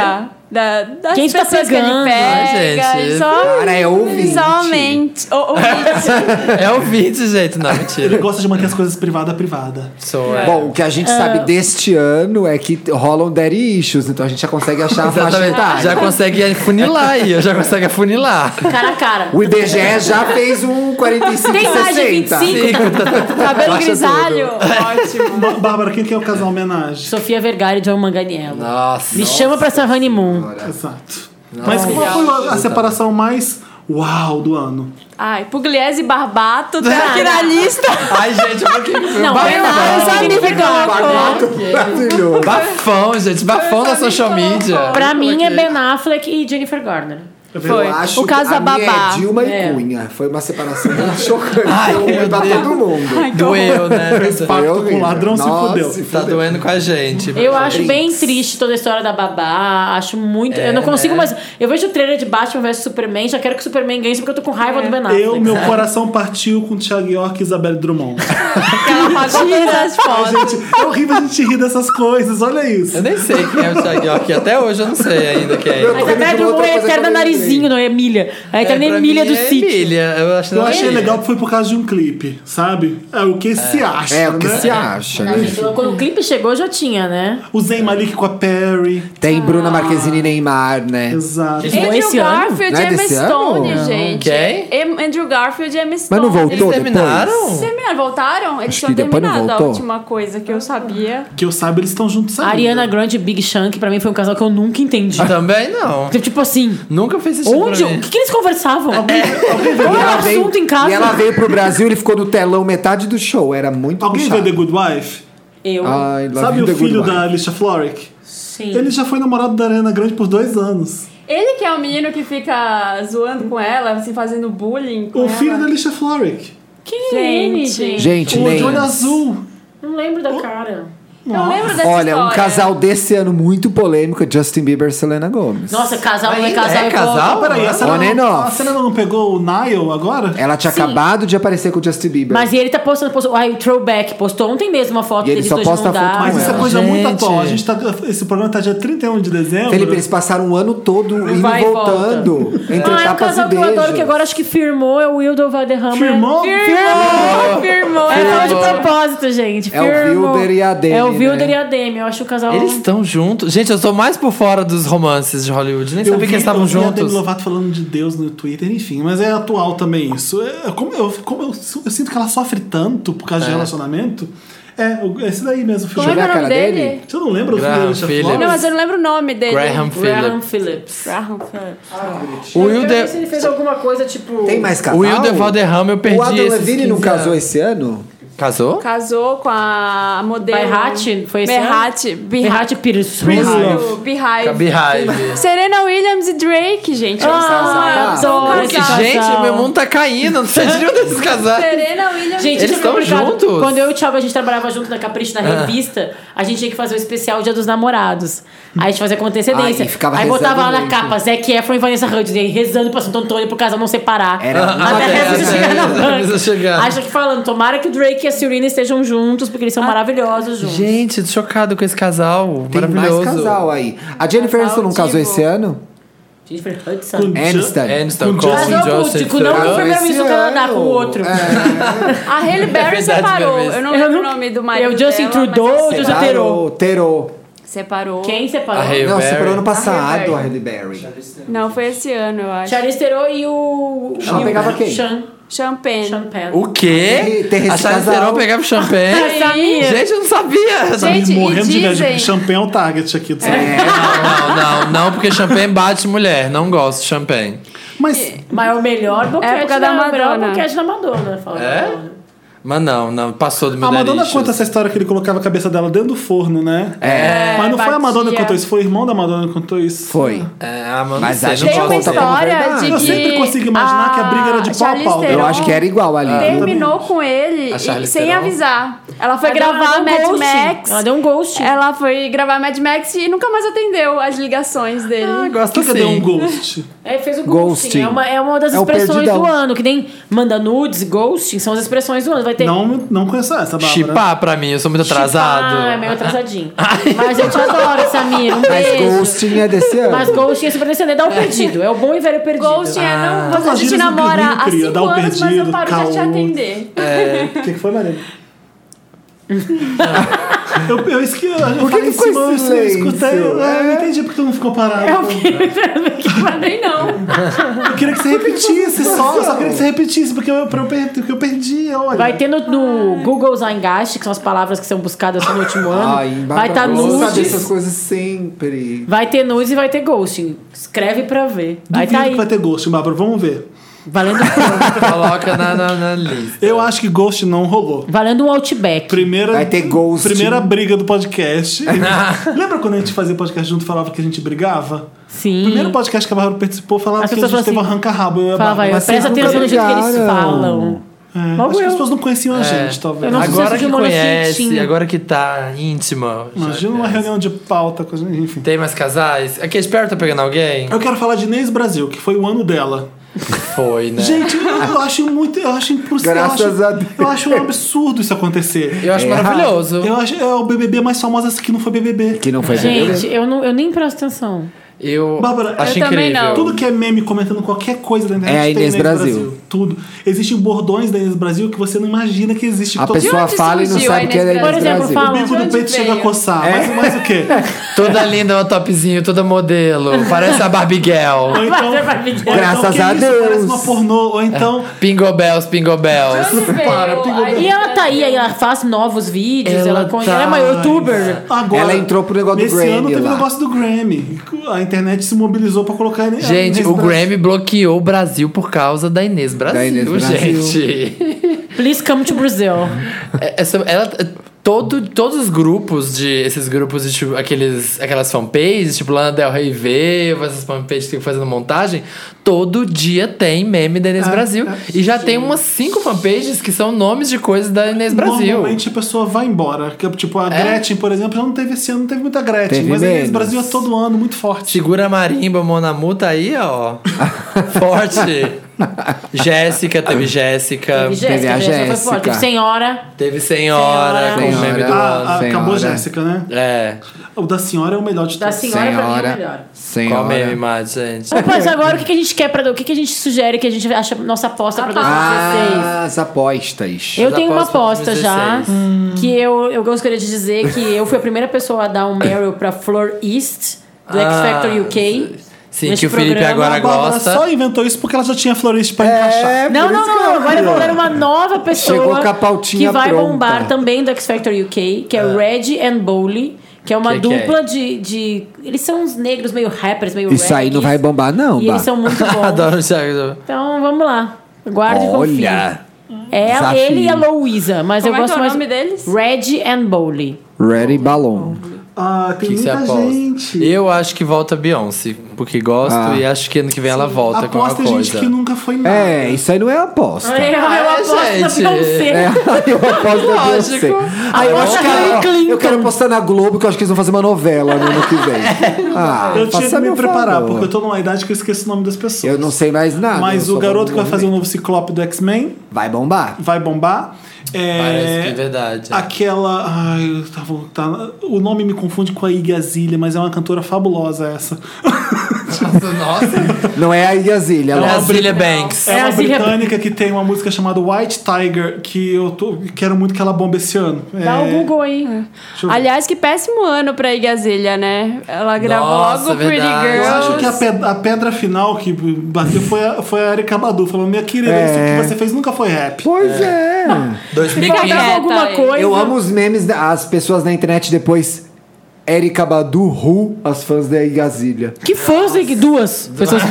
Da, das Quem tá pessoas que pegando? ele Ai, pega. gente. só, Cara, é ouvinte. Só mente. O- ouvinte. É o vídeo, gente. Não, Ele mentira. gosta de manter as coisas privada a privada. Sou é. Bom, o que a Ah. gente sabe deste ano é que rolam daddy issues, então a gente já consegue achar a faixa Exatamente. etária. Já consegue afunilar aí, eu já consegue afunilar. Cara a cara. O IBGE já fez um 45 Tem mais de 60. 25? Cabelo grisalho. Ótimo. Bá- Bárbara, quem que é o casal homenagem? Sofia Vergara e John Manganiello. Nossa. Me chama pra essa honeymoon. Exato. Mas qual foi a- a separação mais uau do ano? Ai, Pugliese e Barbato tá aqui é na lista. Ai, gente, por que Não, Bafão. homenagem significa Barato, maravilhoso. Bafão, gente. Bafão da social media. Pra mim é Ben Affleck e Jennifer Garner. Foi. Eu acho O caso que a da minha babá. É Dilma É. e Cunha. Foi uma separação muito chocante. Ai, Foi meu pra Deus. todo mundo. Doeu, né? Foi pacto com horrível. o ladrão se Nossa, fudeu. Tá doendo com a gente. Eu acho bem triste toda a história da babá. Acho muito. É, eu não consigo né? mais. Eu vejo o trailer de Batman vs Superman, já quero que o Superman ganhe, só porque eu tô com raiva do Ben Affleck. Eu, meu coração partiu com Thiago York e Isabelle Drummond. Aquela fotinha tá Ai, das fotos. gente, é horrível a gente rir dessas coisas, olha isso. Eu nem sei quem é o Thiago York. Até hoje eu não sei ainda quem é. Eu tô Mas até rindo de do outra coisa que eu eterna nem Luizinho, não é Emília. Aí tá na pra Emília mim do é sítio. Emília. Eu, acho é Eu achei Emília. legal que foi por causa de um clipe, sabe? É o que se acha, É, o que né? se acha, Ah, né? gente, Quando o clipe chegou, já tinha, né? O Zayn Malik com a Perry. Tem Bruna Marquezine e Neymar, né? Exato. Eles- Andrew esse ano? Garfield Não e é Emma desse Stone, ano? gente. Quem? Em- Andrew Garfield e Emma Stone. Mas não voltou Eles depois? Terminaram? terminaram, voltaram? Eles Acho tinham que depois não terminado a voltou. última coisa que eu sabia. Que eu saiba, eles estão juntos ainda. Ariana Grande e Big Sean, que pra mim foi um casal que eu nunca entendi. Também não. Tipo assim, Nunca fez esse tipo onde? O que, que eles É. conversavam? Qual era o assunto em casa? e ela veio pro Brasil ele ficou no telão metade do show. Era é muito Alguém puxado. vê The Good Wife? Eu. Ai, love sabe you, o The Good filho Wife. da Alicia Florrick? Sim. Ele já foi namorado da Ariana Grande por dois anos. Ele que é o menino que fica zoando com ela, assim, fazendo bullying com O ela. filho da Alicia Florrick. Quem é ele, Gente. gente? O Gente, de nem. olho azul. Não lembro da cara. Eu lembro dessa Olha, um tá história. casal desse ano muito polêmico é Justin Bieber e Selena Gomez. Nossa, casal não é Ainda casal. é eu casal? coloco. Peraí, a é On Selena, and não, off. a Selena não pegou o Niall agora? Ela tinha Sim. acabado de aparecer com o Justin Bieber. Mas ele tá postando, postou, ai, o Throwback postou ontem mesmo uma foto E ele deles só dois de posta mão foto com dada. Mas isso é Ah, coisa muito gente. atual. A gente tá, esse programa tá dia 31 de dezembro. Felipe, eles passaram um ano todo indo vai e e volta. voltando. Entre Ah, é um etapas e casal que eu beijos. adoro, que agora acho que firmou, é o Wildo Valderrama. Firmou? Firmou! Firmou! É nome de tipo, propósito, gente. É o firmou. Wilder e a Demi, É o Wilder né? e a Demi, eu acho o casal... Eles estão juntos. Gente, eu sou mais por fora dos romances de Hollywood. Nem Eu sabia que vi- eles estavam Eu vi a Demi juntos. Lovato falando de Deus no Twitter, enfim. Mas é atual também isso. É, como eu, como eu, eu sinto que ela sofre tanto por causa de relacionamento. É, o- é esse daí mesmo. o Como filme. Deixa eu é que é o ver a nome cara dele? dele. Você não lembra do filme da Graham Alicia Phillips. Flores? Não, mas eu não lembro o nome dele. Graham Graham Phillips. Phillips. Graham Phillips. O Eu quero ver se Wilder, ele fez alguma coisa, tipo... Tem mais o casal? Wilder Valderrama, eu perdi O Adam esses Levine não 15 casou anos. esse ano? Casou? Casou com a modelo... Berratti, foi esse ano? Berratti. Berrat Pires. Berratti. Beehive. Beehive. Serena Williams e Drake, gente. Eles são Ah, casados. São adoro esse casados. casal. Gente, meu mundo tá caindo. Não sei de nenhum desses casais. Serena Williams Gente, Eles isso é estão complicado. juntos? Quando eu e o Thiago, a gente trabalhava junto na Capricho, na Ah. revista, a gente tinha que fazer o especial Dia dos Namorados. Aí a gente fazia com antecedência. Ai, e ficava Aí botava lá rezando na muito. capa, Zac Efron e Vanessa Hudgens, e aí rezando pra Santo Antônio pro casal não separar. Era uma Até dessa. a Vanessa chegar na Até a Vanessa banca. chegar. Acho que falando, tomara que o Drake e a Serena estejam juntos, porque Ah, eles são maravilhosos juntos. Gente, tô chocado com esse casal. Tem Maravilhoso. mais casal aí. A Jennifer Aniston não Casal casou tipo- esse ano? Jennifer Hudson. Ju- Aniston. Aniston, Com Colin Casou com o Johnson, Tico, não com o Theron. primeiro Esse ministro do Canadá, ano. É. com o outro. A Halle Berry verdade, separou. Berenice. Eu não Eu lembro o não- nome do marido É o Justin dela, mas Trudeau, ela o Justin- separou. Terou. Terou. Separou. Quem separou? A Halle Não, Berry. separou ano passado a Halle Halle Berry. É. Não, foi esse ano, eu acho. Charlize Theron e o... Ela e o pegava quem? Sean, Champagne. Sean Penn. O quê? Tem esse a Charlize casal. Theron pegava champanhe. Aí, Gente, eu não sabia. Gente, e morrendo de inveja dizem- porque champanhe é o target aqui do é. Não, não, não, não, porque champanhe bate mulher. Não gosto de champanhe. Mas Mas é o melhor boquete Época da o melhor Madonna. boquete da Madonna. Fala É? Mas não, não, passou do meu a Madonna nariz. conta essa história que ele colocava a cabeça dela dentro do forno, né? É. Mas não foi a Madonna que batia. contou isso, foi o irmão da Madonna que contou isso. Foi. É, ah, mas, Mas não sei, a gente Tem não uma gosto. conta como história verdade. de que Eu sempre consigo imaginar que a briga era de pau a Charlize pau, né? Eu Theron acho que era igual ali. Terminou com ele A e- Charlize sem Theron. avisar. Ela foi Ela deu- gravar ela Mad deu um ghosting. Max. Ela deu um ghost. Ela foi gravar Mad Max e nunca mais atendeu as ligações dele. Ah, Por gosto que cadê um sim. ghost? É, fez o Ghosting. ghosting. É, uma, é uma das É o expressões perdidão. do ano, que nem manda nudes, ghosting, são as expressões do ano. Vai ter. Não, não conheço essa, Bárbara. Chipar pra mim, eu sou muito atrasado. Ah, é meio atrasadinho. Mas eu te adoro, Samir. Um Mas beijo. Ghosting é desse ano. Mas ghosting é super descendente. Dá o perdido. É o bom e velho perdido. Ah. Ghosting é não. você- A Ah, Imagina gente se namora dormir, há cria, cinco dá um anos, mas eu perdido, paro de te caô. atender. né? O que, que foi, Maria? eu, eu esque... eu Por que falei que em ficou cima, eu esse silêncio? escutei. É, eu entendi porque tu não ficou parado. É Nem não. Eu queria que você repetisse só. Eu só queria que você repetisse, porque eu, pra eu perdi, porque eu perdi, olha. Vai ter no, no Google Zyngaste, que são as palavras que são buscadas no último ano. Ai, vai tá estar Bárbara, eu saber essas nudes. coisas sempre. Vai ter nudes e vai ter ghosting. Escreve pra ver. Vai Duvido tá aí. que vai ter Ghost, Bárbara. Vamos ver. Valendo, um- Coloca na, na, na lista. Eu acho que Ghost não rolou. valendo um outback. Primeira, Vai ter Ghost. Primeira briga do podcast. Lembra quando a gente fazia podcast junto e falava que a gente brigava? Sim. Primeiro podcast que a Bárbara participou falava Hum. As que a gente pessoas teve um falam assim, arranca-rabo. Eu e a Fala, vai, Bárbara. presta nunca atenção no jeito que eles brigaram. falam. É, Logo acho que eu. as pessoas não conheciam É. a gente, talvez. Eu não agora sucesso de que uma noite conhece, quentinha. agora que tá íntima. já- é. Imagina é. uma reunião de pauta com a gente, enfim. Tem mais casais? Aqui, espero tá pegando alguém? Eu quero falar de Inês Brasil, que foi o ano dela. Foi, né? Gente, eu, eu acho muito, eu acho impossível. É. Graças eu a acho, Deus. Eu acho um absurdo isso acontecer. eu acho maravilhoso. Eu acho é o BBB mais famosa que não foi BBB. Que não foi Gente, eu, não, eu nem presto atenção. Eu Bárbara, acho eu também incrível. não. Tudo que é meme comentando qualquer coisa da internet É a tem Inês Inês Brasil. Brasil. Tudo. Existem bordões da Inês Brasil que você não imagina que existe. A Todo- pessoa onde fala e não surgiu a sabe que é da Inês Inês Por exemplo, Brasil. fala- o bico De do onde peito chega a veio? coçar. É. Mas, mas o quê? Toda linda, uma topzinho, toda modelo. Parece a Barbie Girl. Ou então, Vai, vai, vai. ou Graças então, a que isso? Deus. É. Parece uma pornô. Ou então, Pingle Bells, Pingle Bells. Para, pingou Para, bem. E ela tá aí, ela faz novos vídeos, ela, Ela con- tá. ela é uma youtuber. agora. Ela entrou pro negócio do nesse Grammy ano teve lá. o negócio do Grammy. A internet se mobilizou pra colocar a Inês Gente, Inês o Brasil. Grammy bloqueou o Brasil por causa da Inês Brasil, Da Inês Brasil. gente. Please come to Brazil. É- Essa, ela, todo, todos os grupos de. Esses grupos de tipo, aqueles, aquelas fanpages, tipo Lana Del Rey Veio, essas fanpages que ficam fazendo montagem, todo dia tem meme da Inês Brasil. e já tem umas cinco fanpages que são nomes de coisas da é Inês Brasil. Normalmente a pessoa vai embora. Que, tipo, a Gretchen, por exemplo, já não teve esse ano, não teve muita Gretchen. Teve mas a Inês menos. Brasil é todo ano muito forte. Segura a marimba, Monamu tá aí, ó. Forte. Jéssica, teve Tá Jéssica. E Jéssica, a Jéssica foi forte. Jéssica. Senhora. Teve Senhora, com o Senhora. meme do ano. Senhora. Ah, ah, acabou Senhora. Jéssica, né? É. O da senhora é o melhor de Da todos. senhora, pra mim é o melhor. Senhora. Qual meme Senhora. mais, gente? Mas agora o que que a gente quer pra. O que que a gente sugere que a gente acha nossa aposta tá. pra 2016? Ah, as apostas. Eu tenho uma aposta apostas de já hum. 2016. que eu, eu gostaria de dizer que eu fui a primeira pessoa a dar um Meryl pra Flor East do X Ah, Factor UK. Sim, Neste que o Felipe programa, agora A Bárbara gosta. só inventou isso porque ela já tinha florista pra É. encaixar. Não, por não, isso que não, eu- agora eu vou ler uma nova pessoa Chegou com a pautinha que vai pronta. bombar também do X Factor UK, que é Red and Bowley, que é uma Que que é? dupla De, de. Eles são uns negros meio rappers, meio Isso aí não vai reggae, bombar, não, E Bá. eles são muito bons. Adoro o Thiago. então vamos lá. Guarde e confie. Olha. É desafio. ele e a Louisa, mas Como eu é que gosto é o mais. nome deles? Red and Bowley. Ready Balloon. Ah, tem Que você muita aposta. gente. Eu acho que volta a Beyoncé, porque gosto Ah. e acho que ano que vem ela volta com alguma Aposta em gente coisa. que nunca foi nada. É, isso aí não é aposta. Eu, eu aposto na gente. Beyoncé. É, eu aposto na Lógico. Beyoncé. Ah, eu, acho que, Hillary ó, Clinton. eu quero apostar na Globo, que eu acho que eles vão fazer uma novela no ano que vem. Ah, É, Eu tinha faça que me meu preparar, favor. porque eu tô numa idade que eu esqueço o nome das pessoas. Eu não sei mais nada. eu Mas Ah, só o vou garoto que vai no fazer um- o momento. novo Ciclope do X-Men Vai bombar. vai bombar. É, Parece que é verdade. Aquela. Ai, eu tava, tá- o nome me confunde com a Iggy Azalea, mas é uma cantora fabulosa essa. Nossa, Não é a Iazilha, é ela a Zilia Banks. É É uma a Zilia- britânica que tem uma música chamada White Tiger, que eu tô, quero muito que ela bombe esse ano. Dá um é, o Google aí. eu ver. Aliás, que péssimo ano pra Igazilha, né? Ela gravou Nossa, logo Pretty verdade. Girls. Eu acho que a pedra, a pedra final que bateu foi a, foi a Erika Badu, falando: Minha querida, É. isso que você fez nunca foi rap. Pois é. Fica 2015. É, quieta alguma aí. coisa. Eu amo os memes, da- as pessoas na internet depois. Erika Badu, Ru, as fãs da Igazilha. Que fãs aí, duas pessoas.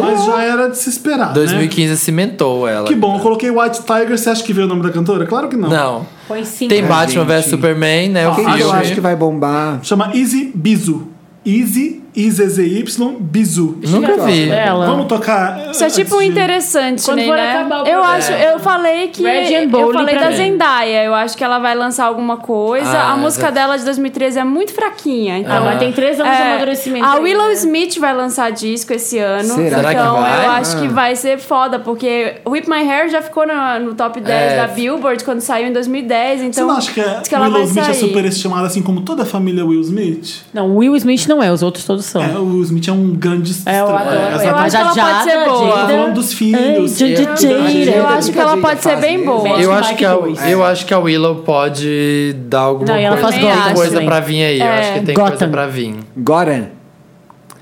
Mas já era de se esperar. né? 2015 cimentou ela. Que bom, eu coloquei White Tiger, você acha que veio o nome da cantora? Claro que não. Não. Põe cinco. Tem Batman gente. vs Superman, né? o Quem filme. Ah, eu acho que vai bombar? Chama Easy Bizu. Easy, I-Z-Z-Y, Bizu. Nunca vi. Dela. Vamos tocar. é Isso é tipo um um interessante, Quando né? for acabar o Eu programa. acho, eu falei que Red and eu Bowling falei pra da mim. Zendaya, eu acho que ela vai lançar alguma coisa. Ah, a música exato. dela de 2013 é muito fraquinha, então Ah, mas tem três anos de amadurecimento. A ainda, Willow né? Smith vai lançar disco esse ano. Será que então vai? eu acho Ah. que vai ser foda, porque Whip My Hair já ficou na- no, top 10 É. da Billboard quando saiu em 2010. Você Então não acha que a diz que ela Willow vai Smith é sair. superestimada assim como toda a família Will Smith? Não, Will Smith não é, os outros todos são. É, o Will Smith é um grande É, eu estrela. adoro. Essa Eu acho que ela pode ser boa. tá falando dos filhos. é Ei, Eu- Jujutira. Eu acho que ela pode ser bem boa. Eu acho, Bike que a, dois. eu acho que a Willow pode dar alguma Não, e ela coisa, faz tem Gotham coisa também. pra vir aí. eu É, acho que tem Gotham. coisa pra vir. Agora,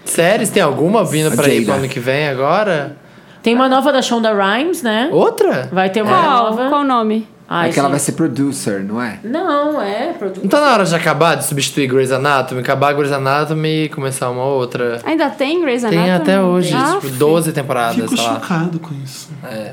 Séries, tem alguma vindo pra ir pro Jada. ano que vem agora? Tem uma nova da Shonda Rhimes, né? Outra? Vai ter uma Qual? nova. Qual o nome? Ai, é que ela vai gente. ser producer, não é? Não, é. produ- Não tá na hora de acabar, de substituir Grey's Anatomy? Acabar Grey's Anatomy e começar uma outra? Ainda tem Grey's Anatomy? Tem até hoje, Ah, tipo, 12 temporadas, Fico sei lá. chocado com isso. É.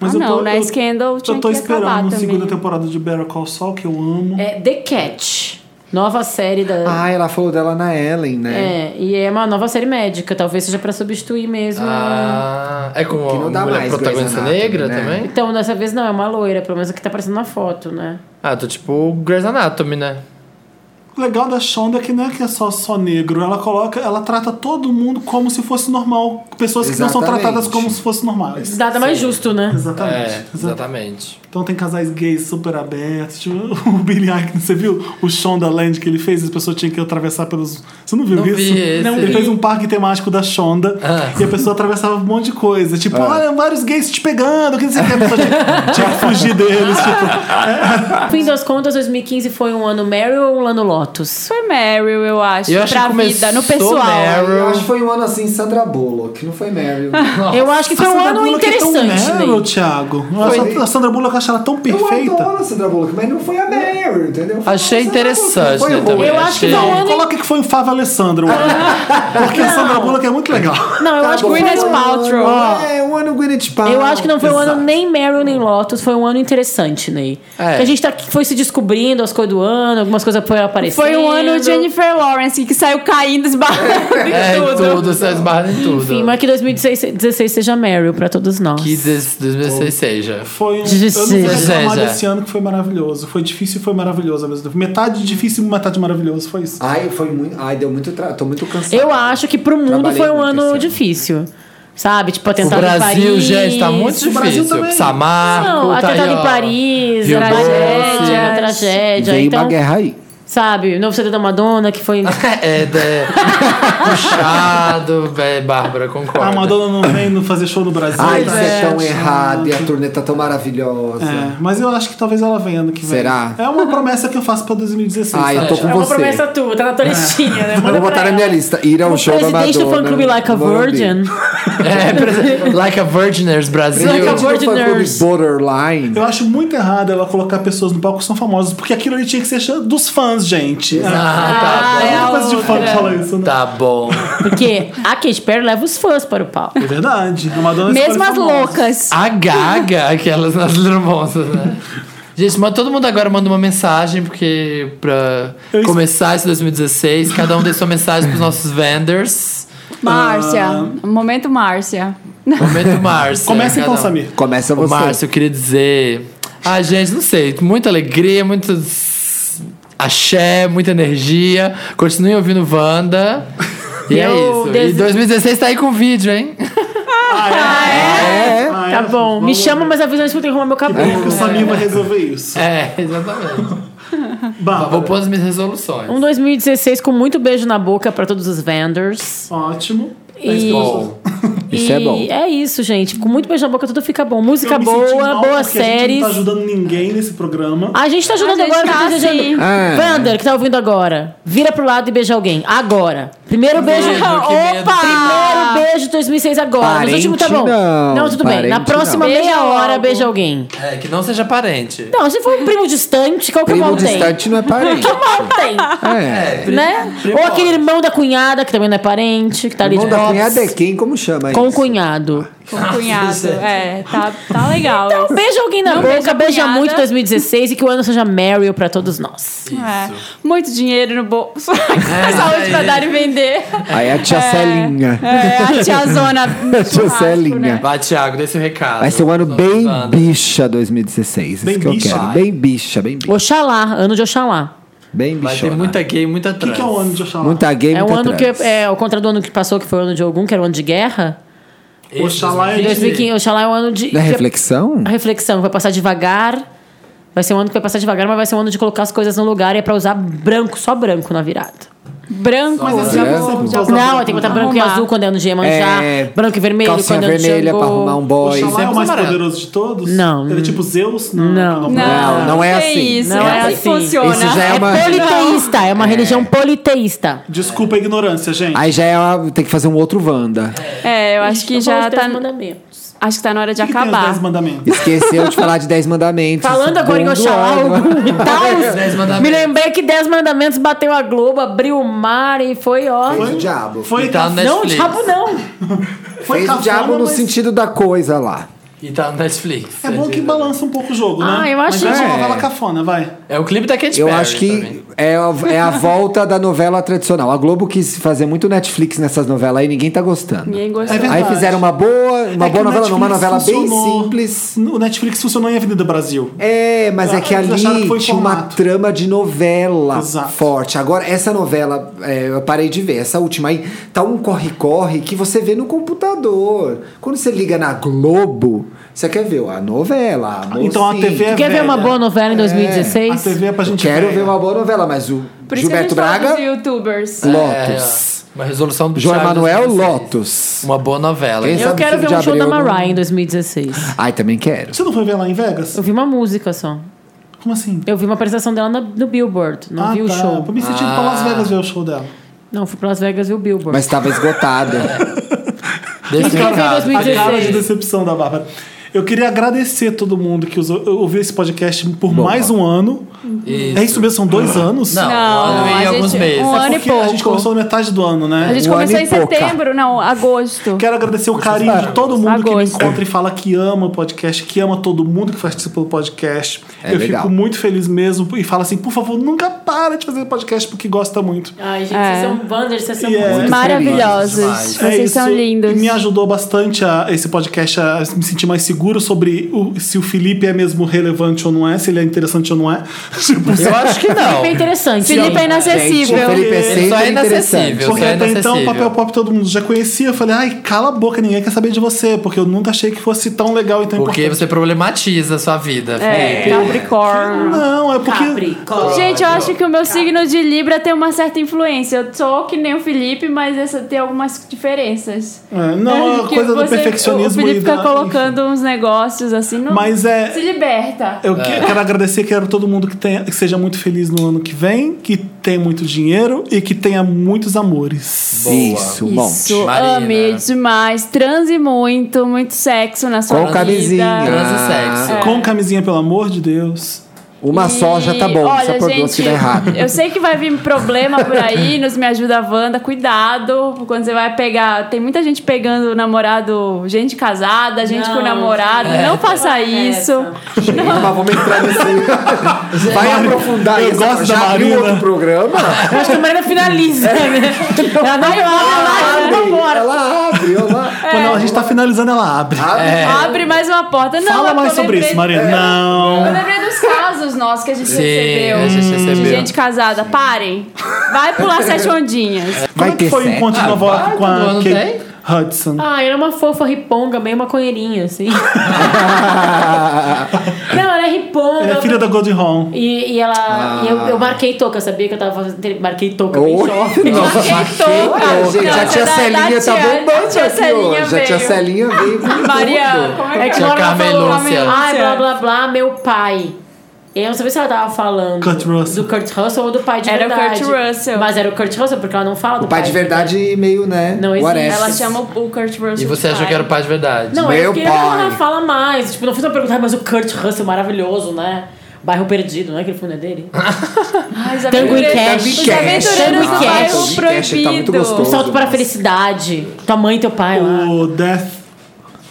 ah, não, né? Scandal tinha eu tô que acabar esperando a também. segunda temporada de Better Call Saul, que eu amo. É The Catch. Nova série da. Ah, ela falou dela na Ellen, né? É, e é uma nova série médica, talvez seja pra substituir mesmo. Ah, é com Que não dá uma mulher mais protagonista Grey's Anatomy, negra né? também? Então, dessa vez não, é uma loira, pelo menos a que tá aparecendo na foto, né? Ah, tô tipo Grey's Anatomy, né? O legal da Shonda é que não é que é só, só negro, ela coloca, ela trata todo mundo como se fosse normal. Pessoas que não são Exatamente. tratadas como se fossem normais. Nada mais justo, né? Exatamente. É, Exa- exatamente. Então tem casais gays super abertos. Tipo, o Billy Eichner, você viu o Shonda Land que ele fez? As pessoas tinham que atravessar pelos. Você não viu Não isso? vi esse. Não ele vi. fez um parque temático da Shonda Ah. e a pessoa atravessava um monte de coisa. Tipo, olha, vários gays te pegando, que não sei o que. A pessoa tinha, tinha que fugir deles. Tipo, No fim das contas, 2015 foi um ano Meryl ou um ano Lotus? Foi é Meryl, eu acho, Eu acho pra que vida, começou no pessoal. Eu acho que Meryl. foi um ano assim, Sandra Bullock, não foi Meryl. Eu acho que foi um Sandra ano Bullock é tão interessante, né?" Meryl, Ney. Thiago. Foi. A Sandra Bullock eu acho ela tão Eu perfeita. adoro a Sandra Bullock, mas não foi a Meryl, entendeu? Foi Achei a Sandra interessante, Bullock, né, não foi também. ruim. Eu acho que achei. foi um Então, ano. Coloca que foi um Fava Alessandro. Porque a Sandra Bullock é muito legal. Não, eu Tá acho que bom. foi um Gwyneth Foi um ano- Paltrow. ano- É, um ano Gwyneth Paltrow. Eu acho que não foi um Exato. ano nem Meryl nem Lotus, foi um ano interessante, Ney. É. Que a gente tá, foi se descobrindo as coisas do ano, algumas coisas foram aparecendo. Foi um ano Jennifer Lawrence que saiu caindo, esbarrando em É, em tudo. tudo, você esbarra em tudo. Enfim, mas que 2016 seja Meryl pra todos nós. Que des- 2016 seja. Foi um. Difícil. Eu não vou reclamar Seja. desse ano que foi maravilhoso. Foi difícil e foi maravilhoso ao mesmo tempo. Metade difícil e metade maravilhoso. Foi isso. Ai, foi muito. Ai, deu muito. Tra... Tô muito cansado. Eu acho que pro mundo Trabalhei foi um muito esse ano ano. difícil. Sabe? Tipo, O atentado em Paris. Brasil, gente, tá muito O Brasil difícil. também. Ah, Samarco, Não, tá aí, atentado em ó. Paris, Viu tragédia, doce. tragédia. Veio então, uma guerra aí. sabe? O novo CD da Madonna, que foi. É, é, puxado, é, Bárbara, concorda. A Madonna não vem não fazer show no Brasil. Ai, tá isso é tão chateado. errado. E a turnê tá tão maravilhosa. É, mas eu acho que talvez ela venha ano que vem. Será? Ah, É uma promessa que eu faço pra 2016. Ai, eu sabe? tô com é uma você. É. promessa tua, tá na tua listinha, né? Vou botar na minha lista. Ir ao O show da Madonna. presidente do fã-clube Like a no Morumbi. Virgin. É, por exemplo, like a Virginers Brasil. Presidente Like a do fã-clube Virginers. Borderline. Eu acho muito errado ela colocar pessoas no palco que são famosas, porque aquilo ali tinha que ser ch- dos fãs, gente. Ah, é é uma a coisa de fã que fala isso, né? tá bom. Porque a Katy Perry leva os fãs para o palco. É verdade. A Madonna Mesmo escolhe as famosos. loucas. A Gaga, aquelas nas lambonças, né? Gente, mas todo mundo agora manda uma mensagem, porque pra Eu es- começar esse 2016, cada um dê sua mensagem pros nossos vendors. Márcia. Um Ah. Momento Márcia. Momento Márcio. Começa então, cada um. Samir. Começa Ô, você. Márcio, eu queria dizer. Ah, gente, não sei. Muita alegria, muito s- axé, muita energia. Continuem ouvindo Wanda. E é Eu isso. E desejo- 2016 tá aí com vídeo, hein? é? É. Ah, é? Ah, é? Tá bom. Me Vamos chama, mas avisa antes que É, eu tenho que arrumar meu ver que cabelo. o Samir vai resolver isso. É, exatamente. Bárbara, Vou pôr as minhas resoluções. Um 2016 com muito beijo na boca para todos os vendors. Ótimo. E- Bom, Isso é bom. E é isso, gente. Com muito beijo na boca tudo fica bom. Música Eu me senti boa, mal boas porque A gente séries. não tá ajudando ninguém nesse programa. A gente tá ajudando A gente agora. tá Tá desejando... assim. Ah. Vander, que tá ouvindo agora, vira pro lado e beija alguém. Agora. Primeiro beijo. Beijo, que medo. Primeiro beijo de 2006 agora. Mas o último tá bom. Parente não, tudo bem. Na parente próxima não. meia Beija hora, logo. beija alguém. é, que não seja parente. Não, se for um primo distante, qual que Primo mal tem? distante não é parente. Mal tem, É. Primo- né? primo- Ou aquele irmão da cunhada, que também não é parente, que tá ali Irmão de da costas. cunhada é quem? Como chama Com o isso? cunhado. Com Ah, o cunhado. É, tá, tá legal. Então, beija alguém na Não boca, beija beija, a cunhada. muito 2016 e que o ano seja Meryl pra todos nós. É. Muito dinheiro no bolso. É, Saúde pra é. dar e vender. Aí é a tia Celinha. É, a né? tia Zona. A tia Celinha. Vai, Thiago, dê seu recado. Vai ser um ano Sou bem Wanda. bicha 2016. Isso Bem que eu bicha? quero. Bem bicha, bem bicha. Oxalá, ano de Oxalá. Bem Vai ter bichona. muita gay, muita O que, trans. que é o ano de Oxalá? Muita gay, É muita um ano que trans. é ao contrário do ano que passou, que foi o ano de algum, que era o ano de guerra. Esse, Oxalá é de- 2015, Oxalá é um ano de Da que- reflexão? a reflexão, vai passar devagar. Vai ser um ano que vai passar devagar, mas vai ser um ano de colocar as coisas no lugar e é pra usar branco, só branco na virada. Branco. Mas assim, Olha. é sempre pra usar Não, branco. tem que botar branco e Arrumar. azul quando é no Giemanjá, É, branco e vermelho Calcinha quando é no vermelha Xangô. pra arrumar um boy. Oxalá é o Sempre mais amarelo. poderoso de todos? Não. Ele é tipo Zeus? Não. Não, não é tem assim. Isso. Não é assim. funciona. Isso já é É uma- politeísta, é uma religião politeísta. Desculpa a ignorância, gente. Aí já é uma- tem que fazer um outro Wanda. É, eu acho que já tá. mandamentos. Acho que tá na hora de O que tem os acabar. dez mandamentos? Esqueceu de falar de 10 mandamentos. Falando agora em Segundo Oxalá, ano. o- e Dez tal, mandamentos. me lembrei que 10 mandamentos bateu a Globo, abriu o mar e foi, ó. Fez é o diabo. Foi, E tá no caf- Não, Netflix. diabo não. foi Fez o cafona, diabo no mas- sentido da coisa lá. E tá no Netflix. É bom que balança um pouco o jogo, né? Ah, eu acho Mas é que- uma novela cafona, vai. É o clipe da Katy Eu Perry acho que também. é a, é a volta da novela tradicional. A Globo quis fazer muito Netflix nessas novelas aí, ninguém tá gostando. Ninguém gostou. É verdade. Aí fizeram uma boa, uma É que boa o novela, não, uma Netflix novela bem funcionou- simples. O Netflix funcionou em Avenida Brasil. É, mas é Ah, que eles ali acharam que foi tinha uma formato. trama de novela Exato. forte. Agora, essa novela, é, eu parei de ver, essa última aí, tá um corre-corre que você vê no computador. Quando você liga na Globo, você quer ver a novela. a Então a mocinha. TV é Quer ver uma velha. boa novela em A 2016? TV é pra Eu gente quero velha. ver uma boa novela, mas o Por isso Gilberto que a gente fala Braga, dos youtubers. Lotus. É, uma resolução do João Thiago Emanuel 2016. Lotus. Uma boa novela. hein? Esse- Eu sabe quero filme ver de um show da abril, não- Mariah em 2016. Ai, também quero. Você não foi ver lá em Vegas? Eu vi uma música só. Como assim? Ah, tá. Eu vi uma apresentação dela na- no Billboard. Não vi o Pra show. mim, você tinha ido pra Ah. Las Vegas ver o show dela. Não, fui pra Las Vegas ver o Billboard. Mas tava esgotada. Desse Quero ver mercado. A cara de 2016. decepção da Bárbara. Eu queria agradecer todo mundo que usou- ouviu esse podcast por Bom, mais um ano. Isso. É isso mesmo? São dois anos? Não, Não, um ano a e gente- alguns meses. um ano- Porque a gente pouco. começou na metade do ano, né? A gente Um começou ano em e pouca. setembro, não, agosto. Quero agradecer o carinho de todo mundo que me Agosto. encontra e fala que ama o podcast, que ama todo mundo que participa do podcast. É Eu legal. fico muito feliz mesmo e falo assim, por favor, nunca para de fazer podcast porque gosta muito. Ai, gente, É. vocês são bandas, vocês são Yeah. muito Maravilhosos. Demais. Vocês são lindos. É E me ajudou bastante a, esse podcast a me sentir mais seguro sobre o- se o Felipe é mesmo relevante ou não é, se ele é interessante ou não é. Tipo, Eu acho que não. Felipe é interessante. Felipe é Gente, o inacessível. Felipe é Ele só é sempre interessante. inacessível. porque sou até então o inacessível. papel pop todo mundo já conhecia. Eu falei, ai, cala a boca, ninguém quer saber de você, porque eu nunca achei que fosse tão legal e tão Porque importante. você problematiza a sua vida, É, Felipe. Capricórnio. Não, é porque. Capricórnio. Gente, eu acho que o meu signo de Libra tem uma certa influência. Eu sou que nem o Felipe, mas essa tem algumas diferenças. É, não, é Né? Que coisa do você- perfeccionismo O Felipe e fica da- colocando uns negócios assim. Não, Mas é- Se liberta. Eu É. que- quero agradecer, quero todo mundo que, tenha, que seja muito feliz no ano que vem, que tenha muito dinheiro e que tenha muitos amores. Boa. Isso, bom. Isso, Marina. ame é demais. Transe muito, muito sexo na sua Com vida. camisinha. Trans e sexo. É. Ah, Com camisinha, pelo amor de Deus. Uma só já tá E, bom, olha, só por duas gente, que dá errado. Eu sei que vai vir problema por aí, nos Me Ajuda Wanda. Cuidado quando você vai pegar. Tem muita gente pegando namorado, gente casada, gente Não, com namorado. gente. é, Não faça Vai isso. nessa. Gente, Mas vamos entrar nesse. Vai aprofundar eu isso. gosto já da abriu Marina. outro programa? Eu acho que a Marina finaliza, né? Ela não fala, ela Abre, ela abre, É. ela. Quando a gente tá finalizando, ela abre. abre. Abre mais uma porta. Não, é Fala porque mais eu sobre lembrei- isso, Marina. Não. Eu lembrei dos casos nossos que a gente Sim, recebeu. a gente De recebeu. gente casada. Parem. Vai pular sete ondinhas. Como é Vai que ter foi o sexo? encontro de Nova Ah, York com todo a ano Kate Hudson? Ah, era uma fofa riponga, meio uma maconheirinha, assim. não, ela é riponga. Ela é filha da Goldie Hawn. E, e ela. e eu, eu marquei touca, sabia que eu tava fazendo. Marquei touca. bem Ah. Oi, jovem. nossa, Marquei Ô, gente, touca. a tia Da- da Celinha tá tia- da bombando tia aqui hoje. Celinha A tia veio. Celinha veio com Maria, tudo. como é que Tia agora ela Carmen falou, né? Lúcia. Ai, blá blá blá, meu pai. Eu não sabia se ela tava falando Kurt Russell. do Kurt Russell ou do pai de Era o verdade. Kurt Russell. Mas era o Kurt Russell, porque ela não fala do O pai de verdade meio, né? Não existe. whatever. Ela chama o Kurt Russell. E você de achou que pai. era o pai de verdade. Não, Meu eu queria que ela pai. fala mais. Tipo, não fiz uma pergunta, "Ah, mas o Kurt Russell maravilhoso, né? Bairro Perdido, não é aquele filme dele? Ai, os Tango e aventureiros- Cash. Os aventureiros do Tango e Cash. bairro Tango e Cash, ele tá muito proibido. gostoso. Salto para a Felicidade. Tua mãe e teu pai lá. O Death.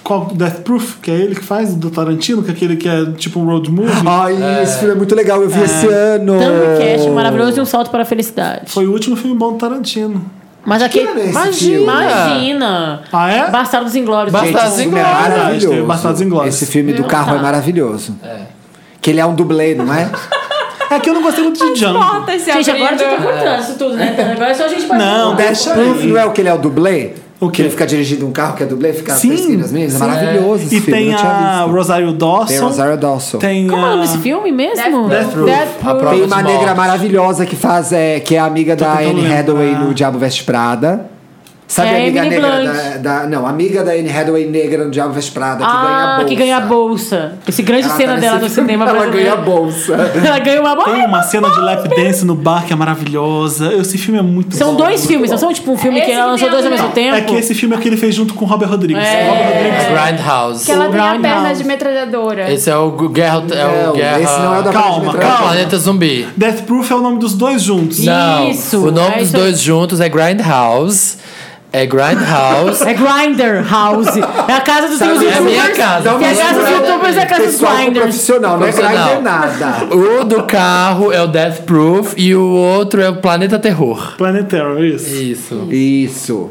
Qual, Death Proof, que é ele que faz, do Tarantino, que é aquele que é tipo um road movie. Ai, esse filme é muito legal, eu vi esse ano. Tango e Cash, Então, maravilhoso, e um salto para a felicidade. Foi o último filme bom do Tarantino. Mas aquele. era esse Imagina! filme? Imagina! Ah, é? Bastardos Inglórios. Bastardos Gente, esse filme é Inglórios. Teve maravilhoso. Bastardos Inglórios. Esse filme do carro é maravilhoso. Que ele é um dublê, não é? É que eu não gostei muito de Django. Porta se Gente, agora já tá abrindo. cortando isso tudo, né? Agora é só a gente passar. Não, Vai. deixa Proof aí. não é o que ele é o dublê? O Que quê? ele fica dirigindo um carro que é dublê, fica Sim, perseguindo as meninas. É sim. maravilhoso esse E filme, tem eu não tinha a visto. Rosario Dawson. Tem a Rosario Dawson. Tem Como é o nome desse a... filme mesmo? Death Proof. Death A prova Tem de uma morte. negra maravilhosa que faz, é, que é amiga da tentando Anne lembrar. Hathaway no Diabo Veste Prada. Sabe É a a amiga Emily negra da, Blunt. da- Não, amiga da Anne Hathaway negra no Diabo Veste Prada, que ganha Ah, bolsa. que ganha a bolsa. Esse grande Ela tá cena nesse dela no filme, cinema Ela brasileiro. ganha a bolsa. Ela ganha uma bolsa. Tem uma cena de lap dance no bar que é maravilhosa. Esse filme é muito São bom. dois filmes, não são tipo um filme Esse que ela lançou filme um- dois ao mesmo tempo. É que esse filme é o que ele fez junto com o Robert Rodrigues. É. Robert Rodrigues. Grindhouse. Que ela tem a Roundhouse. perna de metralhadora. Esse é o gu- Guerra... É o Não, Guerra... esse não é o da Calma, Brad Pitt. É o calma. Planeta Zumbi. Death Proof é o nome dos dois juntos. Não, Isso, o nome é dos isso aí. dois juntos é Grindhouse. É Grindhouse. É Grinder House. É a casa dos Sabe, seus é a youtubers. minha casa. Que é a Dá uma casa dos lembrada youtubers é a casa dos Pessoal com grinders. profissional, não é Profissional. grinder nada. O do carro é o Death Proof e o outro é o Planeta Terror. Planetário, é isso. Isso. Isso.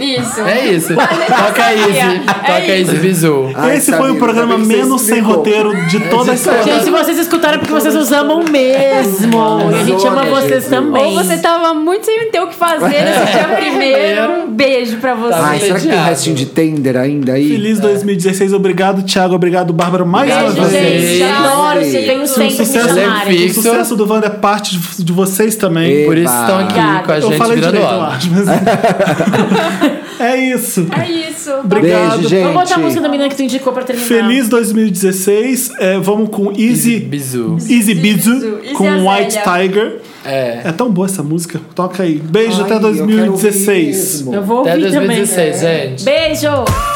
Isso. É isso. Toca Easy. É Toca isso. Easy Bizu. Ai, Esse foi Samira, o programa ainda bem que você menos sem explicou. roteiro de toda a Gente, história. se vocês escutaram, é porque vocês nos amam mesmo. E a gente ama Zona, vocês Jesus. também. Ou você tá tava muito sem ter o que fazer nesse dia primeiro. Um beijo pra você. Tá Ai, será que tem um Entediado. restinho de Tender ainda aí? Feliz 2016, obrigado, Thiago. Obrigado, Bárbara, mais Beijo, uma vez. gente. Adoro, você um venho sempre me Sucesso. chamarem. O sucesso do Wanda é parte de- de vocês também. E- Por isso Eba. estão aqui Obrigada. com a Eu gente falei virando direito, eu aula. acho. mas- é isso. É isso. Obrigado. Beijo, gente. Vamos botar a música da menina que tu indicou pra terminar. Feliz 2016. É, vamos com Easy, Bizu. Easy Bizu. Bizu, Easy com Azalea. White Tiger. É. É tão boa essa música. Toca aí. Beijo Ai, até eu quero ouvir 2016. mesmo. Eu vou Até ouvir também. 2016, gente. Beijo!